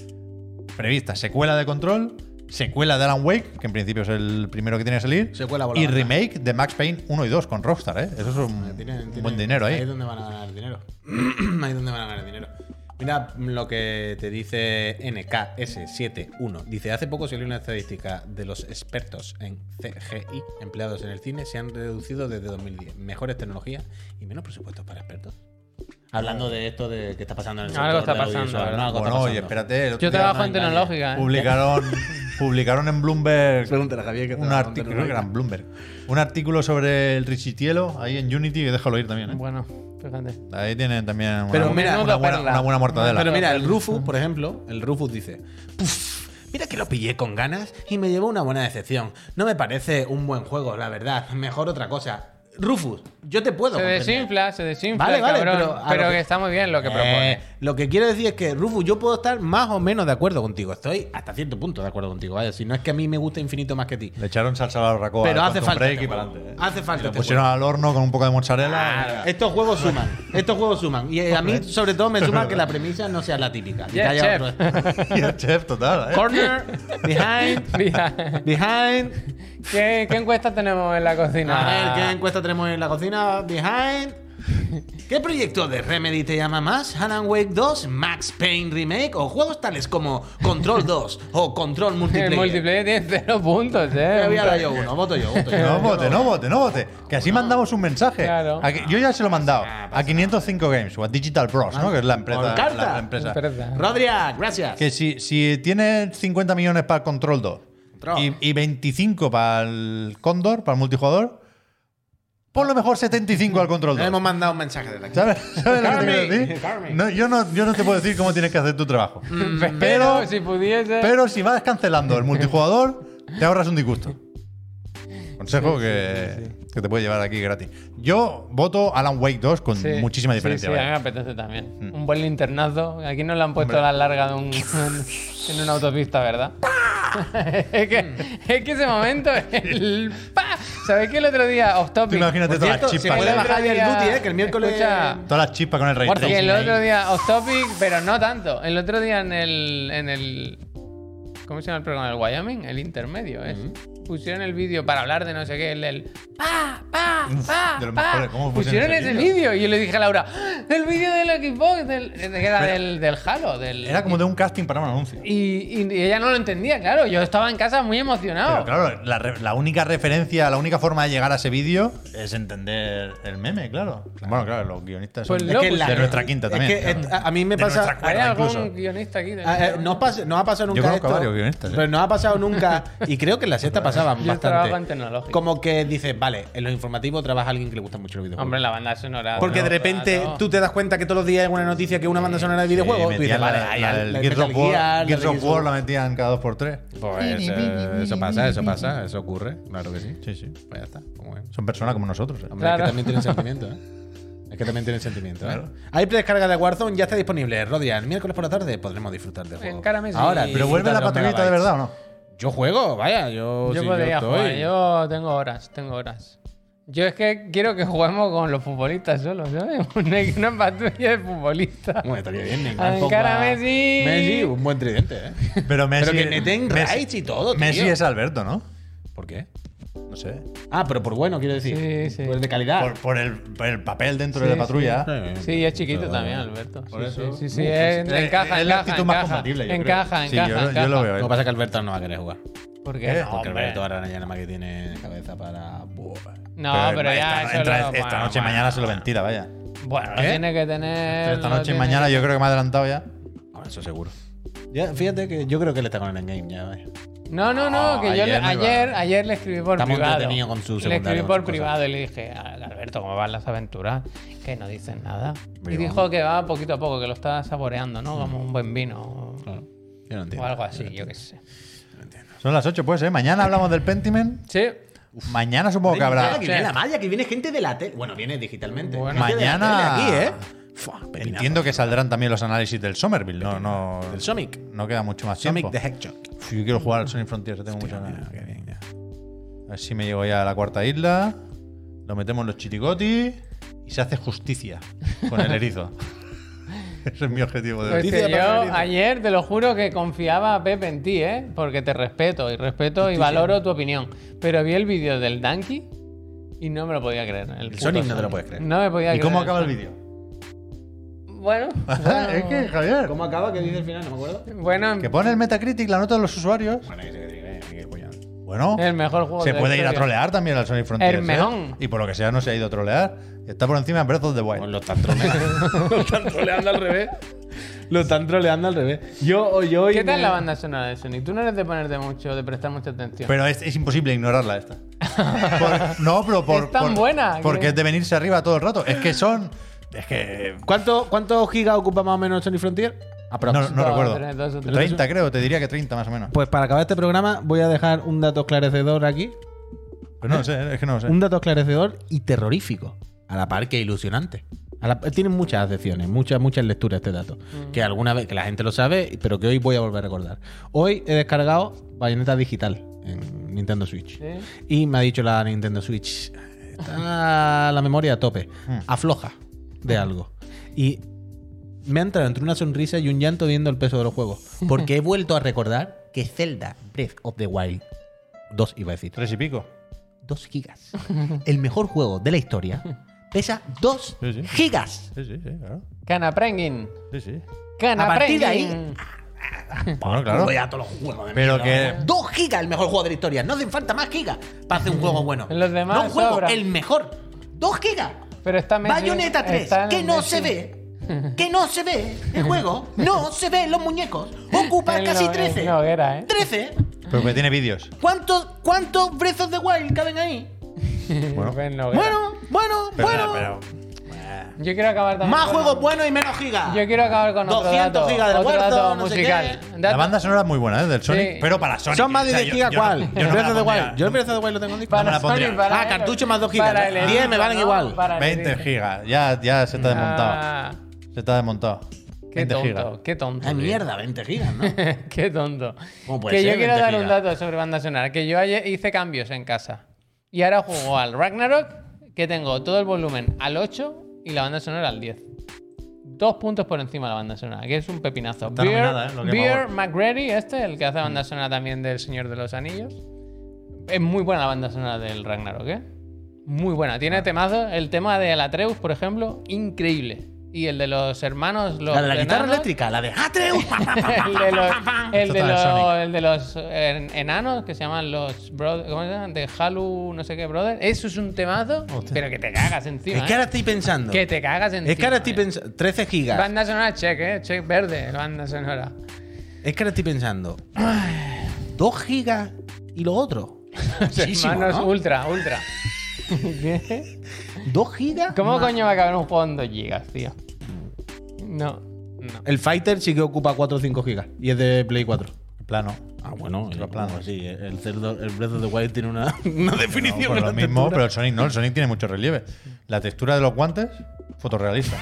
Speaker 2: prevista secuela de Control, secuela de Alan Wake, que en principio es el primero que tiene que salir,
Speaker 3: Secuela por la
Speaker 2: y
Speaker 3: banda.
Speaker 2: remake de Max Payne 1 y 2 con Rockstar, ¿eh? Eso es un
Speaker 3: Tienen- tienen-
Speaker 2: buen dinero
Speaker 3: Ahí es
Speaker 2: ahí.
Speaker 3: donde van a ganar dinero. [clears throat] ahí es donde van a ganar dinero. Mira lo que te dice NKS71. Dice, hace poco salió una estadística de los expertos en CGI empleados en el cine se han reducido desde 2010. Mejores tecnologías y menos presupuestos para expertos. Hablando de esto de que está pasando en el
Speaker 1: Algo
Speaker 3: sector
Speaker 1: está
Speaker 3: del
Speaker 1: pasando,
Speaker 3: audiovisual,
Speaker 1: ¿verdad?
Speaker 3: ¿no? Algo está
Speaker 2: Bueno, oye,
Speaker 3: pasando.
Speaker 2: espérate. el otro
Speaker 1: Yo
Speaker 2: día
Speaker 1: trabajo
Speaker 3: no
Speaker 1: en
Speaker 3: hay nadie.
Speaker 1: tecnológica, ¿eh?
Speaker 2: Publicaron,
Speaker 1: [laughs]
Speaker 2: publicaron en Bloomberg
Speaker 4: Pregúntale a Javier que
Speaker 2: un artículo, creo que era en Bloomberg, un artículo sobre el Richitielo ahí en Unity, que déjalo ir también, ¿eh?
Speaker 1: Bueno, fíjate.
Speaker 2: Ahí tienen también una,
Speaker 4: Pero
Speaker 2: buena-
Speaker 4: mira,
Speaker 2: una,
Speaker 1: menuda
Speaker 2: buena,
Speaker 1: perla.
Speaker 2: una buena mortadela.
Speaker 1: Pero
Speaker 3: Pero mira, el Rufus, por ejemplo, el Rufus dice, "Puf, mira que lo pillé con ganas y me llevó una buena decepción. No me parece un buen juego, la verdad. Mejor otra cosa. Rufus, yo te puedo.
Speaker 1: Se
Speaker 3: comprender.
Speaker 1: desinfla, se desinfla,
Speaker 3: Vale, vale,
Speaker 1: cabrón.
Speaker 3: pero a
Speaker 1: Pero,
Speaker 3: lo que-
Speaker 1: que... está muy bien lo que
Speaker 3: Eh,
Speaker 1: propone.
Speaker 3: lo que quiero decir es que, Rufus, yo puedo estar más o menos de acuerdo contigo. Estoy hasta cierto punto de acuerdo contigo. Vaya, si no es que a mí me gusta infinito más que a ti.
Speaker 2: Le echaron salsa a la barbacoa.
Speaker 3: Pero
Speaker 2: al
Speaker 3: hace
Speaker 2: Quantum pues
Speaker 3: falta.
Speaker 2: Break
Speaker 3: este
Speaker 2: y
Speaker 3: juego.
Speaker 2: pa'lante, ¿eh?
Speaker 3: Hace falta.
Speaker 2: Lo
Speaker 3: este
Speaker 2: pusieron
Speaker 3: juego.
Speaker 2: al horno con un poco de mozzarella.
Speaker 3: Claro, Estos juegos suman, estos juegos suman. Y eh, a mí, sobre todo, me suma que la premisa no sea la típica. que
Speaker 1: Yeah,
Speaker 3: haya
Speaker 1: chef.
Speaker 2: [laughs]
Speaker 3: otro-
Speaker 2: y el chef, total. ¿eh?
Speaker 3: [laughs] Corner,
Speaker 1: [laughs]
Speaker 3: behind,
Speaker 1: Mira,
Speaker 3: behind.
Speaker 1: ¿Qué, qué encuesta tenemos en la cocina?
Speaker 3: A ver, ¿qué encuesta tenemos en la cocina? Behind. ¿Qué proyecto de Remedy te llama más? ¿Alan Wake 2? ¿Max Payne Remake? ¿O juegos tales como Control 2 o Control
Speaker 1: El
Speaker 3: Multiplayer?
Speaker 1: multiplayer tiene cero puntos, eh.
Speaker 3: Me voy a dar yo uno, voto yo, voto yo.
Speaker 2: No
Speaker 3: Yo
Speaker 2: vote,
Speaker 3: lo-
Speaker 2: no vote, no vote. Que así mandamos un mensaje.
Speaker 1: Claro.
Speaker 2: A que- yo ya se lo he mandado.
Speaker 3: Ah,
Speaker 2: A 505 Games o a Digital Bros, ¿no? Que es la empresa.
Speaker 3: Por carta.
Speaker 2: la- la empresa.
Speaker 1: Espera.
Speaker 3: Rodriak, gracias.
Speaker 2: Que si, si tienes 50 millones para el Control 2
Speaker 3: Control.
Speaker 2: y, y 25 para el Condor, para el multijugador, pon lo mejor 75 al Control
Speaker 4: Le
Speaker 2: 2.
Speaker 4: hemos mandado un mensaje de la
Speaker 2: ¿Sabes, sabes lo que te quiero
Speaker 3: Carmen,
Speaker 2: decir?
Speaker 3: Carmen.
Speaker 2: No, yo, no, yo no te puedo decir cómo tienes que hacer tu trabajo.
Speaker 1: Mm. Pero,
Speaker 2: Pero-
Speaker 1: si pudiese.
Speaker 2: Pero si vas cancelando el multijugador, te ahorras un disgusto. Consejo que, que te puede llevar aquí gratis. Yo voto Alan Wake 2 con
Speaker 1: Sí,
Speaker 2: muchísima
Speaker 1: sí,
Speaker 2: diferencia.
Speaker 1: Sí, ah. a mí
Speaker 2: vaya.
Speaker 1: me apetece también.
Speaker 3: Mm.
Speaker 1: Un buen linternazo. Aquí no le han puesto la larga de
Speaker 3: [laughs]
Speaker 1: un, en una autopista, ¿verdad? [laughs] es, que, es que ese momento. El pa. ¿Sabéis que el otro día, off topic?
Speaker 2: Tú imagínate
Speaker 3: Por
Speaker 2: todas las
Speaker 3: cierto, se
Speaker 2: chispas.
Speaker 3: puede
Speaker 1: El
Speaker 2: ¿sabes?
Speaker 1: otro
Speaker 3: bajar ya el
Speaker 1: día-
Speaker 3: duty, eh, que el miércoles.
Speaker 1: Escucha,
Speaker 2: Todas las chispas con el Ray
Speaker 3: Guarda,
Speaker 1: Que
Speaker 2: Tracing.
Speaker 1: el
Speaker 3: ahí.
Speaker 1: otro día, off topic, pero no tanto. El otro día en el. En el ¿Cómo se llama el programa? El Wyoming, el intermedio, es. Pusieron el vídeo para hablar de no sé qué, el del. ¡Pa! ¡Pa!
Speaker 2: Uf,
Speaker 1: ¡Pa!
Speaker 2: de los
Speaker 1: pa.
Speaker 2: mejores, ¿cómo
Speaker 1: pusieron
Speaker 2: pusieron ese
Speaker 1: ese
Speaker 2: vídeo?
Speaker 1: vídeo y yo le dije a Laura: "¡Ah! ¡El vídeo del Xbox! Del, que era del, del Halo. Del,
Speaker 2: Era como de un casting para un anuncio.
Speaker 1: y, y- y ella no lo entendía, claro. Yo estaba en casa muy emocionado.
Speaker 2: Pero claro, la, re- la única referencia, la única forma de llegar a ese vídeo es entender el meme, claro. Bueno, claro, los guionistas son
Speaker 1: Pues
Speaker 2: de-
Speaker 1: lo
Speaker 2: de
Speaker 1: pusieron.
Speaker 2: nuestra quinta
Speaker 3: es
Speaker 2: también.
Speaker 3: que,
Speaker 2: claro.
Speaker 3: eh, a- a mí me
Speaker 2: De
Speaker 3: pasa-
Speaker 2: nuestra
Speaker 1: ¿Hay
Speaker 2: cuerda
Speaker 1: algún
Speaker 2: incluso.
Speaker 1: guionista aquí? del-
Speaker 3: Ah, eh, no, pas- no ha pasado nunca
Speaker 2: conozco
Speaker 3: esto,
Speaker 2: a varios guionistas, eh.
Speaker 3: Pero no ha pasado nunca, y creo que en la sexta pasaban
Speaker 1: Yo trabajo en
Speaker 3: bastante.
Speaker 1: tecnológico.
Speaker 3: Como que dices, vale, en los informativos equipo trabaja alguien que le gusta mucho los videojuegos.
Speaker 1: Hombre, la banda sonora.
Speaker 4: Porque de
Speaker 1: todo el
Speaker 4: repente
Speaker 1: rato.
Speaker 4: tú te das cuenta que todos los días hay una noticia que es una banda sonora de videojuegos. y dices,
Speaker 2: metían
Speaker 4: vale,
Speaker 2: la-
Speaker 4: ahí
Speaker 2: la
Speaker 4: al-
Speaker 2: del
Speaker 3: la
Speaker 2: Gears
Speaker 3: Metal
Speaker 2: of War,
Speaker 3: Gear,
Speaker 2: Gears
Speaker 3: la de
Speaker 2: of War la metían cada 2x3.
Speaker 3: Pues eh, eso pasa, eso pasa, eso ocurre, claro que sí.
Speaker 2: Sí, sí.
Speaker 3: Pues ya está, como es.
Speaker 2: Son personas como nosotros. eh.
Speaker 3: Hombre, es
Speaker 1: Claro. [laughs]
Speaker 3: que también tienen sentimiento, ¿eh? Es que también tienen sentimiento, ¿eh?
Speaker 2: Claro.
Speaker 3: Hay predescarga de Warzone, ya está disponible. Rodia, el miércoles por la tarde podremos disfrutar
Speaker 1: Pues
Speaker 3: del juego.
Speaker 1: Encárame, sí.
Speaker 3: Ahora,
Speaker 2: Pero vuelve la patrullita de verdad o no?
Speaker 3: Yo juego, vaya, yo,
Speaker 1: Yo
Speaker 3: sí,
Speaker 1: podría
Speaker 3: estoy-
Speaker 1: jugar, yo tengo horas, tengo horas. Yo es que quiero que juguemos con los futbolistas solo, [laughs] ¿sabes? Una, una patrulla de futbolistas. [laughs]
Speaker 3: Bueno, estaría bien, me
Speaker 1: Ah,
Speaker 3: encanta.
Speaker 1: encara Messi.
Speaker 3: Messi,
Speaker 2: uh,
Speaker 3: un buen tridente, ¿eh?
Speaker 2: Pero Messi.
Speaker 3: Pero que meten
Speaker 2: Messi-
Speaker 3: raids y todo, tío.
Speaker 2: Messi es Alberto, ¿no?
Speaker 3: ¿Por qué?
Speaker 2: No sé.
Speaker 3: Ah, pero por bueno, quiero decir.
Speaker 1: Sí, sí.
Speaker 3: Por de calidad.
Speaker 2: Por, por el, por el papel dentro
Speaker 1: Sí,
Speaker 2: de la patrulla.
Speaker 1: Sí, y es chiquito también, Alberto.
Speaker 3: Por
Speaker 1: Sí,
Speaker 3: eso.
Speaker 1: Sí, sí, sí, es-
Speaker 2: Eh,
Speaker 1: encaja,
Speaker 2: es la
Speaker 1: encaja,
Speaker 2: actitud más
Speaker 1: encaja.
Speaker 2: compatible, yo creo.
Speaker 1: Encaja,
Speaker 2: Sí, yo-
Speaker 1: encaja,
Speaker 2: yo lo
Speaker 1: encaja.
Speaker 2: veo.
Speaker 3: Lo que pasa es que Alberto no va a querer jugar.
Speaker 1: ¿Por
Speaker 2: Eh,
Speaker 1: qué? No,
Speaker 3: Porque
Speaker 1: hombre.
Speaker 3: Alberto ahora ya nada más que tiene cabeza para. Buah.
Speaker 1: No, pero, ya
Speaker 2: Pues esta,
Speaker 1: eso
Speaker 2: entra-
Speaker 1: lo-
Speaker 2: esta
Speaker 1: bueno,
Speaker 2: noche y
Speaker 1: bueno.
Speaker 2: mañana se lo ventila, vaya.
Speaker 1: Bueno, lo
Speaker 3: ¿Eh?
Speaker 1: tiene que tener. lo
Speaker 2: esta noche y
Speaker 1: tiene-
Speaker 2: mañana yo creo que me ha adelantado ya.
Speaker 3: Ahora, eso seguro. Ya, fíjate que yo creo que él está con el endgame ya, vaya.
Speaker 1: No, no, no,
Speaker 2: No,
Speaker 1: que yo le-
Speaker 2: ayer no iba.
Speaker 1: ayer, ayer le escribí por
Speaker 3: Estamos
Speaker 1: privado.
Speaker 3: entretenidos con su
Speaker 1: le
Speaker 3: secundario,
Speaker 1: escribí
Speaker 3: con
Speaker 1: por
Speaker 3: sus
Speaker 1: privado y le dije, "Al- Alberto, ¿cómo van las aventuras? Que no dicen nada. Y
Speaker 3: Vivo.
Speaker 1: dijo que va poquito a poco, que lo está saboreando, ¿no? Como un buen vino
Speaker 3: Claro. Yo no
Speaker 1: o
Speaker 3: entiendo.
Speaker 1: algo así, yo qué sé.
Speaker 2: Son las 8, pues, ¿eh? Mañana hablamos del Pentiment.
Speaker 1: Sí,
Speaker 2: Mañana supongo que habrá.
Speaker 3: Que viene la malla, que viene gente de la tele. Bueno, viene digitalmente.
Speaker 1: Bueno.
Speaker 3: Gente de la
Speaker 2: Mañana-
Speaker 3: tele Aquí, ¿eh? Fua, pepinazo.
Speaker 2: Entiendo que saldrán también los análisis del Somerville. No, no,
Speaker 3: El Sonic.
Speaker 2: no queda mucho más tiempo.
Speaker 3: Sonic the Hedgehog.
Speaker 2: Uf, Yo quiero jugar al Sonic Frontier, tengo muchas ganas.
Speaker 3: Qué bien, ya.
Speaker 2: A ver si me llego ya a la cuarta isla. Lo metemos en los chirigotis y se hace justicia con el erizo. Ese es mi objetivo de
Speaker 1: pues
Speaker 2: hoy.
Speaker 1: que
Speaker 4: Noticia para
Speaker 1: yo
Speaker 4: Felipe.
Speaker 1: ayer te lo juro que confiaba a Pepe en ti, ¿eh? Porque te respeto y respeto y valoro tu opinión. Pero vi el vídeo del Danky y no me lo podía creer. El, puto
Speaker 3: Sonic no te lo puedes creer.
Speaker 1: No me podía
Speaker 2: ¿Y
Speaker 1: creer.
Speaker 2: cómo acaba el vídeo?
Speaker 1: Bueno,
Speaker 2: [laughs] es que, Javier,
Speaker 3: ¿Cómo acaba? ¿Qué dice el final? No me acuerdo.
Speaker 1: bueno,
Speaker 2: que pone el Metacritic la nota de los usuarios.
Speaker 3: Bueno, que se eh, que se- que se- que se-
Speaker 2: Bueno,
Speaker 1: el mejor juego
Speaker 2: se
Speaker 1: de la
Speaker 2: puede ir a
Speaker 1: historia.
Speaker 2: trolear también al Sonic Frontier. ¿eh?
Speaker 1: Hermejón.
Speaker 2: Y por lo que sea, no se ha ido a trolear. Está por encima de Breath of the
Speaker 3: Pues
Speaker 2: Wild.
Speaker 3: lo están [laughs] troleando. lo están troleando al revés. Lo están troleando al revés. Yo, yo hoy
Speaker 1: ¿Qué tal
Speaker 3: me-
Speaker 1: la banda sonora de Sonic? Tú no eres de ponerte mucho, de prestar mucha atención.
Speaker 2: Pero es, es imposible
Speaker 1: [laughs]
Speaker 2: ignorarla esta. Por- no, pero por.
Speaker 1: Es tan
Speaker 2: por-
Speaker 1: buena que-
Speaker 2: Porque es de venirse arriba todo el rato. Es que son. Es que.
Speaker 3: ¿Cuánto, ¿Cuánto giga ocupa más o menos Sonic Frontier?
Speaker 2: No,
Speaker 3: Aprox.
Speaker 2: no
Speaker 1: Dos,
Speaker 2: recuerdo.
Speaker 1: tres, dos o tres.
Speaker 2: 30, creo. Te diría que 30 más o menos.
Speaker 3: Pues para acabar este programa voy a dejar un dato esclarecedor aquí.
Speaker 2: Pero Pues no lo sé, es que no lo sé.
Speaker 3: Un dato esclarecedor y terrorífico. A la par que ilusionante. A la- tiene muchas acepciones, muchas, muchas lecturas este dato. Que alguna vez, que la gente lo sabe, pero que hoy voy a volver a recordar. Hoy he descargado Bayonetta Digital en Nintendo Switch.
Speaker 1: ¿Sí?
Speaker 3: Y me ha dicho la Nintendo Switch, está la memoria a tope, afloja de algo. Y me ha entrado entre una sonrisa y un llanto viendo el peso de los juegos. Porque he vuelto a recordar que Zelda Breath of the Wild 2, iba a decir,
Speaker 2: Tres y pico.
Speaker 3: 2 gigas. El mejor juego de la historia pesa 2
Speaker 2: Sí, sí.
Speaker 3: gigas.
Speaker 2: Sí, sí, sí, claro.
Speaker 1: Canaprengin.
Speaker 2: Sí,
Speaker 1: [laughs]
Speaker 2: sí.
Speaker 1: Canaprengin.
Speaker 3: de ahí,
Speaker 1: [laughs]
Speaker 2: Bueno, claro.
Speaker 3: Voy a todos los juegos de
Speaker 2: Pero
Speaker 3: mierda.
Speaker 2: que-
Speaker 3: 2 gigas, el mejor juego de la historia. No hacen falta más gigas para hacer un juego bueno.
Speaker 1: Los demás
Speaker 3: no un juego,
Speaker 1: sobran.
Speaker 3: el mejor. 2 gigas.
Speaker 1: Pero está Messi-
Speaker 3: Bayonetta 3,
Speaker 1: está en
Speaker 3: que
Speaker 1: el
Speaker 3: no
Speaker 1: Messi.
Speaker 3: se ve, que no se ve
Speaker 1: [laughs]
Speaker 3: el juego, no se ve los muñecos, ocupa
Speaker 1: En
Speaker 3: casi
Speaker 1: lo- en
Speaker 3: 13.
Speaker 1: la hoguera, ¿eh?
Speaker 3: 13.
Speaker 2: Pero que tiene vídeos.
Speaker 3: ¿Cuántos, cuántos brezos de Wild caben ahí?
Speaker 2: Bueno.
Speaker 1: Ven, no,
Speaker 3: Bueno, bueno,
Speaker 2: Pero,
Speaker 3: bueno.
Speaker 2: pero-
Speaker 1: gracias. Yo quiero acabar también.
Speaker 3: Más
Speaker 1: con-
Speaker 3: juegos buenos y menos gigas.
Speaker 1: Yo quiero acabar con otro
Speaker 3: 200
Speaker 1: dato.
Speaker 3: gigas de
Speaker 1: otro
Speaker 3: huerto,
Speaker 1: dato
Speaker 3: no sé
Speaker 1: musical.
Speaker 3: qué.
Speaker 2: la
Speaker 1: Dato-
Speaker 2: banda sonora es muy buena, ¿eh? Del Sonic.
Speaker 1: Sí.
Speaker 2: pero para Sonic.
Speaker 3: Son más
Speaker 2: O
Speaker 3: de
Speaker 2: sea,
Speaker 3: 10
Speaker 2: yo-
Speaker 3: gigas,
Speaker 2: yo no-
Speaker 3: ¿cuál?
Speaker 2: yo no
Speaker 3: el
Speaker 2: me la
Speaker 3: Breath of the
Speaker 2: pondría.
Speaker 3: Wild. Yo el Breath of the Wild lo tengo en disco.
Speaker 2: me
Speaker 1: Para
Speaker 2: la
Speaker 1: Sony,
Speaker 2: pondría.
Speaker 1: para
Speaker 3: Ah,
Speaker 1: él,
Speaker 3: cartucho más dos gigas.
Speaker 1: para el
Speaker 3: 10 me
Speaker 1: equipo,
Speaker 3: valen
Speaker 1: ¿no?
Speaker 3: igual.
Speaker 1: Para el
Speaker 2: 20
Speaker 1: equipo.
Speaker 2: gigas. Ya, ya se está desmontado.
Speaker 1: Ah,
Speaker 2: Se está desmontado.
Speaker 1: Qué
Speaker 2: 20 gigas.
Speaker 1: tonto, qué tonto.
Speaker 3: Ah, mierda, 20 gigas, ¿no?
Speaker 1: [laughs] Qué tonto.
Speaker 3: ¿Cómo puede
Speaker 1: Que
Speaker 3: ser
Speaker 1: yo quiero
Speaker 3: 20
Speaker 1: dar un
Speaker 3: gigas?
Speaker 1: dato sobre banda sonora. Que yo ayer hice cambios en casa. Y ahora juego al Ragnarok, que tengo todo el volumen al 8 y la banda sonora al 10. Dos puntos por encima de la banda sonora, que es un pepinazo.
Speaker 2: Está nominada, ¿eh? Lo que
Speaker 1: Beer
Speaker 2: favor.
Speaker 1: McGrady, este, el que hace banda sonora también del Señor de los Anillos. Es muy buena la banda sonora del Ragnarok, ¿eh? Muy buena.
Speaker 3: Ah.
Speaker 1: Tiene temazos. El tema de Alatreus, por ejemplo, increíble. Y el de los hermanos, los
Speaker 3: La de la guitarra
Speaker 1: enanos,
Speaker 3: eléctrica, la de Atreus.
Speaker 1: [laughs] el de los, el
Speaker 2: Esto
Speaker 1: de
Speaker 2: está en
Speaker 1: los-
Speaker 2: Sonic.
Speaker 1: el de los en- enanos que se llaman los brothers, ¿cómo se llaman? De Halu, no sé qué brother. Eso es un temazo, pero que te cagas encima.
Speaker 3: Es que
Speaker 1: ¿eh?
Speaker 3: ahora estoy pensando.
Speaker 1: Que te cagas encima.
Speaker 3: Es que ahora estoy
Speaker 1: ¿eh?
Speaker 3: pensando. 13 gigas.
Speaker 1: Banda sonora check, eh, check verde, banda sonora.
Speaker 3: Es que ahora estoy pensando. [sighs] Dos gigas y lo otro.
Speaker 1: [laughs]
Speaker 3: Muchísimo,
Speaker 1: Hermanos
Speaker 3: ¿no? [laughs]
Speaker 1: ultra, ultra. ¿Qué?
Speaker 4: ¿Dos gigas?
Speaker 1: ¿Cómo
Speaker 4: Más.
Speaker 1: coño va a caber un juego en 2 gigas, tío? No, no.
Speaker 4: El Fighter sí que ocupa 4 o 5 gigas y es de Play 4.
Speaker 1: [laughs]
Speaker 2: En plano.
Speaker 4: Ah, bueno,
Speaker 2: Otro
Speaker 4: eh,
Speaker 2: plano.
Speaker 4: pues sí, el, cerdo, el Breath of the Wild tiene una, [laughs] una definición.
Speaker 2: No, pues
Speaker 4: una
Speaker 2: lo mismo,
Speaker 4: textura.
Speaker 2: pero el Sonic no, el Sonic tiene mucho relieve. La textura de los guantes,
Speaker 1: [laughs]
Speaker 2: fotorrealista.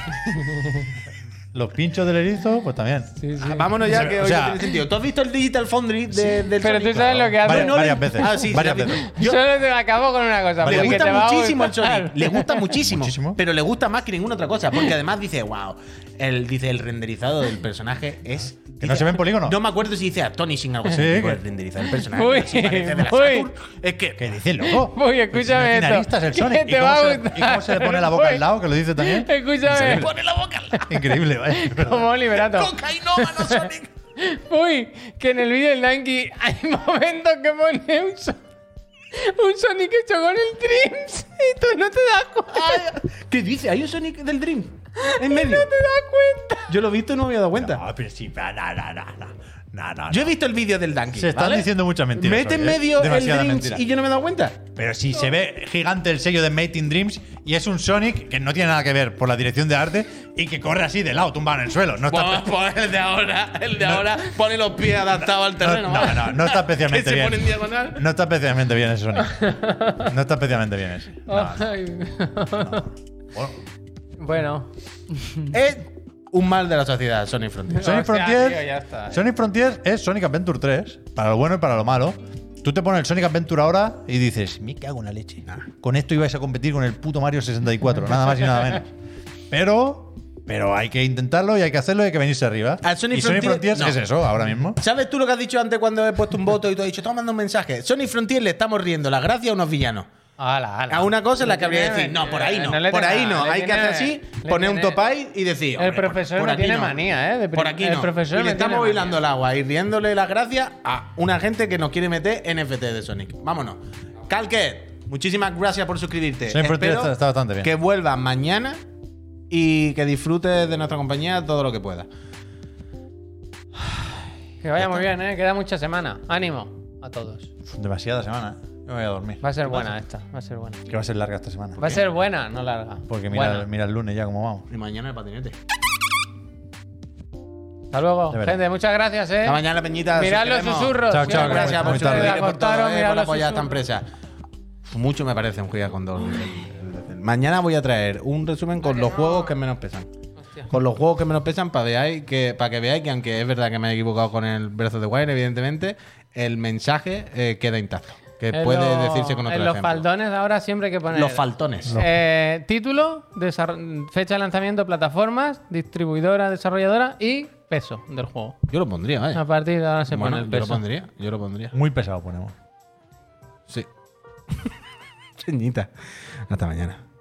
Speaker 2: los pinchos del erizo, pues también.
Speaker 1: Sí, sí.
Speaker 3: Ah, Vámonos ya,
Speaker 2: O
Speaker 3: que hoy
Speaker 2: sea-
Speaker 3: no tiene sentido. ¿Tú has visto el Digital Foundry de, del
Speaker 1: Pero
Speaker 3: Sonic?
Speaker 1: tú sabes lo que hace.
Speaker 2: Varias,
Speaker 3: no,
Speaker 2: varias
Speaker 3: no,
Speaker 2: veces.
Speaker 3: ah, sí,
Speaker 2: varias
Speaker 3: la-
Speaker 2: veces.
Speaker 1: Yo Solo te la acabo con una cosa.
Speaker 2: Vale.
Speaker 1: porque
Speaker 2: Le
Speaker 3: Le
Speaker 1: te va
Speaker 3: gusta
Speaker 1: a
Speaker 3: muchísimo el
Speaker 1: gustar.
Speaker 3: Sonic. Le gusta muchísimo.
Speaker 2: Muchísimo.
Speaker 3: Pero le gusta más que ninguna otra cosa. Porque además dice, wow. El, dice, el renderizado del personaje es.
Speaker 2: Que
Speaker 3: dice-
Speaker 2: no se ven polígonos.
Speaker 3: No me acuerdo si dice astonishing o algo así.
Speaker 2: Sí,
Speaker 3: digo,
Speaker 2: que-
Speaker 3: el renderizado del personaje.
Speaker 1: Uy,
Speaker 3: que se parece de la
Speaker 1: uy.
Speaker 3: Saturn. Es que.
Speaker 2: ¿Qué dices,
Speaker 1: [laughs]
Speaker 2: loco?
Speaker 1: Uy, escúchame
Speaker 2: Pues si no tiene
Speaker 1: esto.
Speaker 2: aristas el
Speaker 1: ¿Qué
Speaker 2: Sonic.
Speaker 1: te
Speaker 2: ¿Y,
Speaker 1: va a
Speaker 2: cómo se,
Speaker 1: gustar?
Speaker 2: y cómo se le pone la boca
Speaker 1: Uy.
Speaker 2: al lado? Que lo dice también.
Speaker 1: Escúchame.
Speaker 2: Increíble.
Speaker 3: Pone la boca al
Speaker 1: [laughs]
Speaker 3: lado.
Speaker 2: Increíble, vaya. es
Speaker 1: [laughs]
Speaker 2: verdad.
Speaker 1: Como
Speaker 3: [laughs]
Speaker 1: liberato.
Speaker 3: Cocainómano
Speaker 1: [laughs]
Speaker 3: Sonic.
Speaker 1: Uy, que en el vídeo del Nike hay [laughs] momentos que pone un, so- un Sonic hecho con el Dreams [laughs] y tú no te das cuenta.
Speaker 3: ¿Qué dice? Hay un Sonic del Dream. En medio.
Speaker 1: No te das cuenta.
Speaker 4: Yo lo he visto y no me había dado cuenta.
Speaker 2: No, pero sí, na, na, na, na, na, na, na.
Speaker 3: Yo he visto el vídeo del Donkey.
Speaker 2: Se están
Speaker 3: ¿vale?
Speaker 2: diciendo muchas mentiras.
Speaker 4: Mete en
Speaker 2: hoy, ¿eh?
Speaker 4: medio el
Speaker 2: Demasiadas
Speaker 4: Dreams
Speaker 2: mentiras.
Speaker 4: y yo no me he dado cuenta.
Speaker 2: Pero si se ve gigante el sello de Mating Dreams y es un Sonic que no tiene nada que ver por la dirección de arte y que corre así de lado, tumbado en el suelo. No está,
Speaker 3: Vamos, pues, el de ahora, el de ahora pone los pies adaptados al terreno.
Speaker 2: no, no,
Speaker 3: ¿vale?
Speaker 2: no, no está especialmente
Speaker 3: que se
Speaker 2: bien.
Speaker 3: pone en diagonal.
Speaker 2: no está especialmente bien ese Sonic. No está especialmente bien ese. No, no.
Speaker 1: Ay. [laughs]
Speaker 2: Bueno,
Speaker 1: Bueno.
Speaker 4: Es
Speaker 3: Un mal de la sociedad, Sonic Frontier.
Speaker 2: Sonic,
Speaker 1: O sea,
Speaker 2: Frontier,
Speaker 1: tío, ya está.
Speaker 2: Sonic Frontier es Sonic Adventure 3, para lo bueno y para lo malo. Tú te pones el Sonic Adventure ahora y dices, me cago en la leche. Con esto ibais a competir con el puto Mario 64, nada más y nada menos. Pero, pero hay que intentarlo y hay que hacerlo y hay que venirse arriba.
Speaker 3: Al Sonic
Speaker 2: y Sonic
Speaker 3: Frontier-
Speaker 2: Frontier
Speaker 3: no.
Speaker 2: es eso, ahora mismo.
Speaker 3: ¿Sabes tú lo que has dicho antes cuando he puesto un voto y tú has dicho, toma mandando un mensaje? Sonic Frontier le estamos riendo la gracia a unos villanos.
Speaker 1: Ala, ala.
Speaker 3: A una cosa en la
Speaker 1: Le
Speaker 3: que habría que
Speaker 1: tiene-
Speaker 3: decir, no, por ahí no,
Speaker 1: le
Speaker 3: por
Speaker 1: tiene
Speaker 3: ahí
Speaker 1: nada,
Speaker 3: no.
Speaker 1: le
Speaker 3: Hay que
Speaker 1: tiene-
Speaker 3: hacer así,
Speaker 1: le
Speaker 3: poner un
Speaker 1: tiene-
Speaker 3: topay y decir.
Speaker 1: El
Speaker 3: hombre, por-
Speaker 1: profesor
Speaker 3: por
Speaker 1: me
Speaker 3: aquí
Speaker 1: tiene
Speaker 3: no.
Speaker 1: manía, ¿eh? de prim-
Speaker 3: Por aquí
Speaker 1: el
Speaker 3: no.
Speaker 1: profesor me
Speaker 3: y le
Speaker 1: tiene
Speaker 3: estamos
Speaker 1: manía.
Speaker 3: bailando el agua y riéndole la gracia a una gente que nos quiere meter NFT de Sonic. Vámonos. Calquet, muchísimas gracias por suscribirte.
Speaker 2: Sonic Frontier
Speaker 3: Eh, Espero
Speaker 2: está- está bastante bien.
Speaker 3: Que vuelvas mañana y que disfrutes de nuestra compañía todo lo que puedas.
Speaker 1: Que vaya muy bien, ¿eh? Queda mucha semana. Ánimo a todos.
Speaker 2: Uf, Demasiada semana. ¿eh? Yo me voy a dormir.
Speaker 1: Va a ser buena esta. Va a ser buena.
Speaker 2: Que va a ser larga esta semana.
Speaker 1: Va a ser buena, no larga.
Speaker 2: Porque mira,
Speaker 1: Buena.
Speaker 2: mira el lunes ya cómo vamos.
Speaker 3: Y mañana el patinete.
Speaker 1: Hasta luego.
Speaker 2: De verdad.
Speaker 1: Gente, muchas gracias, ¿eh?
Speaker 3: Hasta mañana, Peñita. os
Speaker 1: Mirad los
Speaker 3: queremos.
Speaker 1: susurros.
Speaker 2: Chao,
Speaker 1: Mirad
Speaker 2: chao,
Speaker 1: los
Speaker 3: Gracias por
Speaker 2: Muy tarde.
Speaker 1: susurros.
Speaker 3: suscribirte, por todo,
Speaker 1: Acostaros,
Speaker 3: eh,
Speaker 1: mirad
Speaker 3: por
Speaker 1: los
Speaker 3: apoyar a esta
Speaker 1: susurros.
Speaker 3: empresa. Mucho me parece un juega con dos. Mañana voy a traer un resumen con los juegos que menos pesan.
Speaker 1: Hostia.
Speaker 3: Con los juegos que menos pesan para veáis que para que veáis que aunque es verdad que me he equivocado con el Breath of the Wild, evidentemente, el mensaje eh, queda intacto. Que
Speaker 1: En
Speaker 3: puede
Speaker 1: lo-
Speaker 3: decirse con otro
Speaker 1: En los
Speaker 3: ejemplo.
Speaker 1: faldones ahora siempre hay que poner.
Speaker 3: Los faltones.
Speaker 1: Eh, título, desarro- fecha de lanzamiento, plataformas, distribuidora, desarrolladora y peso del juego.
Speaker 3: Yo lo pondría, vaya.
Speaker 1: A partir de ahora se
Speaker 3: Bueno,
Speaker 1: pone el
Speaker 3: yo lo
Speaker 1: peso.
Speaker 3: pondría, yo lo pondría.
Speaker 2: Muy
Speaker 3: [laughs]
Speaker 2: pesado ponemos.
Speaker 3: Sí. Cheñita. Hasta mañana.